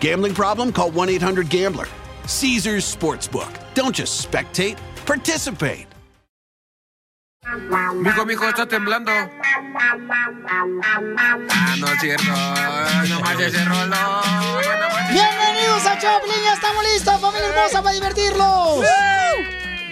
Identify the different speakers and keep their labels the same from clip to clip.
Speaker 1: Gambling problem? Call 1 800 Gambler. Caesars Sportsbook. Don't just spectate, participate.
Speaker 2: Mijo, mijo, está temblando. Ah, no es cierto. No más ese rollo.
Speaker 3: Bienvenidos a Choplin, ya estamos listos, familia hermosa, para divertirnos.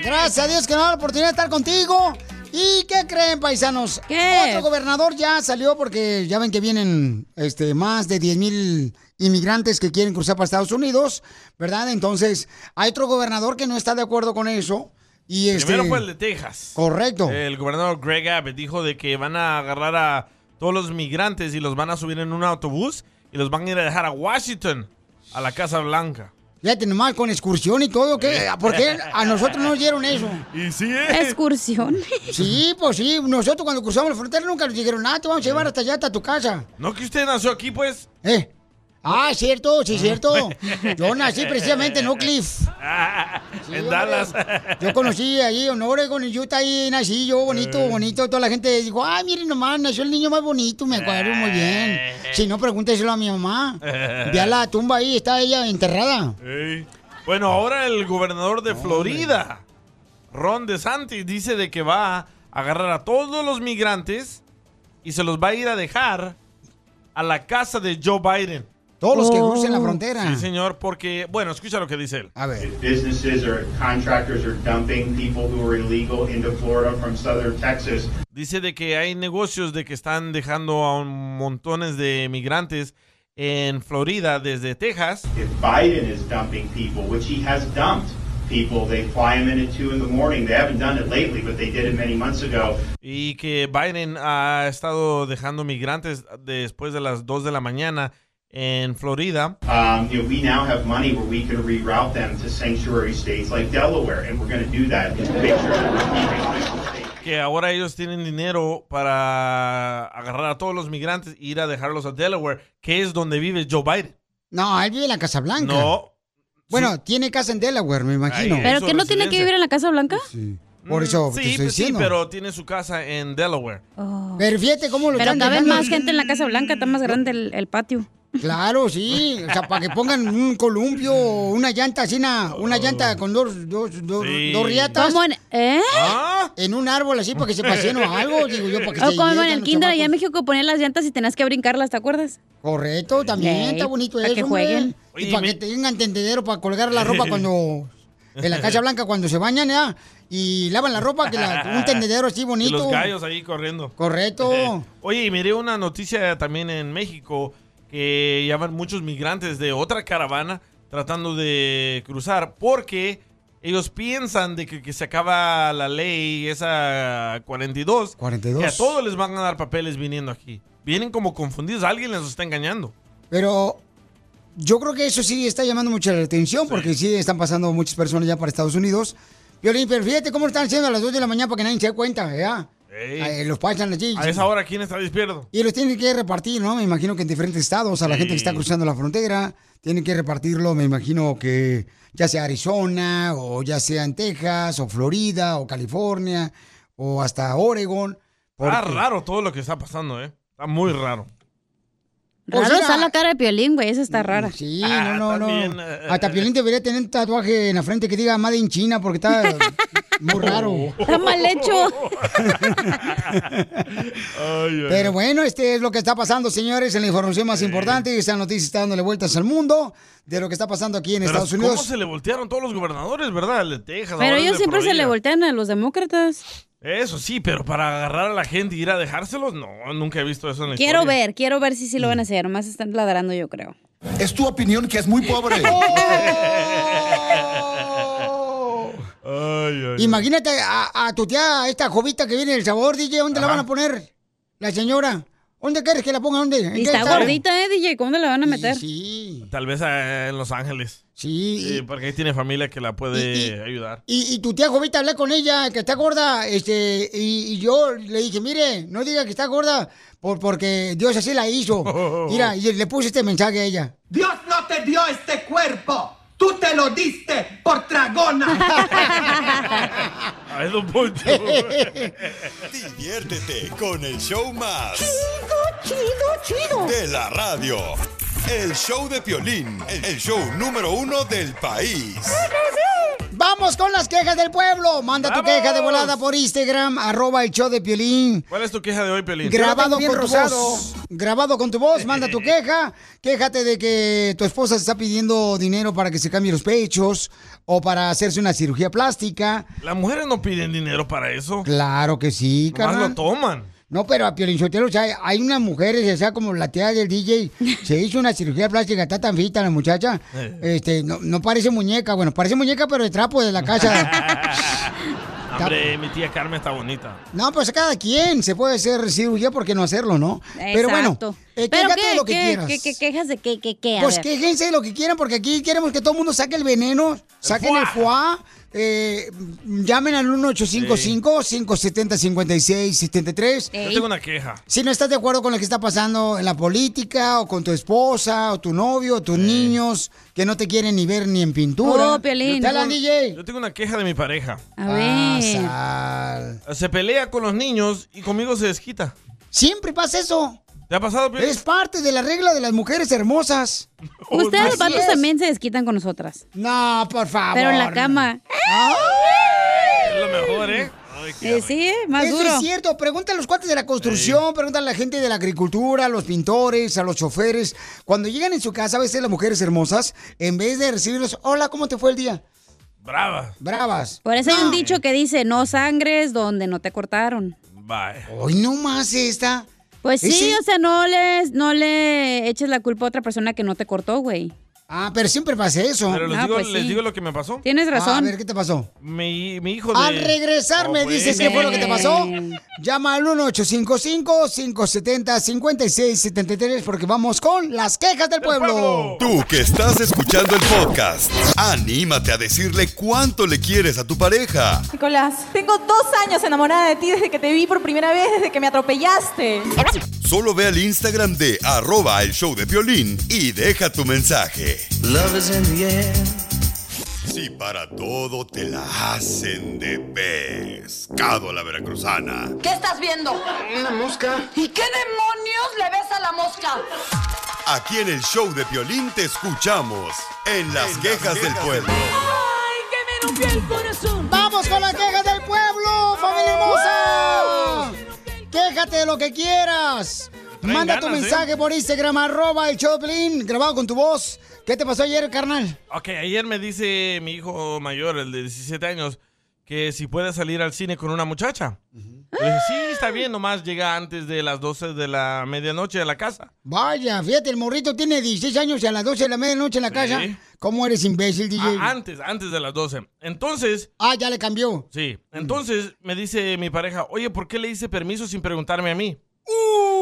Speaker 3: Gracias a Dios que nos da la oportunidad de estar contigo. ¿Y qué creen, paisanos? Otro gobernador ya salió porque ya ven que vienen este, más de 10 mil inmigrantes que quieren cruzar para Estados Unidos, ¿verdad? Entonces, hay otro gobernador que no está de acuerdo con eso. Y este,
Speaker 4: Primero fue el de Texas.
Speaker 3: Correcto.
Speaker 4: El gobernador Greg Abbott dijo de que van a agarrar a todos los migrantes y los van a subir en un autobús y los van a ir a dejar a Washington, a la Casa Blanca.
Speaker 3: Fíjate nomás con excursión y todo, ¿qué? ¿Por qué a nosotros no nos dieron eso?
Speaker 4: Y sí, eh.
Speaker 3: ¿Excursión? Sí, pues sí. Nosotros cuando cruzamos la frontera nunca nos dijeron nada, te vamos a llevar hasta allá, hasta tu casa.
Speaker 4: ¿No que usted nació aquí, pues?
Speaker 3: ¿Eh? Ah, cierto, sí, cierto. Yo nací precisamente en Oak Cliff.
Speaker 4: en Dallas.
Speaker 3: Yo conocí ahí en Oregon, en Utah, ahí nací yo, bonito, bonito. Toda la gente dijo, ah, miren nomás, nació el niño más bonito, me acuerdo muy bien. Si no, pregúnteselo a mi mamá. Ve a la tumba ahí, está ella enterrada.
Speaker 4: Ey. Bueno, ahora el gobernador de Florida, Ron DeSantis, dice de que va a agarrar a todos los migrantes y se los va a ir a dejar a la casa de Joe Biden.
Speaker 3: Todos los que Oh. crucen la frontera.
Speaker 4: Sí, señor, porque, bueno, escucha lo que dice él.
Speaker 3: A ver.
Speaker 5: businesses or contractors are dumping people who are illegal into Florida from southern Texas.
Speaker 4: Dice de que hay negocios de que están dejando a un- montones de migrantes en Florida desde Texas.
Speaker 5: Biden is dumping people, which he has dumped people. They fly them in at 2 in the morning. They haven't done it lately, but they did it many months ago.
Speaker 4: Y que Biden ha estado dejando migrantes después de las 2 de la mañana en Florida.
Speaker 5: Um, you know, we now have money where we can reroute them to sanctuary states like Delaware, and we're going to do that. It's big
Speaker 4: Que ahora ellos tienen dinero para agarrar a todos los migrantes e ir a dejarlos a Delaware, que es donde vive Joe Biden.
Speaker 3: No, él vive en la Casa Blanca.
Speaker 4: No.
Speaker 3: Bueno, tiene casa en Delaware, me imagino.
Speaker 4: Ahí, ¿Pero
Speaker 6: ¿Pero que no tiene que vivir en la Casa Blanca?
Speaker 3: Por eso
Speaker 4: Mm,
Speaker 3: te
Speaker 4: sí,
Speaker 3: estoy
Speaker 4: pues sí,
Speaker 3: diciendo.
Speaker 4: pero tiene su casa en Delaware.
Speaker 3: Pero fíjate cómo lo
Speaker 6: Pero
Speaker 3: están
Speaker 6: cabe
Speaker 3: dejando.
Speaker 6: más gente en la Casa Blanca, está más grande el, el patio.
Speaker 3: Claro, sí. O sea, para que pongan un columpio, o una llanta así, una,
Speaker 4: Oh.
Speaker 3: una llanta con dos, dos, dos,
Speaker 6: Sí.
Speaker 3: dos riatas.
Speaker 6: ¿Cómo en, ¿eh?
Speaker 4: ¿Ah?
Speaker 3: En un árbol así para que se paseen o algo, digo yo, para que
Speaker 6: O
Speaker 3: se
Speaker 6: como en
Speaker 3: diviertan
Speaker 6: el
Speaker 3: los
Speaker 6: kinder allá
Speaker 3: chamacos.
Speaker 6: en México ponían las llantas y tenías que brincarlas, ¿te acuerdas?
Speaker 3: Correcto, también
Speaker 6: Ey,
Speaker 3: está bonito
Speaker 6: para
Speaker 3: eso.
Speaker 6: que
Speaker 3: hombre.
Speaker 6: jueguen.
Speaker 3: Y para que tengan tendedero para colgar la ropa cuando. En la Casa Blanca, cuando se bañan, ¿ya? Y lavan la ropa, que la- un tendedero así bonito.
Speaker 4: Y los gallos ahí corriendo.
Speaker 3: Correcto.
Speaker 4: Oye, y miré una noticia también en México que ya van muchos migrantes de otra caravana tratando de cruzar porque ellos piensan de que, que se acaba la ley esa 42,
Speaker 3: 42.
Speaker 4: que a todos les van a dar papeles viniendo aquí. Vienen como confundidos, alguien les está engañando.
Speaker 3: Pero yo creo que eso sí está llamando mucho la atención porque sí están pasando muchas personas ya para Estados Unidos. Violín, pero fíjate cómo lo están haciendo a las 2 de la mañana para que nadie se dé cuenta, ¿ya?
Speaker 4: Ey.
Speaker 3: Eh, los pasan allí.
Speaker 4: A esa hora, ¿quién está despierto?
Speaker 3: Y los tienen que repartir, ¿no? Me imagino que en diferentes estados, a la gente que está cruzando la frontera, tienen que repartirlo, me imagino que ya sea Arizona, o ya sea en Texas, o Florida, o California, o hasta Oregon.
Speaker 4: Está
Speaker 3: porque-
Speaker 4: raro todo lo que está pasando, ¿eh? Está muy raro.
Speaker 6: Raro
Speaker 3: Pues mira.
Speaker 6: está la cara de Piolín, güey. Esa está rara.
Speaker 3: Sí,
Speaker 4: Ah,
Speaker 3: no, no, no.
Speaker 4: eh,
Speaker 3: Hasta Piolín debería tener un tatuaje en la frente que diga Made in China porque está
Speaker 4: Oh.
Speaker 3: muy raro.
Speaker 6: Está mal hecho.
Speaker 3: Pero bueno, este es lo que está pasando, señores, en la información más importante. Esta noticia está dándole vueltas al mundo de lo que está pasando aquí en
Speaker 4: Pero
Speaker 3: Estados
Speaker 4: ¿Cómo
Speaker 3: Unidos.
Speaker 4: se le voltearon todos los gobernadores, verdad? El de Texas.
Speaker 6: Pero
Speaker 4: ahora el
Speaker 6: ellos
Speaker 4: de
Speaker 6: siempre se le
Speaker 4: Florida.
Speaker 6: voltean a los demócratas.
Speaker 4: Eso sí, pero para agarrar a la gente y ir a dejárselos, no, nunca he visto eso en la
Speaker 6: Quiero
Speaker 4: historia.
Speaker 6: ver, quiero ver si sí lo
Speaker 3: Mm.
Speaker 6: van a hacer. Nomás están ladrando, yo creo.
Speaker 4: Es tu opinión que es muy pobre.
Speaker 6: Oh.
Speaker 3: Imagínate a, a tu tía, esta jovita que viene del sabor, DJ, ¿dónde la van a poner? La señora. ¿Dónde quieres que la ponga? ¿Dónde? ¿En
Speaker 6: Y
Speaker 3: qué
Speaker 6: está
Speaker 3: estado?
Speaker 6: gordita, ¿eh, DJ? ¿Cómo la van a meter?
Speaker 4: Tal vez eh, en Los Ángeles.
Speaker 3: Sí.
Speaker 4: porque ahí tiene familia que la puede ayudar.
Speaker 3: Y, y tu tía Jovita hablé con ella, que está gorda, este, y, y yo le dije, mire, no diga que está gorda, por, porque Dios así la hizo. Mira, y le puse este mensaje a ella.
Speaker 7: Dios no te dio este cuerpo. Tú te lo diste por tragona.
Speaker 4: Ay, don Poncho.
Speaker 8: Diviértete con el show más.
Speaker 9: Chido, chido, chido.
Speaker 8: De la radio. El show de Piolín, el show número uno del país.
Speaker 3: Vamos con las quejas del pueblo. Manda tu
Speaker 4: ¡Vamos!
Speaker 3: queja de volada por Instagram, arroba el show de Piolín.
Speaker 4: ¿Cuál es tu queja de hoy, Pelín?
Speaker 3: Grabado con tu voz. Grabado con tu voz, manda tu queja. Quéjate de que tu esposa te está pidiendo dinero para que se cambie los pechos o para hacerse una cirugía plástica.
Speaker 4: Las mujeres no piden dinero para eso.
Speaker 3: Claro que sí,
Speaker 4: Nomás
Speaker 3: carnal.
Speaker 4: lo toman.
Speaker 3: No, pero a Piolín Sotelo, o sea, hay unas mujeres, o sea, como la tía del DJ, se hizo una cirugía plástica, está tan fita la muchacha,
Speaker 4: Eh.
Speaker 3: este, no, no parece muñeca, bueno, parece muñeca, pero de trapo de la casa.
Speaker 4: Hombre, mi tía Carmen está bonita.
Speaker 3: no, pues cada quien se puede hacer cirugía, ¿por qué no hacerlo, no? Pero bueno,
Speaker 6: Exacto.
Speaker 3: eh,
Speaker 6: ¿Pero
Speaker 3: quéjate
Speaker 6: qué,
Speaker 3: de lo que
Speaker 6: qué,
Speaker 3: quieras.
Speaker 6: qué, qué quejas de qué, qué, qué? A
Speaker 3: pues
Speaker 6: ver.
Speaker 3: quéjense de lo que quieran, porque aquí queremos que todo el mundo saque el veneno, saquen el foie, eh, llamen al 1855-570-5673.
Speaker 4: Yo tengo una queja.
Speaker 3: Si no estás de acuerdo con lo que está pasando en la política, o con tu esposa, o tu novio, o tus niños, que no te quieren ni ver ni en
Speaker 6: Oh,
Speaker 3: pintura. Te hablan, DJ.
Speaker 4: Yo tengo una queja de mi pareja.
Speaker 3: A
Speaker 4: Se pelea con los niños y conmigo se desquita.
Speaker 3: Siempre pasa eso.
Speaker 4: ¿Te ha pasado, Piolín?
Speaker 3: Es parte de la regla de las mujeres hermosas.
Speaker 6: Ustedes, los
Speaker 3: Así
Speaker 6: vatos,
Speaker 3: es.
Speaker 6: también se desquitan con nosotras.
Speaker 3: No, Ah, por favor.
Speaker 6: Pero en la cama.
Speaker 4: Es lo mejor, ¿eh?
Speaker 6: Eh, sí, más
Speaker 3: Eso
Speaker 6: duro.
Speaker 3: es cierto. Pregunta a los cuates de la construcción, pregunta a la gente de la agricultura, a los pintores, a los choferes. Cuando llegan en su casa, a veces las mujeres hermosas, en vez de recibirlos, hola, ¿cómo te fue el día?
Speaker 4: Brava.
Speaker 3: Bravas. Ah.
Speaker 6: Por eso hay
Speaker 3: No.
Speaker 6: un dicho que dice, no sangres donde no te cortaron.
Speaker 4: Bye.
Speaker 3: Hoy no más esta.
Speaker 6: Pues sí,
Speaker 3: Ese-
Speaker 6: o sea, no les, no le eches la culpa a otra persona que no te cortó, güey.
Speaker 3: Ah, pero siempre pasa eso.
Speaker 4: Pero les,
Speaker 6: Ah,
Speaker 4: digo,
Speaker 6: pues
Speaker 4: les
Speaker 6: sí.
Speaker 4: digo lo que me pasó.
Speaker 6: Tienes razón.
Speaker 3: Ah, A ver, ¿qué Ah, te pasó?
Speaker 4: Mi, mi hijo de...
Speaker 3: Al regresar me
Speaker 4: Oh, güey.
Speaker 3: dices qué fue lo que te pasó. Llama al 1-855-570-5673 porque vamos con las quejas del pueblo.
Speaker 8: Tú que estás escuchando el podcast, anímate a decirle cuánto le quieres a tu pareja.
Speaker 10: Nicolás, tengo dos años enamorada de ti desde que te vi por primera vez, desde que me atropellaste.
Speaker 8: Solo ve al Instagram de arroba el show de Piolín y deja tu mensaje. Si para todo te la hacen de pescado a la veracruzana.
Speaker 11: ¿Qué estás viendo? Una mosca. ¿Y qué demonios le ves a la mosca?
Speaker 8: Aquí en el show de Piolín te escuchamos en las quejas del pueblo.
Speaker 11: ¡Ay, que me rompió el corazón!
Speaker 3: Vamos con las quejas del pueblo, familia hermosa. Quéjate de lo que quieras.
Speaker 9: Traen
Speaker 3: Manda tu
Speaker 9: ganas, ¿eh?
Speaker 3: mensaje por Instagram, arroba el Choplin, grabado con tu voz. ¿Qué te pasó ayer, carnal?
Speaker 4: Ok, ayer me dice mi hijo mayor, el de 17 años, que si puede salir al cine con una muchacha. Le dije, sí, está bien, nomás llega antes de las 12 de la medianoche de la casa.
Speaker 3: Vaya, fíjate, el morrito tiene 16 años y a las 12 de la medianoche en la casa. ¿Cómo eres imbécil, DJ?
Speaker 4: Ah, antes, antes de las 12. Entonces...
Speaker 3: Ah, ya le cambió.
Speaker 4: Sí, entonces me dice mi pareja, oye, ¿por qué le hice permiso sin preguntarme a mí?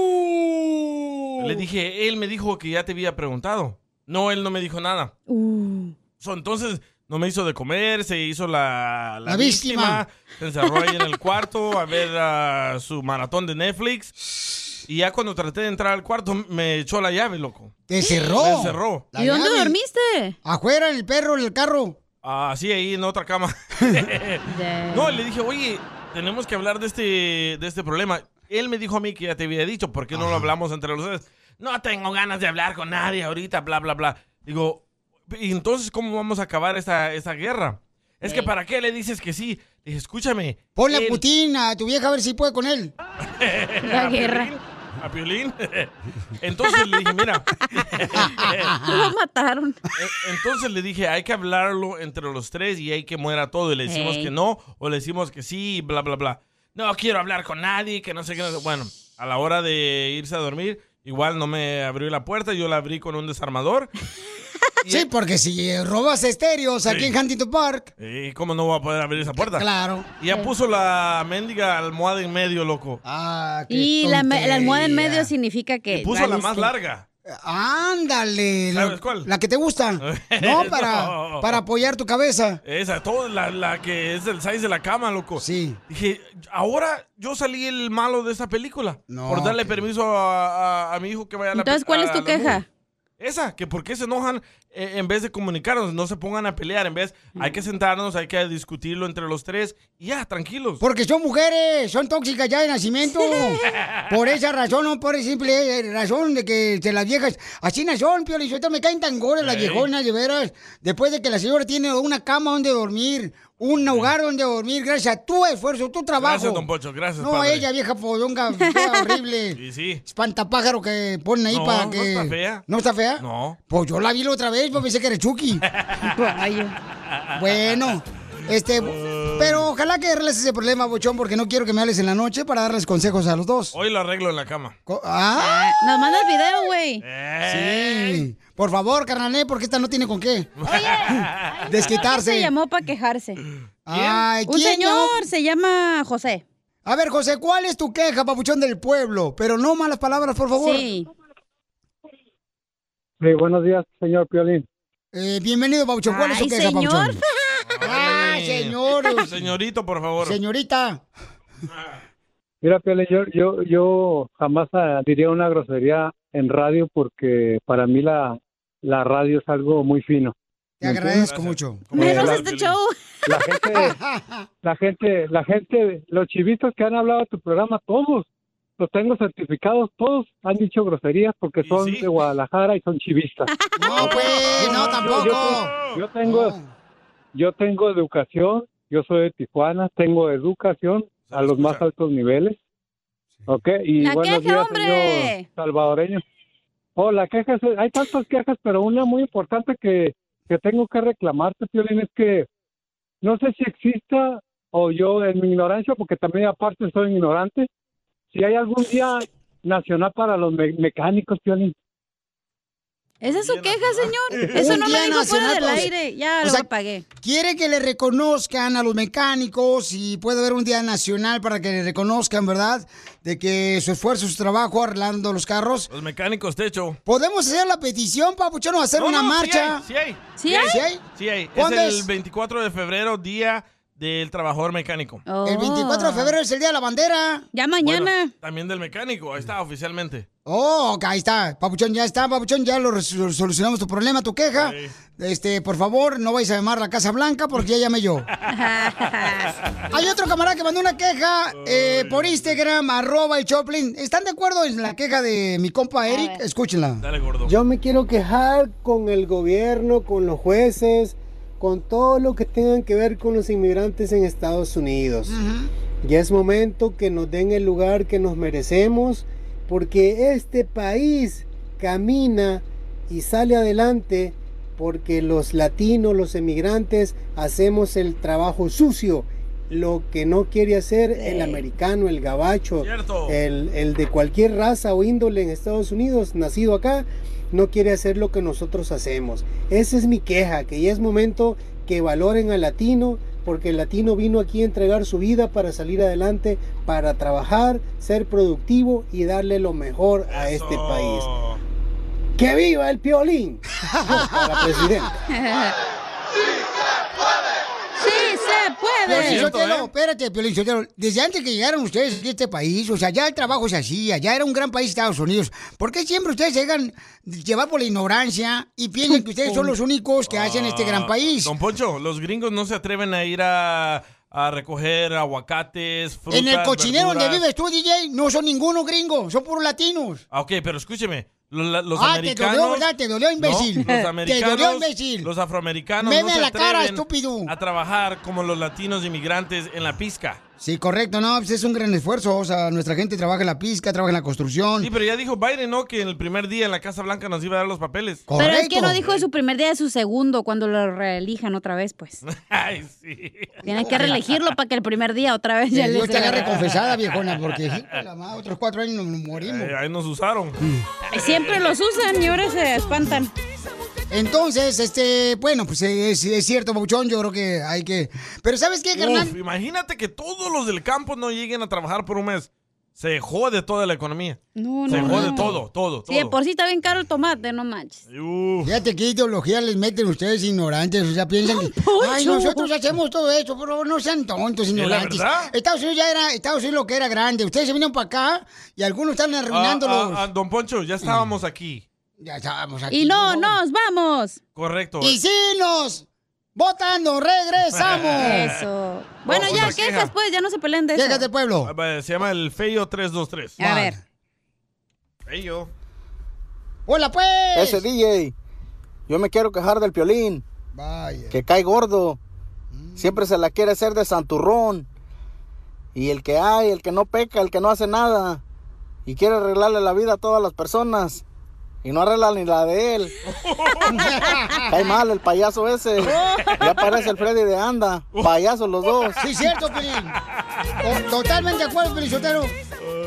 Speaker 3: Uh.
Speaker 4: Le dije, él me dijo que ya te había preguntado. No, él no me dijo nada. So, entonces no me hizo de comer, se hizo la,
Speaker 3: La víctima.
Speaker 4: se encerró ahí en el cuarto a ver ah, su maratón de Netflix. Y ya cuando traté de entrar al cuarto, me echó la llave, loco.
Speaker 3: Te cerró.
Speaker 4: Me encerró.
Speaker 3: La llave. Afuera, en el perro, en el carro.
Speaker 4: Ah, sí, ahí en otra cama. no, le dije, oye, tenemos que hablar de este, de este problema. Él me dijo a mí que ya te había dicho, ¿por qué no lo hablamos entre los dos? no tengo ganas de hablar con nadie ahorita, bla, bla, bla. Digo, ¿y entonces cómo vamos a acabar esta, esta guerra? Es que para qué le dices que sí. Le dije, escúchame.
Speaker 3: Ponle a
Speaker 4: él-
Speaker 3: Putin a tu vieja a ver si puede con él.
Speaker 4: La
Speaker 3: guerra.
Speaker 4: ¿A Piolín? Entonces le dije, mira.
Speaker 6: Lo mataron.
Speaker 4: E- Entonces le dije, hay que hablarlo entre los tres y hay que muera todo. Y le decimos
Speaker 6: Ey.
Speaker 4: que no, o le decimos que sí, y bla, bla, bla. No quiero hablar con nadie, que no sé qué. no sé- Bueno, a la hora de irse a dormir, igual no me abrió la puerta, yo la abrí con un desarmador.
Speaker 3: Sí, porque si robas estéreos aquí
Speaker 4: Sí.
Speaker 3: en Huntington Park,
Speaker 4: ¿Y Eh, cómo no voy a poder abrir esa puerta?
Speaker 3: Claro.
Speaker 4: Y ya puso la mendiga almohada en medio, loco.
Speaker 3: Ah,
Speaker 6: Y la, me- la almohada en medio significa que.
Speaker 4: Puso la más
Speaker 6: valiste.
Speaker 4: larga.
Speaker 3: ándale.
Speaker 4: ¿Sabes
Speaker 3: la-
Speaker 4: cuál?
Speaker 3: La que te ah, gusta. No, para,
Speaker 4: No.
Speaker 3: para apoyar tu cabeza.
Speaker 4: Esa, toda la, la que es el size de la cama, loco.
Speaker 3: Sí.
Speaker 4: Dije, ahora yo salí el malo de esa película. por darle permiso a, a- a mi hijo que vaya a la
Speaker 6: Entonces,
Speaker 4: pe-
Speaker 6: ¿cuál
Speaker 4: a
Speaker 6: es tu
Speaker 4: la
Speaker 6: queja?
Speaker 4: movie. Esa, que por qué se enojan eh, en vez de comunicarnos, no se pongan a pelear, en vez,
Speaker 6: Mm.
Speaker 4: hay que sentarnos, hay que discutirlo entre los tres y ya, tranquilos.
Speaker 3: Porque son mujeres, son tóxicas ya de nacimiento. Por esa razón, no por simple eh, razón de que te las viejas. Así no son, Pio Lizotelo, me caen tan gordas las
Speaker 12: Ey.
Speaker 3: viejonas, de veras. Después de que la señora tiene una cama donde dormir, un hogar donde dormir, gracias a tu esfuerzo, tu trabajo.
Speaker 4: Gracias, don Pocho, gracias,
Speaker 3: No,
Speaker 4: padre.
Speaker 3: ella, vieja podonga, fea, horrible.
Speaker 4: Y sí.
Speaker 3: Espantapájaro que ponen ahí
Speaker 4: No,
Speaker 3: para
Speaker 4: no
Speaker 3: que.
Speaker 4: está fea.
Speaker 3: ¿No está fea?
Speaker 4: No.
Speaker 3: Pues yo la vi la otra vez, pues pensé que era Chucky.
Speaker 13: Ah,
Speaker 3: Bueno, este, pero ojalá que arregles ese problema, bochón, porque no quiero que me hables en la noche para darles consejos a los dos.
Speaker 4: Hoy lo arreglo en la cama.
Speaker 3: Co- ah.
Speaker 6: Nos manda el video, güey.
Speaker 3: Sí. Por favor, carnalé, porque esta no tiene con qué.
Speaker 6: Se
Speaker 3: Desquitarse.
Speaker 6: llamó para quejarse.
Speaker 3: Ay,
Speaker 6: Un
Speaker 3: ¿quién
Speaker 6: señor
Speaker 3: llamó?
Speaker 6: se llama José.
Speaker 3: A ver, José, ¿cuál es tu queja, papuchón del pueblo? Pero no malas palabras, por favor.
Speaker 6: Sí.
Speaker 14: Sí, buenos días, señor Piolín.
Speaker 3: Eh, bienvenido, Papuchón. ¿Cuál es tu
Speaker 6: Ay,
Speaker 3: queja,
Speaker 6: señor.
Speaker 3: Papuchón? Ah, señor.
Speaker 4: Señorito, por favor.
Speaker 3: Señorita.
Speaker 14: Mira, Piolín, yo, yo, yo jamás ah, diría una grosería en radio porque para mí la, la radio es algo muy fino.
Speaker 3: Te agradezco mucho.
Speaker 14: Menos este
Speaker 6: show.
Speaker 14: La gente, la gente, la gente, los chivitos que han hablado de tu programa, todos, los tengo certificados, todos han dicho groserías porque son de Guadalajara y son chivistas.
Speaker 3: No, pues, no,
Speaker 14: yo,
Speaker 3: tampoco.
Speaker 14: tengo- yo tengo, yo tengo educación, yo soy de Tijuana, tengo educación a los más altos niveles. Ok, y
Speaker 6: La
Speaker 14: buenos
Speaker 6: queja,
Speaker 14: días,
Speaker 6: hombre.
Speaker 14: señor salvadoreño. Oh, la queja, es- hay tantas quejas, pero una muy importante que, que tengo que reclamarte, Piolín, es que no sé si exista o yo en mi ignorancia, porque también aparte soy ignorante, si hay algún día nacional para los me- mecánicos, Piolín.
Speaker 6: Esa es su queja, señor. Eso
Speaker 3: Eh, Un
Speaker 6: no me
Speaker 3: día
Speaker 6: dijo fuera
Speaker 3: nacional,
Speaker 6: del
Speaker 3: pues,
Speaker 6: aire. Ya
Speaker 3: o
Speaker 6: lo
Speaker 3: sea,
Speaker 6: apagué.
Speaker 3: Quiere que le reconozcan a los mecánicos y puede haber un día nacional para que le reconozcan, ¿verdad? De que su esfuerzo, su trabajo arreglando los carros.
Speaker 4: Los mecánicos techo.
Speaker 3: ¿Podemos hacer la petición, Papuchón, o hacer
Speaker 4: No,
Speaker 3: una
Speaker 4: no,
Speaker 3: marcha?
Speaker 4: Sí hay.
Speaker 3: ¿Sí hay?
Speaker 4: Sí
Speaker 3: ¿Sí
Speaker 4: hay.
Speaker 3: hay?
Speaker 4: Sí hay. Es
Speaker 3: ¿Cuándo
Speaker 4: el
Speaker 3: es?
Speaker 4: 24 de febrero, día del trabajador mecánico.
Speaker 3: El 24 de febrero es el día de la bandera.
Speaker 6: Ya
Speaker 4: Oh. Bueno, también del mecánico, ahí está oficialmente.
Speaker 3: Oh, ok, ahí está. Papuchón, ya está, Papuchón, ya lo resol- solucionamos tu problema, tu queja. Este, por favor, no vais a llamar a la Casa Blanca porque ya llamé yo. Hay otro camarada que mandó una queja eh, por Instagram, arroba el Choplin. ¿Están de acuerdo en la queja de mi compa Eric? Escúchenla.
Speaker 4: Dale, gordo.
Speaker 15: Yo me quiero quejar con el gobierno, con los jueces, con todo lo que tengan que ver con los inmigrantes en Estados Unidos. Ya es momento que nos den el lugar que nos merecemos, porque este país camina y sale adelante porque los latinos, los emigrantes, hacemos el trabajo sucio, lo que no quiere hacer el americano, el gabacho, el, el de cualquier raza o índole en Estados Unidos, nacido acá, no quiere hacer lo que nosotros hacemos. Esa es mi queja, que ya es momento que valoren al latino, porque el latino vino aquí a entregar su vida para salir adelante, para trabajar, ser productivo y darle lo mejor a este país. ¡Que viva el piolín! Para presidente.
Speaker 6: ¡Sí se
Speaker 3: Piolín
Speaker 6: puede!
Speaker 3: Sotelo,
Speaker 4: ¿eh?
Speaker 3: espérate, Piolín Sotelo. Desde antes que llegaron ustedes aquí a este país, o sea, ya el trabajo se hacía, ya era un gran país Estados Unidos. ¿Por qué siempre ustedes llegan llevar por la ignorancia y piensan que ustedes son los únicos que hacen este gran país?
Speaker 4: Ah, Don Poncho, los gringos no se atreven a ir a, a recoger aguacates, frutas,
Speaker 3: en el cochinero donde
Speaker 4: verduras.
Speaker 3: vives tú, DJ, no son ninguno gringo, son puros latinos.
Speaker 4: Ah, Ok, pero escúcheme, Lo- la- Los,
Speaker 3: Ah, te
Speaker 4: americanos.
Speaker 3: dolió, ¿verdad? Te dolió,
Speaker 4: No,
Speaker 3: imbécil. Te
Speaker 4: los
Speaker 3: dolió,
Speaker 4: americanos.
Speaker 3: imbécil.
Speaker 4: Los afroamericanos.
Speaker 3: Meme
Speaker 4: no se
Speaker 3: la cara,
Speaker 4: atreven
Speaker 3: estúpido.
Speaker 4: A trabajar como los latinos inmigrantes en la pizca.
Speaker 3: Sí, correcto, no, pues es un gran esfuerzo. O sea, nuestra gente trabaja en la pizca, trabaja en la construcción.
Speaker 4: Sí, pero ya dijo Biden, ¿no? Que en el primer día en la Casa Blanca nos iba a dar los papeles.
Speaker 6: Pero es que no dijo de su primer día, de su segundo, cuando lo reelijan otra vez, pues.
Speaker 4: Ay, sí.
Speaker 6: Tienes que reelegirlo para que el primer día otra vez ya
Speaker 3: Que Dios
Speaker 6: les-
Speaker 3: te agarre confesada, viejona, porque hijo, la madre, Mm. otros cuatro años nos morimos.
Speaker 4: Eh, ahí nos usaron.
Speaker 6: Siempre los usan y ahora se espantan.
Speaker 3: Entonces, este, bueno, pues es, es cierto, Pabuchón, yo creo que hay que... Pero ¿sabes qué, carnal?
Speaker 4: Uf, imagínate que todos los del campo no lleguen a trabajar por un mes. Se jode toda la economía.
Speaker 6: No,
Speaker 4: Se
Speaker 6: no,
Speaker 4: jode
Speaker 6: no.
Speaker 4: todo, todo,
Speaker 6: Sí, de
Speaker 4: todo.
Speaker 6: por sí está bien caro el tomate, no manches.
Speaker 3: uh. Fíjate qué ideología les meten ustedes ignorantes. O sea, piensan que. Ay, nosotros hacemos todo esto, pero no sean tontos,
Speaker 4: la
Speaker 3: ignorantes.
Speaker 4: verdad.
Speaker 3: Estados Unidos ya era. Estados Unidos lo que era grande. Ustedes se vinieron para acá y algunos están arruinándolos.
Speaker 4: Ah, ah, ah, don Poncho, ya estábamos aquí.
Speaker 3: Ya estábamos
Speaker 6: Y no, nos vamos.
Speaker 4: Correcto.
Speaker 3: Y sí, nos votando, regresamos.
Speaker 6: Eso. Bueno,
Speaker 4: Vamos,
Speaker 6: ya,
Speaker 4: otra
Speaker 6: quejas
Speaker 4: queja.
Speaker 6: pues, ya no se peleen de eso.
Speaker 3: Quejas del pueblo.
Speaker 4: Ah, va, Se llama el Feyo 323.
Speaker 6: A ver.
Speaker 4: Feyo.
Speaker 3: ¡Hola, pues!
Speaker 12: Ese DJ, yo me quiero quejar del piolín.
Speaker 3: Vaya. Mm.
Speaker 12: Que cae gordo. Siempre se la quiere hacer de santurrón. Y el que hay, el que no peca, el que no hace nada. Y quiere arreglarle la vida a todas las personas. Y no arregla ni la de él. Cae mal el payaso ese. Ya parece el Freddy de Anda. Payasos los dos.
Speaker 3: Sí, cierto, Pelín. To- Totalmente de acuerdo, Pelizotero.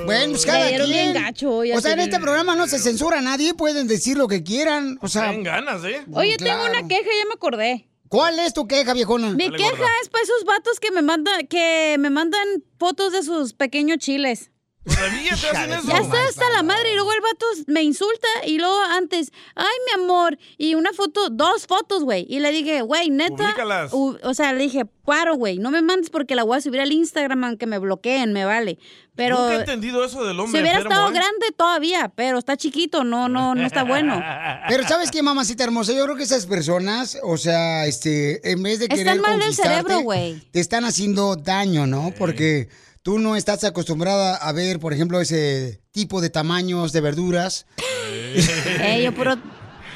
Speaker 3: Bueno, pues
Speaker 6: Le
Speaker 3: cada
Speaker 6: dieron
Speaker 3: quien.
Speaker 6: bien gacho hoy
Speaker 3: o
Speaker 6: al
Speaker 3: sea, en
Speaker 6: Piolín.
Speaker 3: este programa no se censura a nadie, pueden decir lo que quieran. O sea,
Speaker 4: Traen ganas, ¿eh?
Speaker 3: pues. Mm,
Speaker 6: Oye,
Speaker 3: Claro.
Speaker 6: tengo una queja, ya me acordé.
Speaker 3: ¿Cuál es tu queja, viejona?
Speaker 6: Mi queja es para esos vatos que me mandan, que me mandan fotos de sus pequeños chiles.
Speaker 4: Todavía te hacen eso.
Speaker 6: Ya está hasta la madre y luego el vato me insulta y luego antes, ay mi amor, y una foto, dos fotos, güey. Y le dije, güey, neta,
Speaker 4: Publícalas.
Speaker 6: u- o sea, le dije, paro, güey, no me mandes porque la voy a subir al Instagram aunque me bloqueen, me vale. Pero
Speaker 4: Nunca he entendido eso del hombre.
Speaker 6: si hubiera
Speaker 4: enfermo,
Speaker 6: estado
Speaker 4: ¿eh?
Speaker 6: grande todavía, pero está chiquito, no, no, no está bueno.
Speaker 3: Pero ¿sabes qué, mamacita hermosa? Yo creo que esas personas, o sea, este, en vez de
Speaker 6: Están
Speaker 3: querer
Speaker 6: mal del
Speaker 3: conquistarte,
Speaker 6: cerebro, güey.
Speaker 3: Te están haciendo daño, ¿no? Porque tú no estás acostumbrada a ver, por ejemplo, ese tipo de tamaños de verduras.
Speaker 6: Eh, yo puro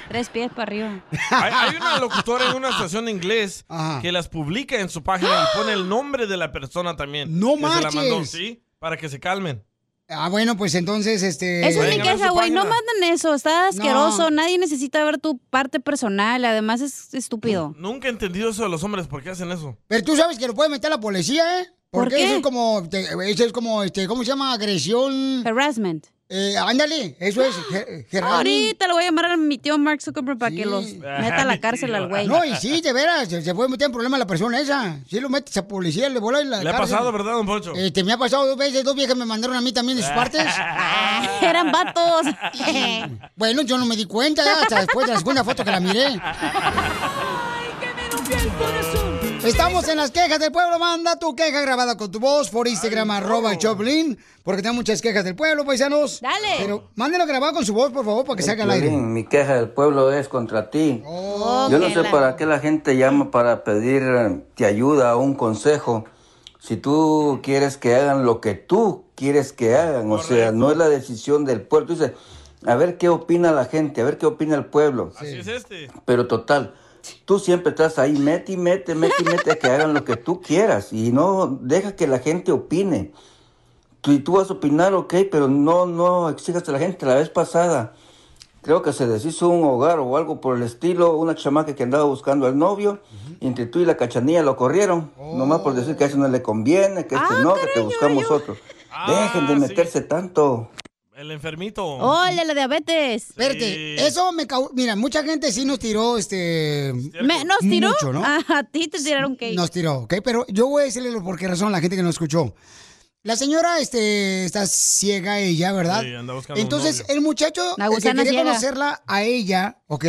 Speaker 6: tres pies para arriba.
Speaker 4: Hay, hay una locutora en una estación de inglés que las publica en su página y pone el nombre de la persona también. que
Speaker 3: ¡No
Speaker 4: se la mandó,
Speaker 3: marches!
Speaker 4: ¿sí? Para que se calmen.
Speaker 3: Ah, bueno, pues entonces, este...
Speaker 6: Esa es mi
Speaker 4: Vayan a ver
Speaker 6: queja,
Speaker 4: su
Speaker 6: güey. No
Speaker 4: página.
Speaker 6: mandan eso. Está asqueroso. Nadie necesita ver tu parte personal. Además, es estúpido.
Speaker 4: Nunca he entendido eso de los hombres. ¿Por qué hacen eso?
Speaker 3: Pero tú sabes que lo puede meter la policía, ¿eh? Porque
Speaker 4: ¿Por qué?
Speaker 3: eso es como, te- eso es como, este, ¿cómo se llama? Agresión.
Speaker 6: Harassment. Ah,
Speaker 3: Eh, ándale, eso es. ge- harassment.
Speaker 6: Ahorita le voy a llamar a mi tío Mark Zuckerberg para que los meta a la cárcel al
Speaker 3: pues,
Speaker 6: güey.
Speaker 3: No, y sí, de veras, se, se puede meter en problema la persona esa. Si lo metes a policía, le vola y la
Speaker 4: Le ha
Speaker 3: cárcel.
Speaker 4: pasado, ¿verdad, don Poncho?
Speaker 3: Este, me ha pasado dos veces, dos viejas me mandaron a mí también de sus partes.
Speaker 6: eran vatos.
Speaker 3: bueno, yo no me di cuenta ya hasta después de la segunda foto que la miré. Estamos en las quejas del pueblo, manda tu queja grabada con tu voz por Instagram, arroba el Choplin, porque tengo muchas quejas del pueblo, paisanos. Dale. Pero mándelo grabado con su voz, por favor, para que salga al aire.
Speaker 16: Piolín, mi queja del pueblo es contra ti. Yo no
Speaker 3: que
Speaker 16: sé
Speaker 3: la-
Speaker 16: para qué la gente llama para pedir eh, te ayuda o un consejo. Si tú quieres que hagan lo que tú quieres que hagan, o sea, no es la decisión del pueblo. Tú dices, a ver qué opina la gente, a ver qué opina el pueblo.
Speaker 4: Así es este.
Speaker 16: Pero total, tú siempre estás ahí, mete y mete, mete y mete, que hagan lo que tú quieras y no deja que la gente opine. Tú, y tú vas a opinar, ok, pero no, no exijas a la gente. La vez pasada, creo que se deshizo un hogar o algo por el estilo, una chamaca que andaba buscando al novio, y entre tú y la cachanilla lo corrieron, nomás por decir que a eso no le conviene, que este no, que te buscamos otro. Dejen de meterse tanto.
Speaker 4: El enfermito.
Speaker 6: Oh, el de la diabetes.
Speaker 3: Espérate, eso me cau- Mira, mucha gente sí nos tiró, este...
Speaker 6: Me- ¿Nos tiró?
Speaker 3: Mucho, ¿no?
Speaker 6: Ah, A ti te tiraron que.
Speaker 3: Nos tiró, ¿ok? Pero yo voy a decirle lo- por qué razón a la gente que no escuchó. La señora este, está ciega ella, ¿verdad?
Speaker 4: Sí, anda buscando un
Speaker 3: Entonces,
Speaker 4: novio.
Speaker 3: el muchacho
Speaker 6: La
Speaker 3: el que
Speaker 6: gusana
Speaker 3: quería
Speaker 6: ciega.
Speaker 3: conocerla a ella, ¿ok?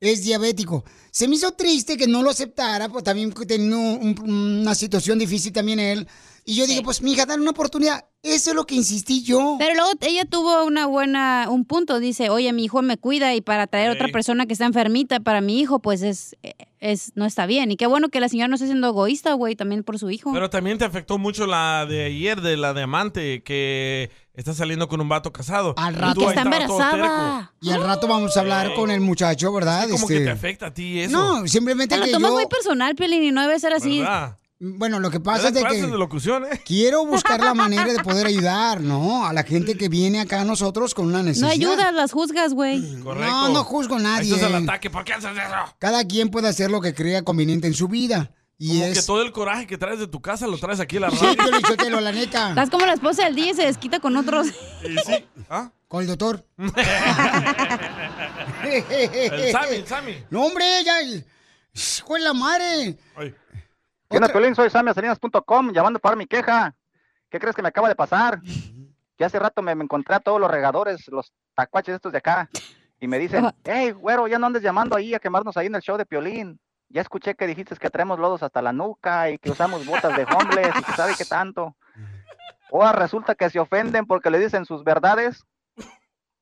Speaker 3: Es diabético. Se me hizo triste que no lo aceptara, pues también teniendo un- una situación difícil también él. Y yo dije, pues, mija, dale una oportunidad. Eso es lo que insistí yo.
Speaker 6: Pero luego ella tuvo una buena, un punto, dice, oye, mi hijo me cuida y para traer a otra persona que está enfermita para mi hijo, pues es, es, no está bien. Y qué bueno que la señora no está siendo egoísta, güey, también por su hijo.
Speaker 4: Pero también te afectó mucho la de ayer, de la de amante, que está saliendo con un vato casado.
Speaker 3: Al
Speaker 4: Y
Speaker 3: rato.
Speaker 4: tú ahí estabas todo
Speaker 3: Y al rato vamos a hablar con el muchacho, ¿verdad?
Speaker 4: terco. Como que
Speaker 3: Este,
Speaker 4: te afecta a ti eso.
Speaker 3: No, simplemente
Speaker 6: Te lo
Speaker 3: que
Speaker 6: tomas
Speaker 3: yo...
Speaker 6: muy personal, Piolín, y no debe ser así.
Speaker 4: ¿Verdad?
Speaker 3: Bueno, lo que
Speaker 4: Me
Speaker 3: pasa
Speaker 4: dan
Speaker 3: es de que...
Speaker 4: clases de locución, ¿eh?
Speaker 3: Quiero buscar la manera de poder ayudar, ¿no? A la gente que viene acá a nosotros con una
Speaker 6: No
Speaker 3: necesidad.
Speaker 6: ayudas, las juzgas, güey.
Speaker 4: Correcto.
Speaker 3: No, no juzgo a nadie.
Speaker 4: Esto es al ataque, ¿por qué haces eso?
Speaker 3: Cada quien puede hacer lo que crea conveniente en su vida. Y
Speaker 4: Como que
Speaker 3: es...
Speaker 4: todo el coraje que traes de tu casa lo traes aquí a la radio.
Speaker 3: Pero la neta...
Speaker 6: Estás como la esposa del día y se desquita con otros.
Speaker 4: ¿ah?
Speaker 3: Con el doctor.
Speaker 4: El Sammy, el Sammy.
Speaker 3: No, hombre, ya... ¡Hijo de la madre!
Speaker 17: ¿Qué onda, Piolín? Soy samiasalinas.com, llamando para mi queja. ¿Qué crees que me acaba de pasar? Que hace rato me, me encontré a todos los regadores, los tacuaches estos de acá, y me
Speaker 3: Ah.
Speaker 17: dicen, hey, güero, ya no andes llamando ahí a quemarnos ahí en el show de Piolín. Ya escuché que dijiste que traemos lodos hasta la nuca y que usamos botas de hombres y que sabe qué tanto. Ahora resulta que se ofenden porque le dicen sus verdades.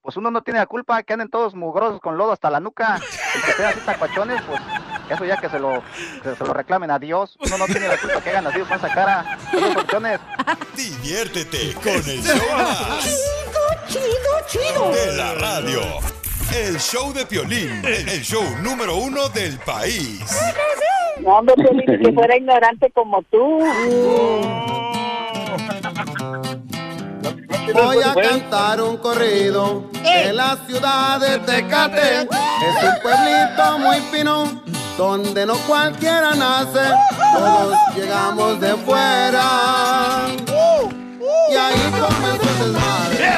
Speaker 17: Pues uno no tiene la culpa que anden todos mugrosos con lodo hasta la nuca y que sean así tacuachones, pues eso ya que se lo, que se lo reclamen a Dios. Uno no tiene la culpa que hagan así con esa cara. Esas opciones.
Speaker 8: Diviértete con el show más
Speaker 9: Chido, chido,
Speaker 8: de la radio. El show de Piolín, el show número uno del país.
Speaker 18: No, hombre, Piolín, que fuera ignorante como tú.
Speaker 2: Voy a cantar un corrido
Speaker 18: Eh.
Speaker 2: de la ciudad de Tecate. Es un pueblito muy fino donde no cualquiera nace. Todos llegamos de fuera. Y ahí comenzó el desmadre.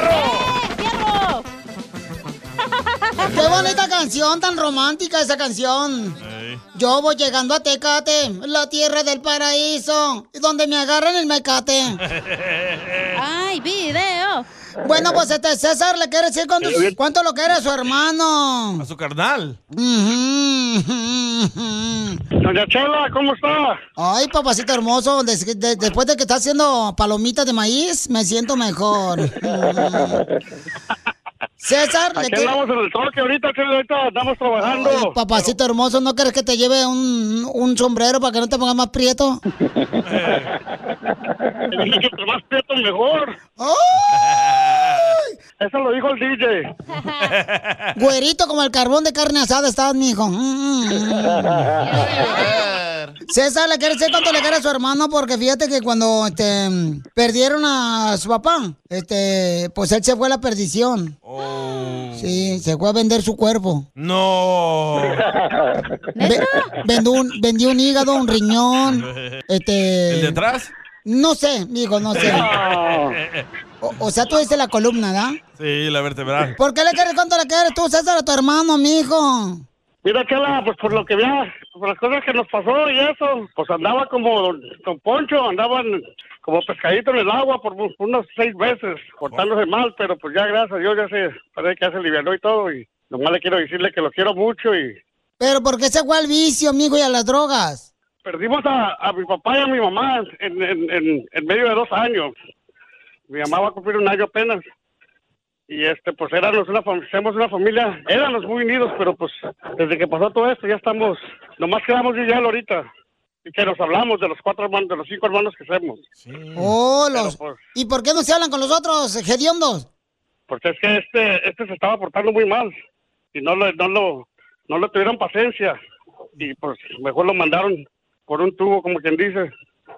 Speaker 3: ¡Qué bonita canción, tan romántica esa canción! Yo voy llegando a Tecate, la tierra del paraíso, donde me agarran el mecate.
Speaker 6: ¡Ay, video!
Speaker 3: Bueno, pues este César le quiere decir cuánto,
Speaker 4: Pero bien.
Speaker 3: cuánto lo quiere a su hermano.
Speaker 4: A su carnal.
Speaker 3: Doña Chela, ¿cómo está? Ay, papacito hermoso, des- de- después de que está haciendo palomitas de maíz, me siento mejor. César,
Speaker 19: Aquí andamos en el toque ahorita, Chela, ahorita estamos trabajando.
Speaker 3: Ay, papacito hermoso, ¿no quieres que te lleve un, un sombrero para que no te pongas más prieto? Eh.
Speaker 19: Y dije, Entre más prieto, mejor. Eso lo dijo el DJ.
Speaker 3: Güerito como el carbón de carne asada estás, mijo. Mm, mm, mm. César, le quiere decir cuánto le quiere a su hermano porque fíjate que cuando este, perdieron a su papá, este, pues él se fue a la perdición.
Speaker 4: Oh.
Speaker 3: Sí, se fue a vender su cuerpo.
Speaker 4: No.
Speaker 3: Ve- vendió, un, vendió un hígado, un riñón, este...
Speaker 4: ¿El de atrás?
Speaker 3: No sé, mijo, no
Speaker 4: Eh,
Speaker 3: sé. O, o sea, tú dices la columna, ¿da?
Speaker 4: Sí, la vertebral.
Speaker 3: ¿Por qué le quieres cuánto le quieres tú, César, a tu hermano, mijo?
Speaker 19: Mira, Chela, pues por lo que vea, por las cosas que nos pasó y eso, pues andaba como con Poncho, andaban como pescadito en el agua por mu- unas seis veces, portándose mal, pero pues ya gracias a Dios ya se parece que ya se alivianó y todo, y nomás le quiero decirle que lo quiero mucho y
Speaker 3: Pero ¿por qué se fue al vicio, mijo, y a las drogas?
Speaker 19: perdimos a, a mi papá y a mi mamá en, en, en, en medio de dos años. Mi mamá va a cumplir un año apenas. Y este, pues éramos una, fam- somos una familia, éramos muy unidos, pero pues desde que pasó todo esto ya estamos, nomás quedamos yo y él ahorita. Y que nos hablamos de los cuatro hermanos, de los cinco hermanos que somos.
Speaker 3: Oh, los...
Speaker 19: Pero, pues,
Speaker 3: ¿Y por qué no se hablan con los otros, eh, hediondos?
Speaker 19: porque es que este, este se estaba portando muy mal y no le, no lo, no le tuvieron paciencia. Y pues mejor lo mandaron por un tubo, como quien dice.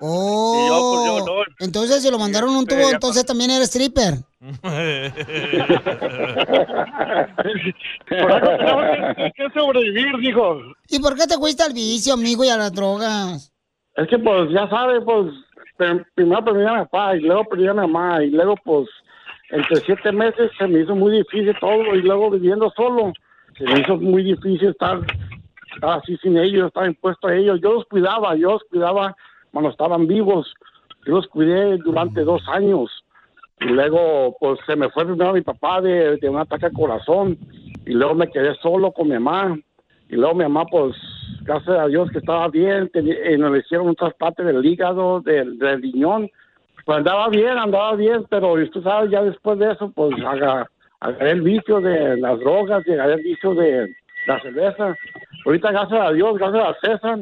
Speaker 3: Oh,
Speaker 19: yo, pues, yo no. Este,
Speaker 3: entonces si lo mandaron un tubo,
Speaker 19: ya
Speaker 3: entonces también eres stripper.
Speaker 19: Por algo tenemos que, que sobrevivir, dijo.
Speaker 3: ¿Y por qué te fuiste al vicio, amigo, y a las drogas?
Speaker 19: Es que pues ya sabe, pues prim- primero perdí a mi papá y luego perdí a mi mamá y luego pues entre siete meses se me hizo muy difícil todo y luego viviendo solo se me hizo muy difícil estar, estar así sin ellos, estar impuesto a ellos. Yo los cuidaba, yo los cuidaba cuando estaban vivos, yo los cuidé durante dos años y luego pues se me fue primero mi papá de, de un ataque al corazón y luego me quedé solo con mi mamá y luego mi mamá pues gracias a Dios que estaba bien, teni- eh, nos le hicieron un trasplante del hígado, del, del riñón,
Speaker 20: Pues andaba bien, andaba bien, pero tú sabes, ya después de eso, pues haga, agarré el vicio de las drogas y agarré el vicio de la cerveza. Ahorita, gracias a Dios, gracias a César,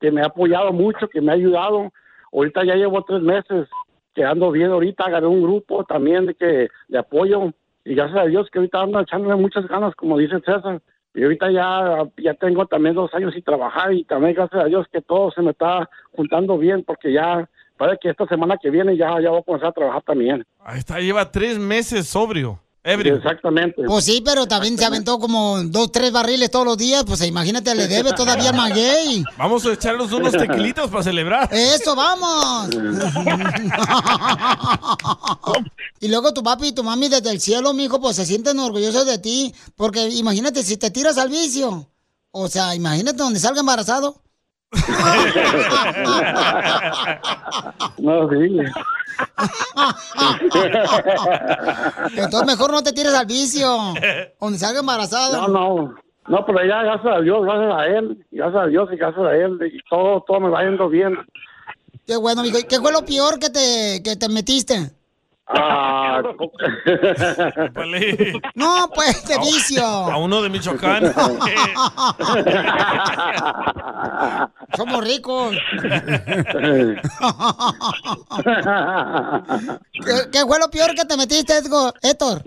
Speaker 20: que me ha apoyado mucho, que me ha ayudado. Ahorita ya llevo tres meses que ando bien. Ahorita agarré un grupo también de, que, de apoyo. Y gracias a Dios que ahorita ando echándole muchas ganas, como dice César. Y ahorita ya, ya tengo también dos años sin trabajar y también gracias a Dios que todo se me está juntando bien porque ya parece que esta semana que viene ya, ya voy a comenzar a trabajar también.
Speaker 4: Ahí está, lleva tres meses sobrio. ebrio.
Speaker 20: Exactamente.
Speaker 3: Pues sí, pero también se aventó como dos, tres barriles todos los días. Pues imagínate, le debe todavía más gay.
Speaker 4: Vamos a echarnos unos tequilitos para celebrar.
Speaker 3: ¡Eso, vamos! y luego tu papi y tu mami desde el cielo, mijo, pues se sienten orgullosos de ti. Porque imagínate, si te tiras al vicio. O sea, imagínate donde salga embarazado.
Speaker 20: No, sí.
Speaker 3: Entonces mejor no te tires al vicio. Donde salga embarazado.
Speaker 20: No, no. No, pero ya, gracias a Dios, gracias a él, gracias a Dios y gracias a él, y todo, todo me va yendo bien.
Speaker 3: Qué bueno, mijo. ¿Y ¿Qué fue lo peor que te, que te metiste?
Speaker 20: Ah,
Speaker 3: No, pues, de
Speaker 4: A-
Speaker 3: vicio.
Speaker 4: A uno de Michoacán.
Speaker 3: Somos ricos. ¿Qué, qué fue lo peor que te metiste, Edgo- Héctor?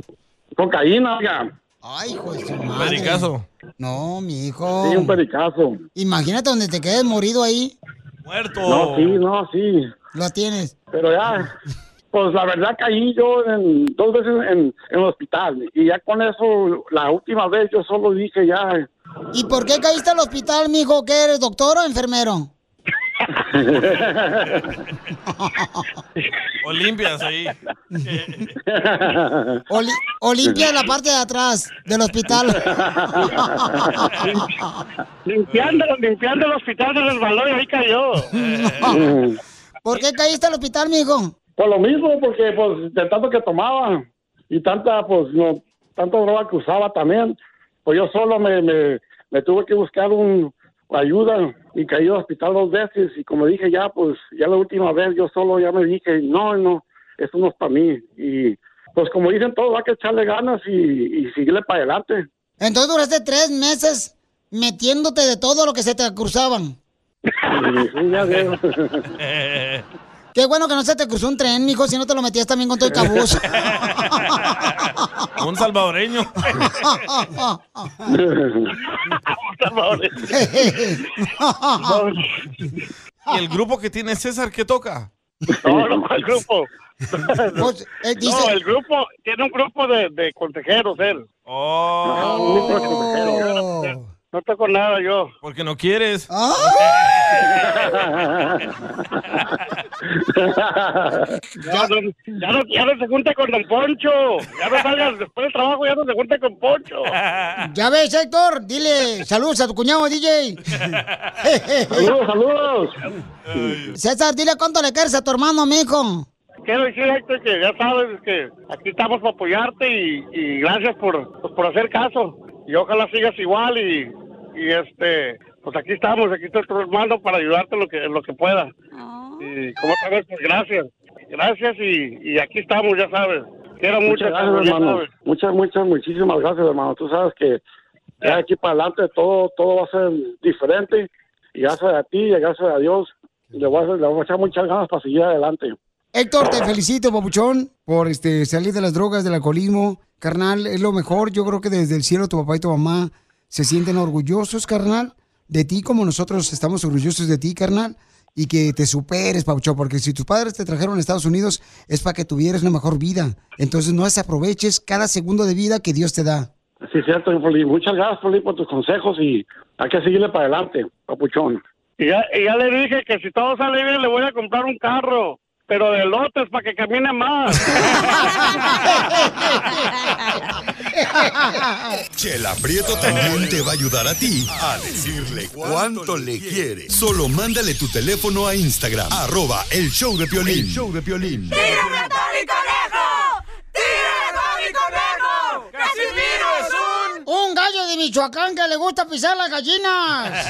Speaker 20: cocaína, oiga.
Speaker 3: Ay, hijo de su
Speaker 20: Un
Speaker 3: madre. No, mi hijo.
Speaker 20: Sí, un pericazo.
Speaker 3: Imagínate donde te quedes morido ahí.
Speaker 4: Muerto.
Speaker 20: No, sí, no, sí.
Speaker 3: Lo tienes.
Speaker 20: Pero ya, pues la verdad caí yo en, dos veces en, en el hospital. Y ya con eso, la última vez yo solo dije ya.
Speaker 3: ¿Y por qué caíste al hospital, mijo? ¿Qué eres, doctor o enfermero?
Speaker 4: o limpias ahí.
Speaker 3: Oli- O limpia la parte de atrás del hospital.
Speaker 19: Limpiándolo, limpiando el hospital se resbaló y ahí cayó.
Speaker 3: ¿Por qué caíste al hospital, mijo?
Speaker 20: Pues lo mismo, porque pues de tanto que tomaba y tanta, pues no, tanta droga que usaba también, pues yo solo me, me, me tuve que buscar un ayuda y caí al hospital dos veces y como dije ya, pues ya la última vez yo solo ya me dije, no, no, esto no es para mí y pues como dicen todos, hay que echarle ganas y, y seguirle para adelante.
Speaker 3: Entonces duraste tres meses metiéndote de todo lo que se te cruzaban.
Speaker 20: Y sí, ya veo.
Speaker 4: Eh,
Speaker 3: Qué bueno que no se te cruzó un tren, mijo, si no te lo metías también con todo el cabuz.
Speaker 4: Un salvadoreño. ¿Y el grupo que tiene César que toca?
Speaker 20: No, no, el grupo.
Speaker 3: dice-
Speaker 20: No, el grupo, tiene un grupo de, de consejeros él.
Speaker 4: Oh.
Speaker 20: No toco nada yo.
Speaker 4: Porque no quieres.
Speaker 3: Ah.
Speaker 20: Ya no, ya, no, ya no se junta con Don Poncho. Ya no salgas después del trabajo, ya no se junta con Poncho.
Speaker 3: Ya ves, Héctor, dile saludos a tu cuñado, DJ.
Speaker 20: Saludos, saludos.
Speaker 3: César, dile cuánto le quieres a tu hermano, mijo.
Speaker 20: Quiero decir, Héctor, que ya sabes que aquí estamos para apoyarte y, y gracias por, pues, por hacer caso. Y ojalá sigas igual y, y este, pues aquí estamos, aquí está tu hermano para ayudarte lo que, en lo que pueda. Y como otra vez, pues gracias. Gracias y, y aquí estamos, ya sabes. Quiero mucho,
Speaker 21: Muchas gracias,
Speaker 20: Carlos, ya
Speaker 21: hermano.
Speaker 20: sabes. Muchas, muchas, muchísimas gracias, hermano. Tú sabes que ya de aquí para adelante todo, todo va a ser diferente. Y gracias a ti y gracias a Dios, le voy a, hacer- le voy a echar muchas ganas para seguir adelante.
Speaker 3: Héctor, te felicito, papuchón, por este salir de las drogas, del alcoholismo. Carnal, es lo mejor. Yo creo que desde el cielo tu papá y tu mamá se sienten orgullosos, carnal, de ti como nosotros estamos orgullosos de ti, carnal. Y que te superes, papuchón, porque si tus padres te trajeron a Estados Unidos es para que tuvieras una mejor vida. Entonces no desaproveches cada segundo de vida que Dios te da.
Speaker 20: Sí, cierto, Poli. Muchas gracias, Poli, por tus consejos y hay que seguirle para adelante, papuchón.
Speaker 19: Y ya, y ya le dije que si todo sale bien le voy a comprar un carro, pero de lotes para que camine más.
Speaker 8: Chela Prieto también te va a ayudar a ti a decirle cuánto le quiere. Solo mándale tu teléfono a Instagram, arroba el show de Piolín.
Speaker 2: El
Speaker 8: show de Piolín.
Speaker 2: ¡Tírame a Tony Conejo! ¡Tírame a Tony Conejo! ¡Casimiro es un...
Speaker 3: Un gallo de Michoacán que le gusta pisar las gallinas.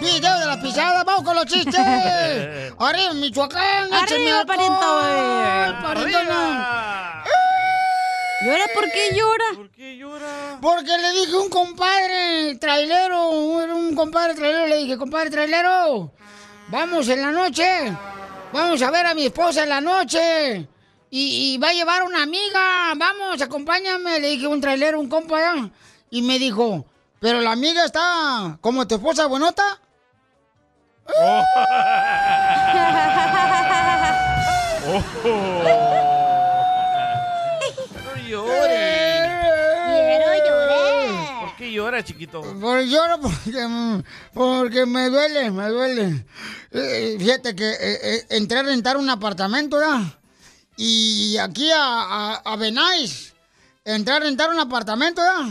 Speaker 3: Video de la pisada, vamos con los chistes. Arriba, Michoacán,
Speaker 6: Arriba,
Speaker 3: écheme alcohol.
Speaker 6: pariento, bebé.
Speaker 3: Pariento, no.
Speaker 6: ¿Y ahora por qué llora?
Speaker 3: ¿Por qué llora? ¡Eh! Porque le dije a un compadre trailero, un, un compadre trailero, le dije, compadre trailero, vamos en la noche, vamos a ver a mi esposa en la noche. Y, y va a llevar una amiga, vamos, acompáñame, le dije a un trailero, un compa allá. Y me dijo, pero la amiga está como tu esposa buenota.
Speaker 4: Quiero llorar. ¿Por qué llora, chiquito?
Speaker 3: Por- lloro porque, mm, porque me duele, me duele. Eh, fíjate que eh, eh, entré a rentar un apartamento, ¿verdad? Y aquí a, a, a Benais, entré a rentar un apartamento, ¿verdad?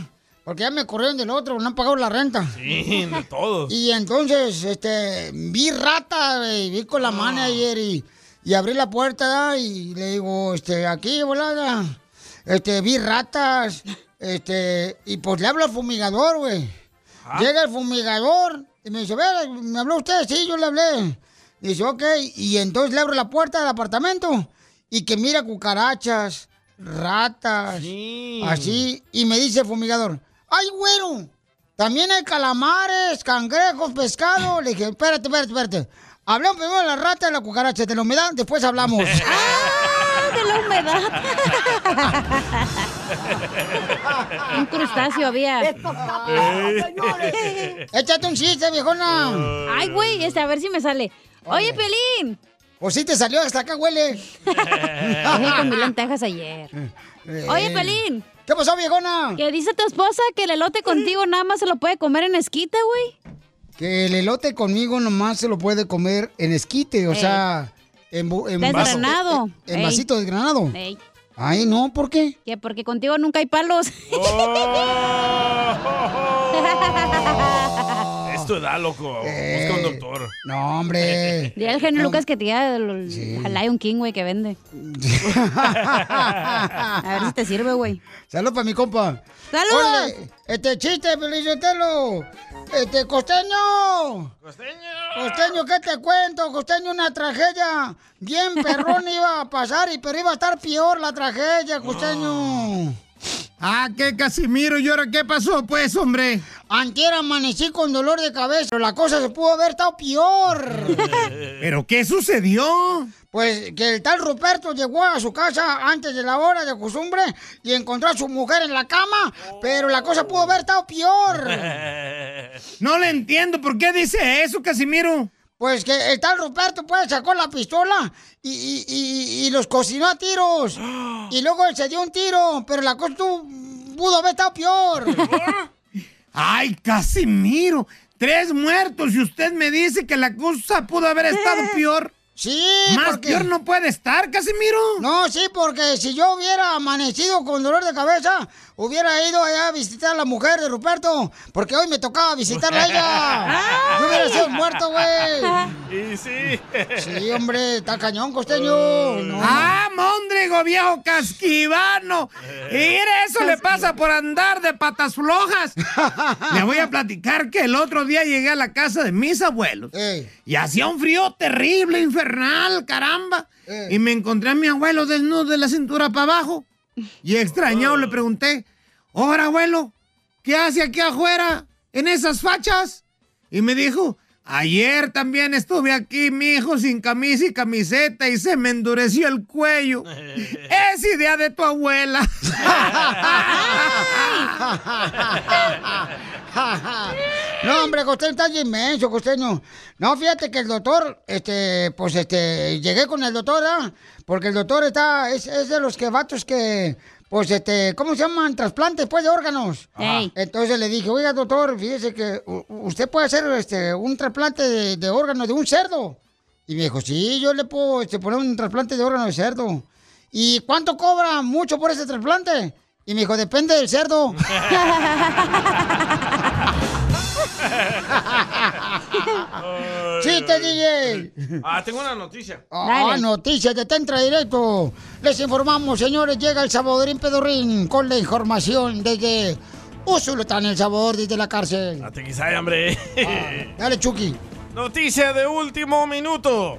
Speaker 3: Porque ya me corrieron del otro, no han pagado la renta.
Speaker 4: Sí, de todos.
Speaker 3: Y entonces, este, vi rata, güey, vi con la mano ayer y, y abrí la puerta ¿da? y le digo, este, aquí, volada, este, vi ratas, este, y pues le hablo al fumigador, güey. Llega el fumigador y me dice, ver, ¿me habló usted? Sí, yo le hablé. Dice, ok, y entonces le abro la puerta del apartamento y que mira cucarachas, ratas, así, y me dice el fumigador, ¡ay, güero! También hay calamares, cangrejos, pescado. Le dije, espérate, espérate, espérate. Hablamos primero de la rata y la cucaracha, de la humedad, después hablamos. ¡Ah!
Speaker 6: De la humedad. Un crustáceo había.
Speaker 3: Échate un chiste, viejona.
Speaker 6: Ay, güey, este, a ver si me sale. Oye, Pelín.
Speaker 3: Pues sí te salió, hasta acá huele.
Speaker 6: Dejé con mil lentejas ayer.
Speaker 3: Eh,
Speaker 6: Oye, Pelín.
Speaker 3: ¿Qué pasó, viejona?
Speaker 6: Que dice tu esposa que el elote contigo nada más se lo puede comer en esquite, güey.
Speaker 3: Que el elote conmigo nomás se lo puede comer en esquite, o
Speaker 6: Ey.
Speaker 3: sea, en, bu- en vaso-
Speaker 6: Desgranado.
Speaker 3: En, en
Speaker 6: Ey.
Speaker 3: vasito desgranado.
Speaker 6: Ey,
Speaker 3: Ay, no, ¿por qué?
Speaker 6: que porque contigo nunca hay palos.
Speaker 3: Oh.
Speaker 4: Es tu edad, loco.
Speaker 3: Eh,
Speaker 4: Busca un doctor.
Speaker 3: No, hombre.
Speaker 6: Dile al genio Lucas que te diga el, al Lion King, güey, que vende. a ver si te sirve, güey.
Speaker 3: Salud para mi compa.
Speaker 6: ¡Saludos!
Speaker 3: Órale, Este chiste, Felicitelo. Este, costeño. Costeño. Costeño, ¿qué te cuento? Costeño, una tragedia. Bien perrón iba a pasar, y pero iba a estar peor la tragedia, costeño. Ah, qué Casimiro, ¿y ahora qué pasó, pues, hombre? Antier amanecí con dolor de cabeza, pero la cosa se pudo haber estado peor.
Speaker 13: ¿Pero qué sucedió?
Speaker 3: Pues que el tal Ruperto llegó a su casa antes de la hora de costumbre y encontró a su mujer en la cama, pero la cosa pudo haber estado peor.
Speaker 13: No le entiendo, ¿por qué dice eso, Casimiro?
Speaker 3: Pues que el tal Ruperto pues sacó la pistola y, y- y- y los cocinó a tiros. Y luego él se dio un tiro, pero la cosa tu- pudo haber estado peor.
Speaker 13: Ay, Casimiro, tres muertos y usted me dice que la cosa pudo haber estado peor.
Speaker 3: Sí,
Speaker 13: Más
Speaker 3: porque-
Speaker 13: peor no puede estar, Casimiro.
Speaker 3: No, sí, porque si yo hubiera amanecido con dolor de cabeza, hubiera ido allá a visitar a la mujer de Ruperto, porque hoy me tocaba visitarla a ella. Yo hubiera sido muerto, güey.
Speaker 4: Y sí.
Speaker 3: Sí, hombre, está cañón, costeño. No,
Speaker 13: ¡Ah, mondrigo viejo casquivano! Y mira, eso le pasa por andar de patas flojas. Le voy a platicar que el otro día llegué a la casa de mis abuelos. Y hacía un frío terrible, infernal, caramba.
Speaker 3: Eh.
Speaker 13: Y me encontré a mi abuelo desnudo de la cintura para abajo. Y extrañado le pregunté, ahora abuelo, ¿qué hace aquí afuera en esas fachas? Y me dijo, ayer también estuve aquí, mi hijo, sin camisa y camiseta y se me endureció el cuello. es idea de tu abuela.
Speaker 3: No, hombre, costeño, está inmenso, costeño. No, fíjate que el doctor, este, pues este, llegué con el doctor, ¿ah? Porque el doctor está, es, es de los que vatos que, pues este, ¿cómo se llaman? Trasplantes, pues, de órganos. Entonces le dije, oiga, doctor, fíjese que u- u- usted puede hacer, este, un trasplante de, de órgano de un cerdo. Y me dijo, sí, yo le puedo este, poner un trasplante de órgano de cerdo. ¿Y cuánto cobra mucho por ese trasplante? Y me dijo, depende del cerdo. ¡Chiste, DJ!
Speaker 4: Ah, tengo una noticia.
Speaker 3: Ah, noticias de Tentra Directo. Les informamos, señores, llega el Salvadorín Pedorrín con la información desde Úsulo está en el sabor desde la cárcel.
Speaker 4: Te quizá hay hambre.
Speaker 3: Dale, Chucky.
Speaker 4: Noticia de último minuto.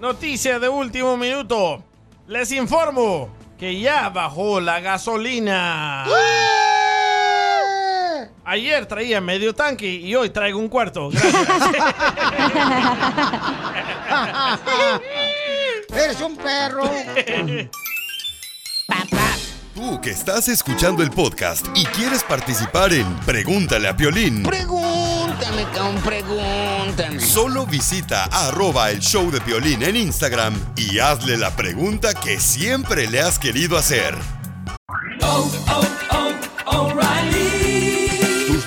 Speaker 4: Noticia de último minuto. Les informo que ya bajó la gasolina. Ayer traía medio tanque y hoy traigo un cuarto.
Speaker 3: Eres un perro.
Speaker 8: Tú que estás escuchando el podcast y quieres participar en Pregúntale a Piolín,
Speaker 3: Pregúntame, cabrón, pregúntame.
Speaker 8: solo visita arroba el show de Piolín en Instagram y hazle la pregunta que siempre le has querido hacer.
Speaker 1: Oh,
Speaker 22: ¿Tus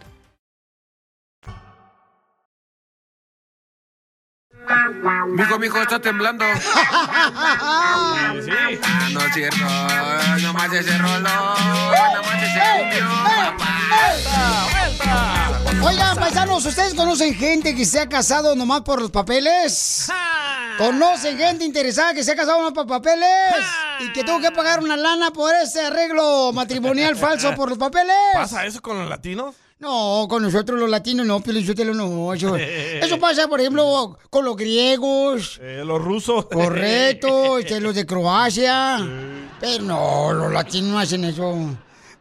Speaker 23: Mijo, mijo, está temblando. Ah, no es cierto. Nomás ese rollo. Nomás ese cambio.
Speaker 3: Oigan, paisanos, ¿ustedes conocen gente que se ha casado nomás por los papeles? ¿Conocen gente interesada que se ha casado nomás por papeles? ¿Y que tuvo que pagar una lana por ese arreglo matrimonial falso por los papeles?
Speaker 4: ¿Pasa eso con los latinos?
Speaker 3: No, con nosotros los latinos no, Pio Lizotelo no. Eso, eso pasa, por ejemplo, con los griegos.
Speaker 4: Eh, los rusos.
Speaker 3: Correcto, este, los de Croacia. Pero no, los latinos no hacen eso.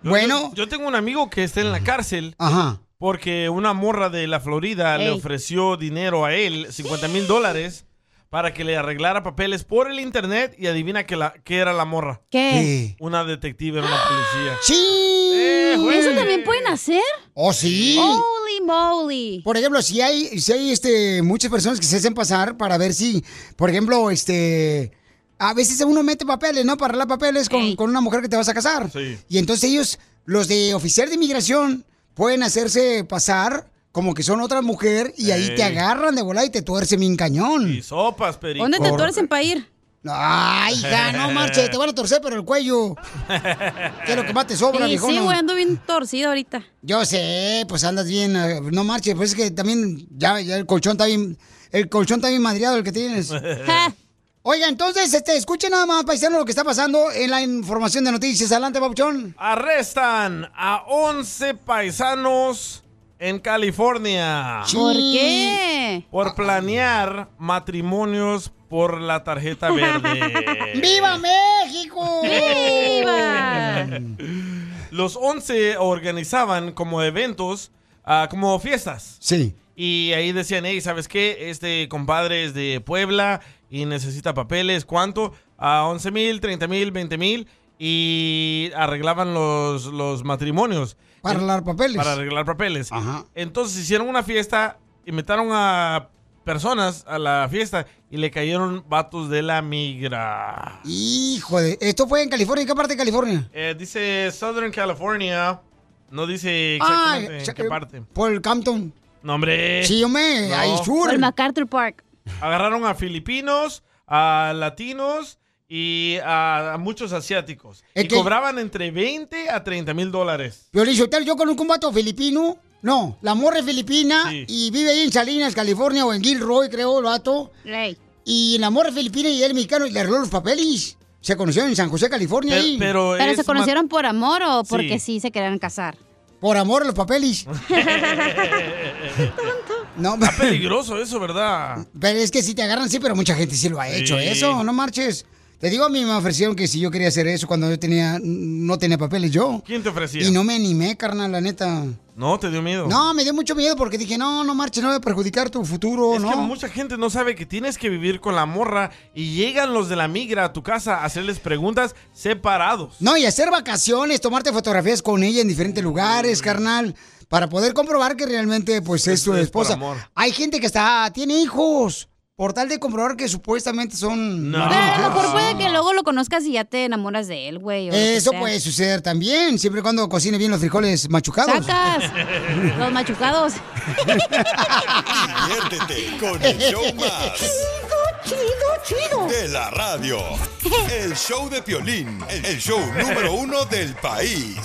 Speaker 4: Yo-
Speaker 3: Bueno,
Speaker 4: Yo, yo tengo un amigo que está en la cárcel.
Speaker 3: Ajá.
Speaker 4: Porque una morra de la Florida le
Speaker 3: Ey.
Speaker 4: ofreció dinero a él, 50 mil dólares, para que le arreglara papeles por el internet y adivina que, la, que era la morra.
Speaker 3: ¿Qué?
Speaker 4: Una detective, era una policía.
Speaker 3: ¡Sí!
Speaker 6: ¿Eso también pueden hacer?
Speaker 3: ¿Oh, sí?
Speaker 6: ¡Holy moly!
Speaker 3: Por ejemplo, si hay, si hay este, muchas personas que se hacen pasar para ver si, por ejemplo, este, a veces uno mete papeles, ¿no? Para arreglar papeles con, con una mujer que te vas a casar.
Speaker 4: Sí.
Speaker 3: Y entonces ellos, los de oficial de inmigración, pueden hacerse pasar como que son otra mujer y ahí
Speaker 4: Ey.
Speaker 3: te agarran de volada y te tuercen bien cañón.
Speaker 4: Sopas, perico.
Speaker 3: para ir? Ay, hija, no marche, te van a torcer, pero el cuello. ¿Qué es lo que más te sobra,
Speaker 6: Sí,
Speaker 3: viejona?
Speaker 6: sí, güey, ando bien torcido ahorita.
Speaker 3: Yo sé, pues andas bien, eh, no marches, pues es que también ya, ya el colchón está bien, el colchón está bien madreado el que tienes.
Speaker 6: Ja.
Speaker 3: Oiga, entonces, este, escuchen nada más, paisano, lo que está pasando en la información de noticias. Adelante, Papuchón.
Speaker 4: Arrestan a 11 paisanos en California.
Speaker 6: ¿Por qué?
Speaker 4: Por planear matrimonios por la tarjeta verde.
Speaker 3: ¡Viva México!
Speaker 6: ¡Viva!
Speaker 4: Los 11 organizaban como eventos, ah, como fiestas.
Speaker 3: Sí.
Speaker 4: Y ahí decían, hey, ¿sabes qué? Este compadre es de Puebla y necesita papeles. ¿Cuánto? A 11 mil, 30 mil, 20 mil. Y arreglaban los, los matrimonios.
Speaker 3: Para arreglar papeles.
Speaker 4: Para arreglar papeles. Entonces hicieron una fiesta, invitaron a personas a la fiesta y le cayeron vatos de la migra.
Speaker 3: Hijo de, esto fue en California, ¿en qué parte de California?
Speaker 4: Eh, dice Southern California. No dice
Speaker 3: Ah,
Speaker 4: exactamente en
Speaker 3: ya-
Speaker 4: qué parte.
Speaker 3: Por el Campton.
Speaker 4: No, hombre.
Speaker 3: Sí, hombre,
Speaker 4: Eh. No.
Speaker 3: ahí sur.
Speaker 6: MacArthur Park.
Speaker 4: Agarraron a filipinos, a latinos y a, a muchos asiáticos.
Speaker 3: Es
Speaker 4: y
Speaker 3: que-
Speaker 4: cobraban entre 20 a 30 mil dólares.
Speaker 3: Piolín Sotelo, yo conozco un vato filipino. No, la morra es filipina
Speaker 4: Sí.
Speaker 3: y vive ahí en Salinas, California o en Gilroy, creo, el vato. Y la morra es filipina y él mexicano y le arregló los papeles. Se conocieron en San José, California.
Speaker 4: Pero-
Speaker 3: ahí.
Speaker 4: pero
Speaker 6: ¿Pero se conocieron por amor o porque
Speaker 3: Sí.
Speaker 6: sí, se querían casar?
Speaker 3: Por amor a los papeles. no,
Speaker 4: Está peligroso eso, ¿verdad?
Speaker 3: pero es que si te agarran, sí, pero mucha gente sí lo ha hecho
Speaker 4: Sí.
Speaker 3: eso, no marches. Te digo, a mí me ofrecieron que si yo quería hacer eso cuando yo tenía, no tenía papeles yo.
Speaker 4: ¿Quién te ofrecía?
Speaker 3: Y no me animé, carnal, la neta.
Speaker 4: No, te dio miedo.
Speaker 3: No, me dio mucho miedo porque dije, no, no marches, no voy a perjudicar tu futuro,
Speaker 4: Es
Speaker 3: ¿no?
Speaker 4: que mucha gente no sabe que tienes que vivir con la morra y llegan los de la migra a tu casa a hacerles preguntas separados.
Speaker 3: No, y hacer vacaciones, tomarte fotografías con ella en
Speaker 4: Mm.
Speaker 3: diferentes lugares, carnal, para poder comprobar que realmente pues es tu
Speaker 4: es por
Speaker 3: esposa.
Speaker 4: amor.
Speaker 3: Hay gente que está tiene hijos por tal de comprobar que supuestamente son
Speaker 4: No.
Speaker 6: Pero a lo mejor puede que luego lo conozcas y ya te enamoras de él, güey. o lo que
Speaker 3: Eso
Speaker 6: sea.
Speaker 3: puede suceder también, siempre y cuando cocine bien los frijoles machucados.
Speaker 6: Sacas los machucados.
Speaker 8: Diviértete con el show más. Chido, chido, chido. De la radio. El show de Piolín. El show número uno del país.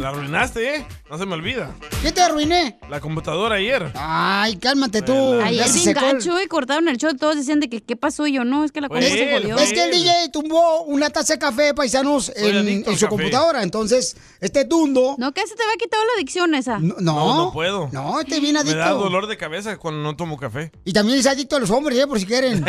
Speaker 4: La arruinaste, ¿eh? No se me olvida.
Speaker 3: ¿Qué te arruiné?
Speaker 4: La computadora
Speaker 3: Ah.
Speaker 4: ayer.
Speaker 3: Ay, cálmate tú.
Speaker 4: Vela.
Speaker 6: Ayer
Speaker 3: Ya se
Speaker 6: se
Speaker 3: secó el-
Speaker 6: enganchó y cortaron el show. Todos decían de que qué pasó y yo no, es que la
Speaker 3: Es,
Speaker 6: cosa se jodió.
Speaker 3: es que el DJ tumbó una taza de café, paisanos, en,
Speaker 6: adicto al
Speaker 3: en su
Speaker 6: café.
Speaker 3: computadora. Entonces, este tundo.
Speaker 6: No, que se te había quitado la adicción esa.
Speaker 3: No,
Speaker 4: No,
Speaker 3: no.
Speaker 4: no puedo.
Speaker 3: No, este viene
Speaker 4: Me da
Speaker 3: adicto.
Speaker 4: dolor de cabeza cuando no tomo café.
Speaker 3: Y también es adicto a los hombres, ¿eh? por si quieren.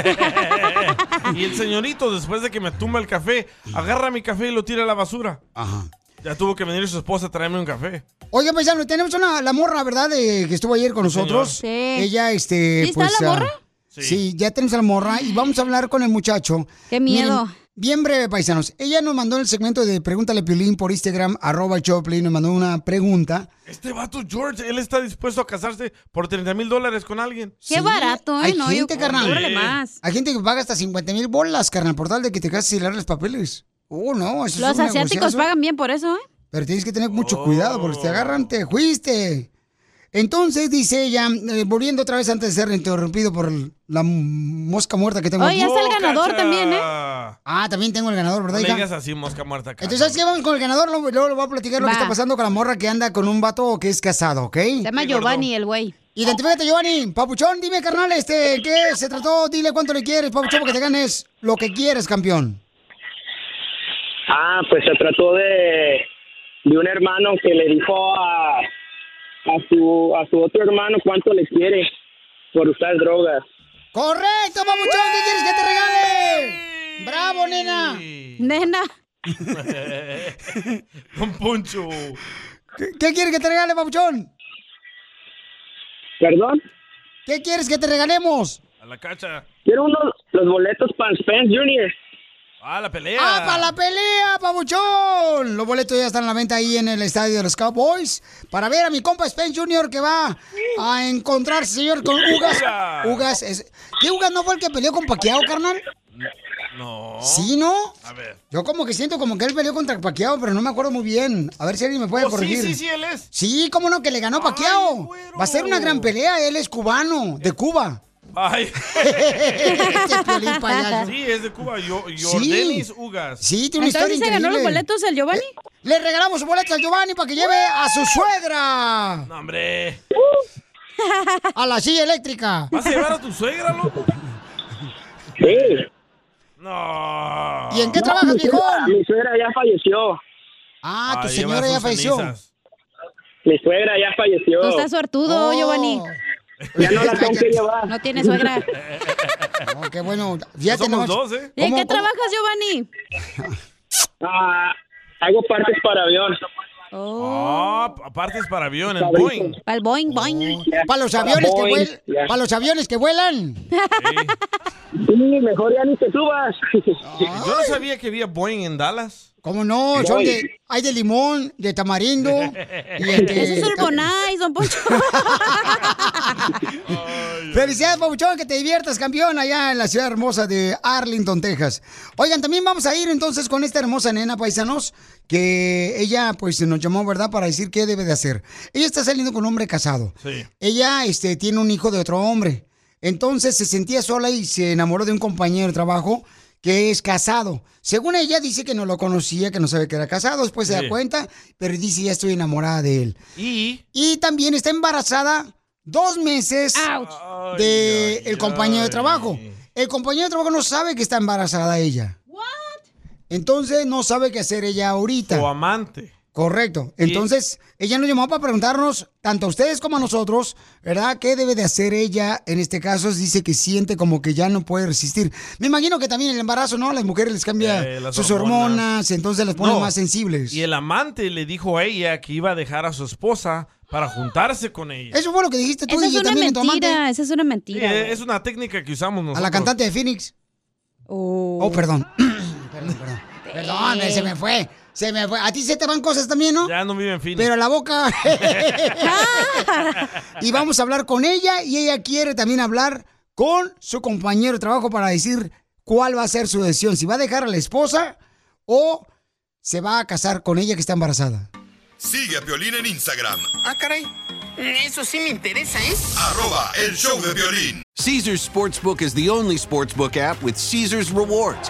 Speaker 4: Y el señorito, después de que me tumba el café, agarra mi café y lo tira a la basura.
Speaker 3: Ajá.
Speaker 4: Ya tuvo que venir su esposa a traerme un café.
Speaker 3: Oiga, paisano, tenemos una, la morra, ¿verdad? De- que estuvo ayer con
Speaker 4: Sí,
Speaker 3: nosotros.
Speaker 4: señor.
Speaker 6: Sí.
Speaker 3: Ella, este.
Speaker 6: ¿Sí está
Speaker 3: pues,
Speaker 6: la
Speaker 3: ah,
Speaker 6: morra?
Speaker 3: Sí. ya tenemos a la morra y vamos a hablar con el muchacho.
Speaker 6: Qué miedo.
Speaker 3: Miren, bien breve, paisanos. Ella nos mandó el segmento de Pregúntale a Piolín por Instagram, arroba el Choplin, nos mandó una pregunta.
Speaker 4: Este vato, George, él está dispuesto a casarse por 30 mil dólares con alguien.
Speaker 3: Sí,
Speaker 6: ¿eh?
Speaker 3: Hay gente, carnal.
Speaker 4: Hombre.
Speaker 3: Hay gente que paga hasta 50 mil bolas, carnal, por tal de que te cases y leer los papeles. Oh, no, eso es
Speaker 6: Los
Speaker 3: un
Speaker 6: asiáticos
Speaker 3: negociazo.
Speaker 6: pagan bien por eso, ¿eh?
Speaker 3: Pero tienes que tener mucho cuidado porque si
Speaker 4: Oh.
Speaker 3: te agarran, te juiste. Entonces dice ella, eh, volviendo otra vez antes de ser interrumpido por la m- mosca muerta que tengo aquí.
Speaker 6: Oye, ya está el ganador también, ¿eh?
Speaker 3: Ah, también tengo el ganador,
Speaker 4: Oh, No
Speaker 3: ¿verdad,
Speaker 4: le
Speaker 3: hija?
Speaker 4: digas así, mosca muerta. cacha.
Speaker 3: Entonces, ¿sabes qué? Vamos con el ganador, luego, luego le voy a platicar lo
Speaker 6: Va.
Speaker 3: que está pasando con la morra que anda con un vato que es casado, ¿ok? Se
Speaker 6: llama Sí, gordo. Giovanni, el güey.
Speaker 3: Identifícate, Giovanni. Papuchón, dime, carnal, este, ¿qué se trató? Dile cuánto le quieres, Papuchón, porque te ganes lo que quieres, campeón.
Speaker 5: Ah, pues se trató de, de un hermano que le dijo a, a, su, a su otro hermano cuánto le quiere por usar drogas.
Speaker 3: ¡Correcto, papuchón! ¿Qué quieres que te regale? ¡Bravo, nena!
Speaker 6: Nena.
Speaker 4: Don Poncho.
Speaker 3: ¿Qué, qué quieres que te regale, papuchón?
Speaker 5: ¿Perdón?
Speaker 3: ¿Qué quieres que te regalemos?
Speaker 4: A la cacha.
Speaker 5: Quiero uno, los boletos para Spence Jr.
Speaker 4: A la pelea.
Speaker 3: ¡Ah, para la pelea, papuchón! Los boletos ya están a la venta ahí en el estadio de los Cowboys para ver a mi compa Spence Jr. que va a encontrarse, señor, con Ugas. Ugas es... ¿Qué Ugas no fue el que peleó con Paquiao, carnal?
Speaker 4: No.
Speaker 3: ¿Sí, no?
Speaker 4: A ver.
Speaker 3: Yo como que siento como que él peleó contra Paquiao, pero no me acuerdo muy bien. A ver si alguien me puede
Speaker 4: Oh, sí,
Speaker 3: corregir.
Speaker 4: sí, sí, él es.
Speaker 3: Sí, cómo no, que le ganó Paquiao. Va a ser una gran pelea, él es cubano, de Cuba.
Speaker 4: Ay.
Speaker 3: Este Piolín payaso.
Speaker 4: sí, es de Cuba. Yo, yo
Speaker 3: Sí.
Speaker 4: Denis Ugas.
Speaker 3: Sí, tiene una historia increíble. Eh,
Speaker 6: el Giovanni?
Speaker 3: le regalamos sus boletos al Giovanni para que lleve a su suegra
Speaker 4: No, hombre.
Speaker 3: a la silla eléctrica.
Speaker 4: ¿Vas a llevar a tu suegra, loco?
Speaker 5: Sí.
Speaker 4: No.
Speaker 3: ¿Y en qué trabajas,
Speaker 5: mi suegra-
Speaker 3: viejón?
Speaker 5: Mi suegra ya falleció.
Speaker 3: Ah,
Speaker 5: tu
Speaker 3: tu señora ya falleció.
Speaker 5: Mi suegra ya falleció.
Speaker 6: Tú estás
Speaker 3: Oh.
Speaker 6: suertudo, Giovanni.
Speaker 5: Ya no la tengo que llevar.
Speaker 6: No tiene suegra.
Speaker 3: No, qué bueno. Ya
Speaker 5: somos
Speaker 3: tenemos.
Speaker 5: dos, ¿eh?
Speaker 6: ¿Y en qué trabajas, Giovanni?
Speaker 5: Ah, hago partes para avión.
Speaker 4: Ah, pa- partes para avión en
Speaker 5: Fabrico.
Speaker 4: Boeing.
Speaker 6: Para el boing, boing.
Speaker 3: Para los aviones que
Speaker 5: Boeing,
Speaker 3: vuelan.
Speaker 5: ya.
Speaker 3: Para los aviones que vuelan.
Speaker 5: Sí, mejor ya ni te subas.
Speaker 4: Yo no sabía que había Boeing en Dallas.
Speaker 3: ¿Cómo no? Son
Speaker 4: Boeing.
Speaker 3: de, hay de limón, de tamarindo. y este-
Speaker 6: Eso es Urbonay, don Poncho.
Speaker 3: Felicidades, Pabuchón, que te diviertas, campeón, allá en la ciudad hermosa de Arlington, Texas. Oigan, también vamos a ir entonces con esta hermosa nena, paisanos, que ella pues nos llamó, ¿verdad?, para decir qué debe de hacer. Ella está saliendo con un hombre casado.
Speaker 4: Sí.
Speaker 3: Ella este, tiene un hijo de otro hombre. Entonces se sentía sola y se enamoró de un compañero de trabajo que es casado. Según ella dice que no lo conocía, que no sabe que era casado, después se
Speaker 4: Sí.
Speaker 3: da cuenta, pero dice ya estoy enamorada de él.
Speaker 4: Y
Speaker 3: Y también está embarazada dos meses de el compañero de trabajo. El compañero de trabajo no sabe que está embarazada ella. Entonces no sabe qué hacer ella ahorita.
Speaker 4: su amante.
Speaker 3: Correcto. Entonces, ella nos llamó para preguntarnos, tanto a ustedes como a nosotros, ¿verdad? ¿Qué debe de hacer ella en este caso? Dice que siente como que ya no puede resistir. Me imagino que también el embarazo, ¿no? A las mujeres les cambia
Speaker 4: Eh, las
Speaker 3: sus hormonas.
Speaker 4: hormonas.
Speaker 3: entonces las pone
Speaker 4: No.
Speaker 3: más sensibles.
Speaker 4: Y el amante le dijo a ella que iba a dejar a su esposa para juntarse con ella.
Speaker 3: Eso fue lo que dijiste tú,
Speaker 6: Esa es
Speaker 3: DJ,
Speaker 6: una
Speaker 3: también en tu amante.
Speaker 6: mentira, esa es una
Speaker 4: Sí,
Speaker 6: mentira.
Speaker 4: eh, es una técnica que usamos
Speaker 3: A
Speaker 4: nosotros.
Speaker 3: la cantante de Phoenix.
Speaker 6: Oh,
Speaker 3: perdón. Perdón, eh, se me fue. Se me fue. A ti se te van cosas también, ¿no?
Speaker 4: Ya no vive en Phoenix.
Speaker 3: Pero la boca. y vamos a hablar con ella y ella quiere también hablar con su compañero de trabajo para decir cuál va a ser su decisión, si va a dejar a la esposa o se va a casar con ella que está embarazada.
Speaker 8: Sigue a Piolín en Instagram.
Speaker 9: Ah, caray. Eso sí me interesa, ¿eh?
Speaker 8: Arroba el show de Piolín.
Speaker 1: Caesar's Sportsbook is the only sportsbook app with Caesar's rewards.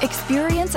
Speaker 7: Experience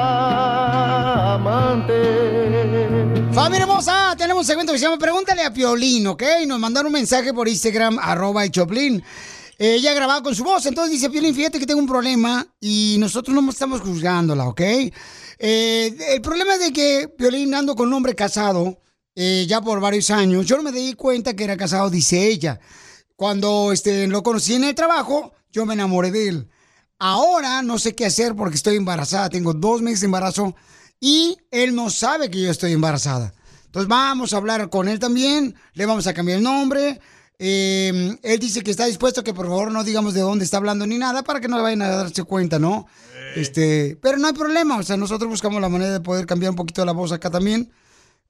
Speaker 3: Amada amante. Familia hermosa, tenemos un segmento que se llama Pregúntale a Piolín, ¿ok? Nos mandaron un mensaje por Instagram, arroba el Choplin. Eh, Ella grababa con su voz, entonces dice, Piolín, fíjate que tengo un problema y nosotros no estamos juzgándola, ¿ok? Eh, el problema es de que Piolín ando con un hombre casado eh, ya por varios años. Yo no me di cuenta que era casado, dice ella. Cuando este, lo conocí en el trabajo, yo me enamoré de él. Ahora no sé qué hacer porque estoy embarazada. Tengo dos meses de embarazo y él no sabe que yo estoy embarazada. Entonces vamos a hablar con él también. Le vamos a cambiar el nombre. Eh, él dice que está dispuesto que por favor no digamos de dónde está hablando ni nada para que no le vayan a darse cuenta, ¿no? Este, pero no hay problema. O sea, nosotros buscamos la manera de poder cambiar un poquito la voz acá también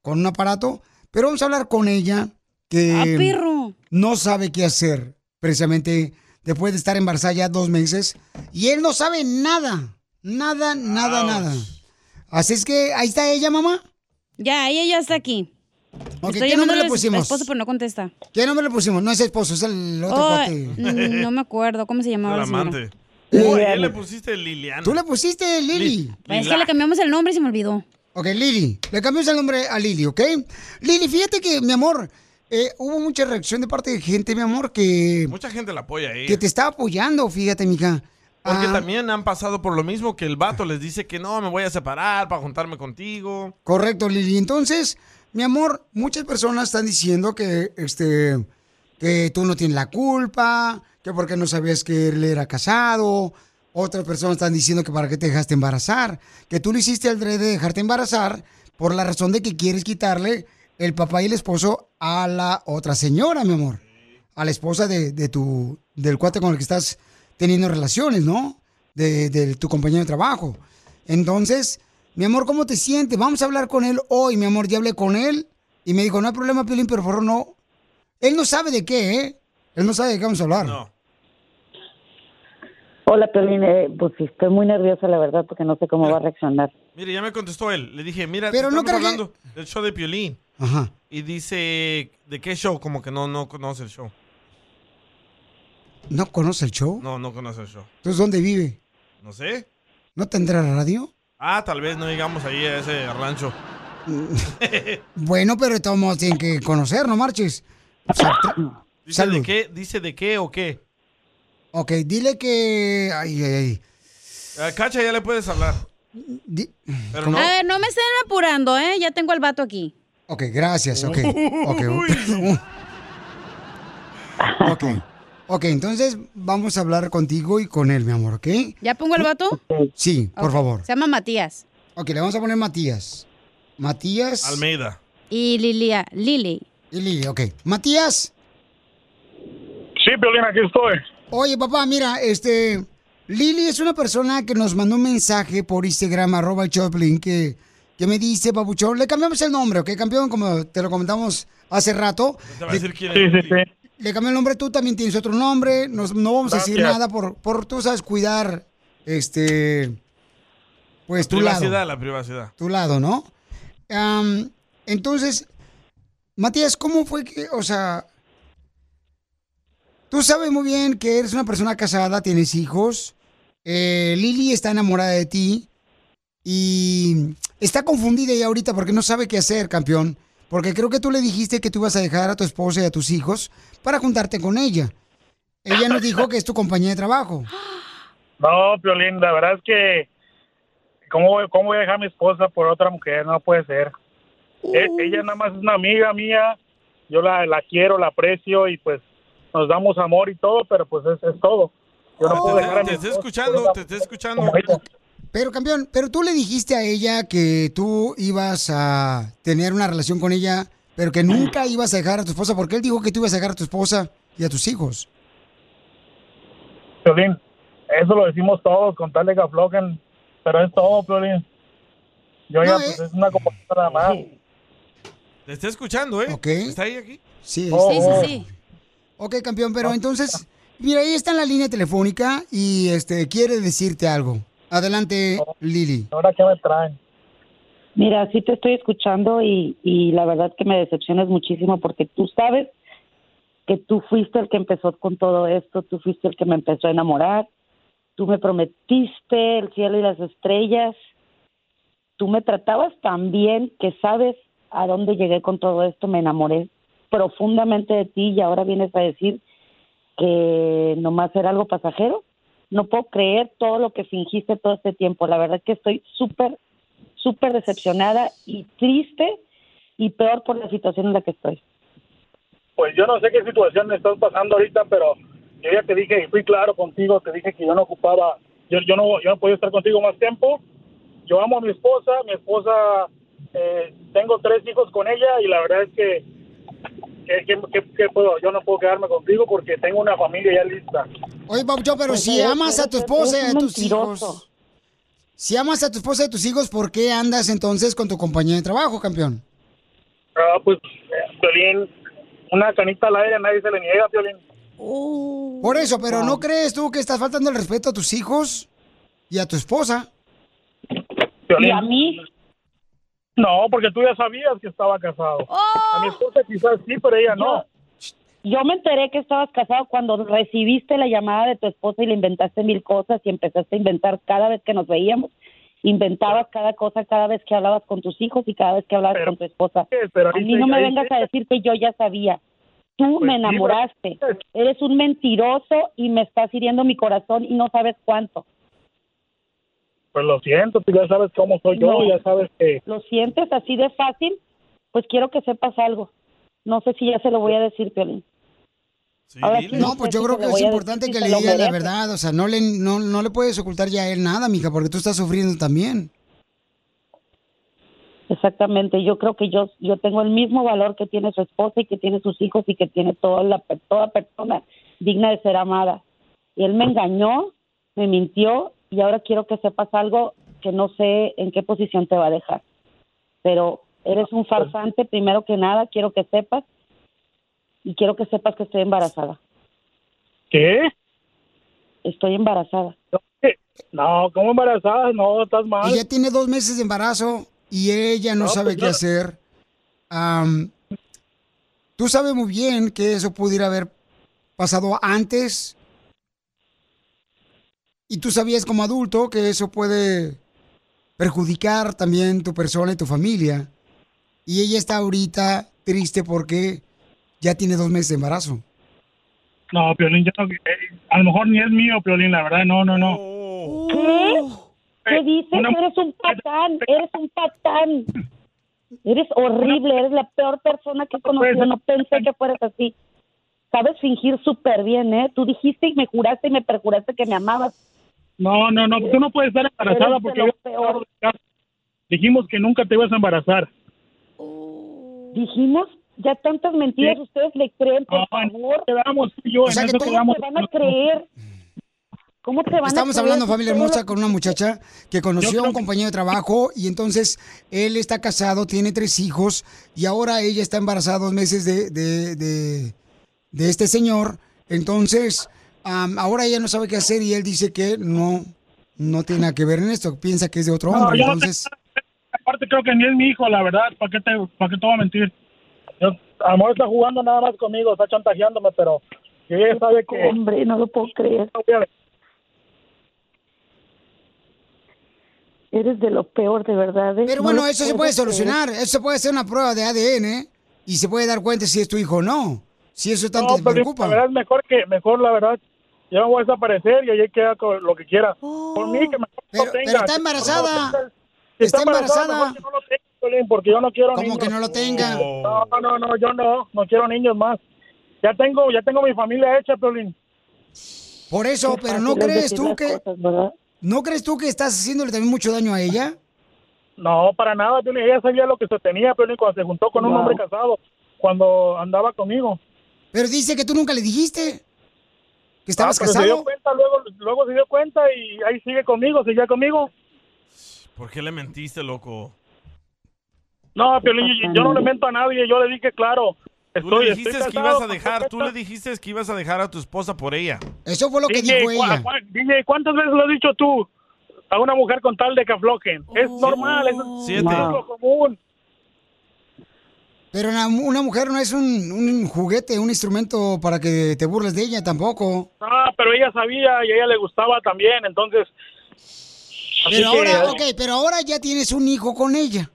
Speaker 3: con un aparato. Pero vamos a hablar con ella que
Speaker 6: Ah, perro.
Speaker 3: no sabe qué hacer precisamente después de estar embarazada ya dos meses y él no sabe nada, nada, nada, nada. Así es que ahí está ella, mamá.
Speaker 6: Ya, ella ya está aquí.
Speaker 3: Ok, ¿Qué
Speaker 6: Estoy
Speaker 3: nombre
Speaker 6: llamándole
Speaker 3: le
Speaker 6: a su
Speaker 3: pusimos?
Speaker 6: esposo, pero no contesta.
Speaker 3: ¿Qué nombre le pusimos? No es esposo, es el otro
Speaker 6: Oh,
Speaker 3: cuate.
Speaker 6: mm, no me acuerdo, ¿cómo se llamaba
Speaker 4: El
Speaker 6: la señora?
Speaker 4: amante. Oh, a ella
Speaker 3: Liliana.
Speaker 4: le pusiste Liliana.
Speaker 3: Tú le pusiste Lili.
Speaker 4: Li-
Speaker 6: Pues Es que le cambiamos el nombre y se me olvidó.
Speaker 3: Ok, Lili. Le cambiamos el nombre a Lili, ¿ok? Lili, fíjate que, mi amor, eh, hubo mucha reacción de parte de gente, mi amor, que,
Speaker 4: Mucha gente la apoya eh. ahí.
Speaker 3: Eh, que te está apoyando, fíjate, mija.
Speaker 4: Porque
Speaker 3: Ah,
Speaker 4: también han pasado por lo mismo que el vato les dice que no, me voy a separar para juntarme contigo.
Speaker 3: Correcto, Lili. Entonces, mi amor, muchas personas están diciendo que, este, que tú no tienes la culpa, que porque no sabías que él era casado. Otras personas están diciendo que para qué te dejaste embarazar, que tú lo hiciste al de dejarte embarazar por la razón de que quieres quitarle el papá y el esposo a la otra señora, mi amor. A la esposa de, de tu, del cuate con el que estás teniendo relaciones, ¿no? De, de tu compañero de trabajo. Entonces, mi amor, ¿cómo te sientes? Vamos a hablar con él hoy, mi amor. Ya hablé con él y me dijo, no hay problema, Piolín, pero por favor no. Él no sabe de qué, ¿eh? Él no sabe de qué vamos a hablar.
Speaker 10: Hola, Piolín. eh, pues sí, estoy muy nerviosa, la verdad, porque no sé cómo va a reaccionar.
Speaker 4: Mire, ya me contestó él. Le dije, mira,
Speaker 10: Pero
Speaker 4: te
Speaker 10: no
Speaker 4: estamos
Speaker 10: creo que-
Speaker 4: hablando del show de Piolín.
Speaker 3: Ajá.
Speaker 4: Y dice, ¿de qué show? Como que no, no conoce el show.
Speaker 3: ¿No conoce el show?
Speaker 4: No, no conoce el show.
Speaker 3: Entonces, ¿dónde vive?
Speaker 4: No sé.
Speaker 3: ¿No tendrá radio?
Speaker 4: Ah, tal vez no llegamos ahí a ese rancho.
Speaker 10: Mm.
Speaker 3: Bueno, pero de todos modos tienen que conocer, no marches. Sa- tra-
Speaker 4: Dice
Speaker 3: Salud.
Speaker 4: de qué, dice de qué o qué.
Speaker 3: Ok, dile que... Ay, ay, ay.
Speaker 4: A Ah, Cacha ya le puedes hablar. Pero no.
Speaker 6: A ver, no me estén apurando, ¿eh? Ya tengo al vato aquí.
Speaker 3: Ok, gracias, ok. Ok.
Speaker 6: Uy.
Speaker 3: ok. Ok, entonces vamos a hablar contigo y con él, mi amor, ¿ok?
Speaker 6: ¿Ya pongo el vato?
Speaker 3: Sí, por
Speaker 6: Ok.
Speaker 3: favor.
Speaker 6: Se llama Matías.
Speaker 3: Ok, le vamos a poner Matías. Matías.
Speaker 4: Almeida.
Speaker 6: Y Lilia, Lili.
Speaker 3: Y Lili, ok. Matías.
Speaker 24: Sí, Piolín, aquí estoy.
Speaker 3: Oye, papá, mira, este. Lili es una persona que nos mandó un mensaje por Instagram, arroba el Choplin, que, que me dice, papuchón, le cambiamos el nombre, ¿ok? Campeón, como te lo comentamos hace rato.
Speaker 4: Te va a
Speaker 3: Le-
Speaker 4: decir quién
Speaker 24: Sí,
Speaker 4: es.
Speaker 24: sí, sí.
Speaker 3: le cambió el nombre, tú también tienes otro nombre, nos- no vamos a decir
Speaker 4: Gracias.
Speaker 3: nada por, por tú sabes cuidar, este, pues tu
Speaker 4: privacidad,
Speaker 3: lado,
Speaker 4: la privacidad.
Speaker 3: tu lado, ¿no? Am, entonces, Matías, ¿cómo fue que, o sea, tú sabes muy bien que eres una persona casada, tienes hijos, eh, Lili está enamorada de ti y está confundida ya ahorita porque no sabe qué hacer, campeón. Porque creo que tú le dijiste que tú ibas a dejar a tu esposa y a tus hijos para juntarte con ella. Ella nos dijo que es tu compañía de trabajo.
Speaker 24: No, Piolín, la verdad es que. ¿Cómo, voy- cómo voy a dejar a mi esposa por otra mujer? No puede ser. E- ella nada más es una amiga mía. Yo la, la quiero, la aprecio y pues nos damos amor y todo, pero pues es, es todo. Yo no puedo dejar a
Speaker 4: Te,
Speaker 24: mi
Speaker 4: te está
Speaker 24: esposa por
Speaker 4: escuchando,
Speaker 24: otra-
Speaker 4: te está escuchando.
Speaker 3: Pero, campeón, pero tú le dijiste a ella que tú ibas a tener una relación con ella, pero que nunca ibas a dejar a tu esposa, porque él dijo que tú ibas a dejar a tu esposa y a tus hijos.
Speaker 24: Piolín, eso lo decimos todos con tal de que aflojen, pero es todo, Piolín. Yo ya,
Speaker 4: No,
Speaker 3: eh.
Speaker 24: pues es una compañía nada más.
Speaker 4: Te está escuchando, ¿eh? ¿Está ahí aquí?
Speaker 3: Sí,
Speaker 24: Oh, sí, sí, oh.
Speaker 3: sí. Ok, campeón, Este, pero entonces, mira, ahí está en la línea telefónica y este quiere decirte algo. Adelante, Lili.
Speaker 24: Ahora que me traen.
Speaker 10: Mira, sí te estoy escuchando y, y la verdad que me decepcionas muchísimo porque tú sabes que tú fuiste el que empezó con todo esto, tú fuiste el que me empezó a enamorar, tú me prometiste el cielo y las estrellas, tú me tratabas tan bien que sabes a dónde llegué con todo esto, me enamoré profundamente de ti y ahora vienes a decir que nomás era algo pasajero. No puedo creer todo lo que fingiste todo este tiempo, la verdad que estoy súper súper decepcionada y triste y peor por la situación en la que estoy.
Speaker 24: Pues yo no sé qué situación me estás pasando ahorita, pero yo ya te dije y fui claro contigo, te dije que yo no ocupaba, yo, yo no yo no podía estar contigo más tiempo. Yo amo a mi esposa, mi esposa, eh, tengo tres hijos con ella y la verdad es que, que, que- que- que puedo, yo no puedo quedarme contigo porque tengo una familia ya lista.
Speaker 3: Oye, Papuchón, pero
Speaker 10: Pues
Speaker 3: si
Speaker 10: eres-
Speaker 3: amas a tu
Speaker 10: eres-
Speaker 3: esposa y
Speaker 10: eres
Speaker 3: a
Speaker 10: un
Speaker 3: tus
Speaker 10: mentiroso.
Speaker 3: hijos. Si amas a tu esposa y a tus hijos, ¿por qué andas entonces con tu compañía de trabajo, campeón?
Speaker 24: Ah, pues, eh, Piolín, una canita al aire nadie se le niega, Piolín.
Speaker 3: Por eso, pero ¿no crees tú que estás faltando el respeto a tus hijos y a tu esposa?
Speaker 24: ¿Y a
Speaker 10: mí?
Speaker 24: No, porque tú ya sabías que estaba casado.
Speaker 10: ¡Oh!
Speaker 24: A mi esposa quizás sí, pero ella no.
Speaker 10: Yo me enteré que estabas casado cuando recibiste la llamada de tu esposa y le inventaste mil cosas y empezaste a inventar cada vez que nos veíamos. Inventabas cada cosa cada vez que hablabas con tus hijos y cada vez que hablabas con tu esposa.
Speaker 24: pero
Speaker 10: a
Speaker 24: ahí
Speaker 10: mí
Speaker 24: sí-
Speaker 10: no me
Speaker 24: ahí
Speaker 10: vengas
Speaker 24: sí.
Speaker 10: a decir que yo ya sabía. Tú
Speaker 24: Pues
Speaker 10: me
Speaker 24: sí, pues,
Speaker 10: enamoraste. Eres un mentiroso y me estás hiriendo mi corazón y no sabes cuánto.
Speaker 24: Pues lo siento, tú ya sabes cómo soy yo,
Speaker 10: No.
Speaker 24: ya sabes que...
Speaker 10: ¿Lo sientes así de fácil? Pues quiero que sepas algo. No sé si ya se lo voy a decir, Piolín. Ahora sí,
Speaker 3: No, pues
Speaker 10: sé
Speaker 3: yo
Speaker 10: si
Speaker 3: creo
Speaker 10: te
Speaker 3: que
Speaker 10: lo
Speaker 3: es
Speaker 10: voy a
Speaker 3: importante
Speaker 10: decir,
Speaker 3: que
Speaker 10: si
Speaker 3: le
Speaker 10: te lo
Speaker 3: digas la
Speaker 10: mereces.
Speaker 3: verdad. O sea, no le, no, no le puedes ocultar ya a él nada, mija, porque tú estás sufriendo también.
Speaker 10: Exactamente, yo creo que yo yo tengo el mismo valor que tiene su esposa y que tiene sus hijos y que tiene toda la pe- toda persona digna de ser amada. Y él me engañó, me mintió y ahora quiero que sepas algo que no sé en qué posición te va a dejar. Pero eres un farsante primero que nada, quiero que sepas y quiero que sepas que estoy embarazada.
Speaker 24: ¿Qué?
Speaker 10: Estoy embarazada.
Speaker 24: No, ¿cómo embarazada? No, estás mal.
Speaker 3: Ella tiene dos meses de embarazo y ella no,
Speaker 24: No,
Speaker 3: sabe
Speaker 24: pues
Speaker 3: qué
Speaker 24: yo-
Speaker 3: hacer. Am, tú sabes muy bien que eso pudiera haber pasado antes. Y tú sabías como adulto que eso puede perjudicar también tu persona y tu familia. Y ella está ahorita triste porque ya tiene dos meses de embarazo.
Speaker 24: No, Piolín, yo no- eh, a lo mejor ni es mío, Piolín, la verdad, no, no, no.
Speaker 10: ¿Qué? ¿Qué dices?
Speaker 24: una-
Speaker 10: Eres un patán, eres un patán. Eres horrible, eres la peor persona que he conocido. No pensé que fueras así. Sabes fingir súper bien, ¿eh? Tú dijiste y me juraste y me perjuraste que me amabas.
Speaker 24: No, no, no, tú no puedes estar
Speaker 10: Eres
Speaker 24: embarazada
Speaker 10: de
Speaker 24: porque
Speaker 10: lo
Speaker 24: hoy-
Speaker 10: peor.
Speaker 24: dijimos que nunca te ibas a embarazar.
Speaker 10: Dijimos ya tantas mentiras,
Speaker 24: Sí.
Speaker 10: ustedes le creen, por
Speaker 24: No, en
Speaker 10: favor.
Speaker 24: Quedamos tú y yo,
Speaker 10: O sea,
Speaker 24: en
Speaker 10: que
Speaker 24: eso
Speaker 10: ¿cómo
Speaker 24: quedamos.
Speaker 10: te van a creer? ¿Cómo te van
Speaker 3: Estamos
Speaker 10: a creer?
Speaker 3: hablando, familia hermosa, con una muchacha que
Speaker 10: Yo
Speaker 3: conoció
Speaker 10: creo
Speaker 3: a un
Speaker 10: que-
Speaker 3: compañero de trabajo y entonces él está casado, tiene tres hijos y ahora ella está embarazada dos meses de, de, de- de este señor. Entonces, am, ahora ella no sabe qué hacer y él dice que no, no tiene nada que ver en esto, piensa que es de otro
Speaker 24: No,
Speaker 3: hombre.
Speaker 24: yo no
Speaker 3: entonces,
Speaker 24: Aparte creo que ni es mi hijo, la verdad. ¿Para qué te, para qué te voy a mentir? Yo, a lo mejor está jugando nada más conmigo, está chantajeándome, pero yo ya sabe que...
Speaker 10: Hombre, no lo puedo creer. Eres de lo peor, de verdad. ¿eh?
Speaker 3: Pero
Speaker 10: No
Speaker 3: bueno,
Speaker 10: lo
Speaker 3: eso se
Speaker 10: puedo
Speaker 3: puede
Speaker 10: creer.
Speaker 3: solucionar, eso se puede hacer una prueba de ADN y se puede dar cuenta si es tu hijo o no. Si eso tanto te
Speaker 24: pero
Speaker 3: preocupa.
Speaker 24: La verdad es mejor que, mejor la verdad, yo me voy a desaparecer y ahí queda con lo que quiera. Por mí que mejor
Speaker 3: Pero- pero
Speaker 24: no tenga.
Speaker 3: está
Speaker 24: que mejor no
Speaker 3: embarazada.
Speaker 24: tenga. Si
Speaker 3: Está embarazada.
Speaker 24: mejor que no lo tenga, Piolín, porque yo no quiero
Speaker 3: ¿Cómo
Speaker 24: niños.
Speaker 3: que no lo tenga?
Speaker 24: No, no, no, yo no, no quiero niños más. Ya tengo, ya tengo mi familia hecha, Piolín.
Speaker 3: Por eso,
Speaker 24: Qué
Speaker 3: pero ¿no
Speaker 24: fácil es
Speaker 3: crees
Speaker 24: decir
Speaker 3: tú
Speaker 24: las
Speaker 3: que no crees tú que estás haciéndole también mucho daño a ella?
Speaker 24: No, para nada, Piolín. Ella sabía lo que se tenía, Piolín, cuando se juntó con un
Speaker 3: Wow.
Speaker 24: hombre casado, cuando andaba conmigo.
Speaker 3: Pero dice que tú nunca le dijiste que estabas
Speaker 24: Ah, pero Se dio
Speaker 3: casado.
Speaker 24: cuenta, luego, luego se dio cuenta y ahí sigue conmigo, seguía conmigo.
Speaker 4: ¿Por qué le mentiste, loco?
Speaker 24: No, Piolín, yo, yo no le miento a nadie. Yo le dije, claro,
Speaker 4: Ah, Tú
Speaker 24: estoy,
Speaker 4: le dijiste
Speaker 24: estoy
Speaker 4: que
Speaker 24: casado,
Speaker 4: ibas a dejar, tú le dijiste que ibas a dejar a tu esposa por ella.
Speaker 3: Eso fue lo
Speaker 4: que
Speaker 24: DJ,
Speaker 4: dijo
Speaker 24: ¿cu-
Speaker 4: ella.
Speaker 24: cu- DJ, ¿cuántas veces lo has dicho tú a una mujer con tal de que aflojen? es normal, es,
Speaker 4: Oh. Siete.
Speaker 24: es lo común.
Speaker 3: Pero una, una mujer no es un, un juguete, un instrumento para que te burles de ella tampoco.
Speaker 24: Ah, pero ella sabía y a ella le gustaba también, entonces... así
Speaker 3: Pero
Speaker 24: que-
Speaker 3: ahora, ok, pero ahora ya tienes un hijo con ella.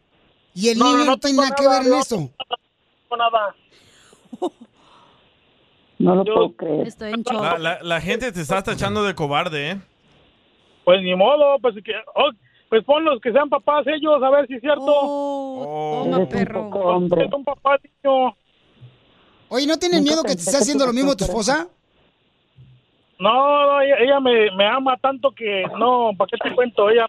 Speaker 3: Y el
Speaker 24: No,
Speaker 3: niño
Speaker 24: no,
Speaker 3: no,
Speaker 24: no
Speaker 3: tiene
Speaker 24: tengo
Speaker 3: nada que
Speaker 24: nada,
Speaker 3: ver en
Speaker 24: no.
Speaker 3: esto.
Speaker 24: no, nada.
Speaker 10: No lo
Speaker 4: Yo-
Speaker 10: puedo creer.
Speaker 6: Estoy en shock.
Speaker 4: La,
Speaker 24: Ah,
Speaker 4: la- la gente te está tachando de cobarde, ¿eh?
Speaker 24: Pues ni modo, pues, que, oh, pues ponlos que sean papás ellos, a ver si es cierto.
Speaker 6: Oh,
Speaker 10: Eres un poco hombre.
Speaker 24: un papá, niño.
Speaker 3: Oye, ¿no tienes
Speaker 24: Nunca
Speaker 3: miedo que te
Speaker 24: pensé
Speaker 3: está
Speaker 24: que
Speaker 3: haciendo
Speaker 24: tú
Speaker 3: lo mismo tu
Speaker 24: fueras
Speaker 3: esposa?
Speaker 24: No, no, ella, ella me, me ama tanto que no, ¿para qué te cuento? Ella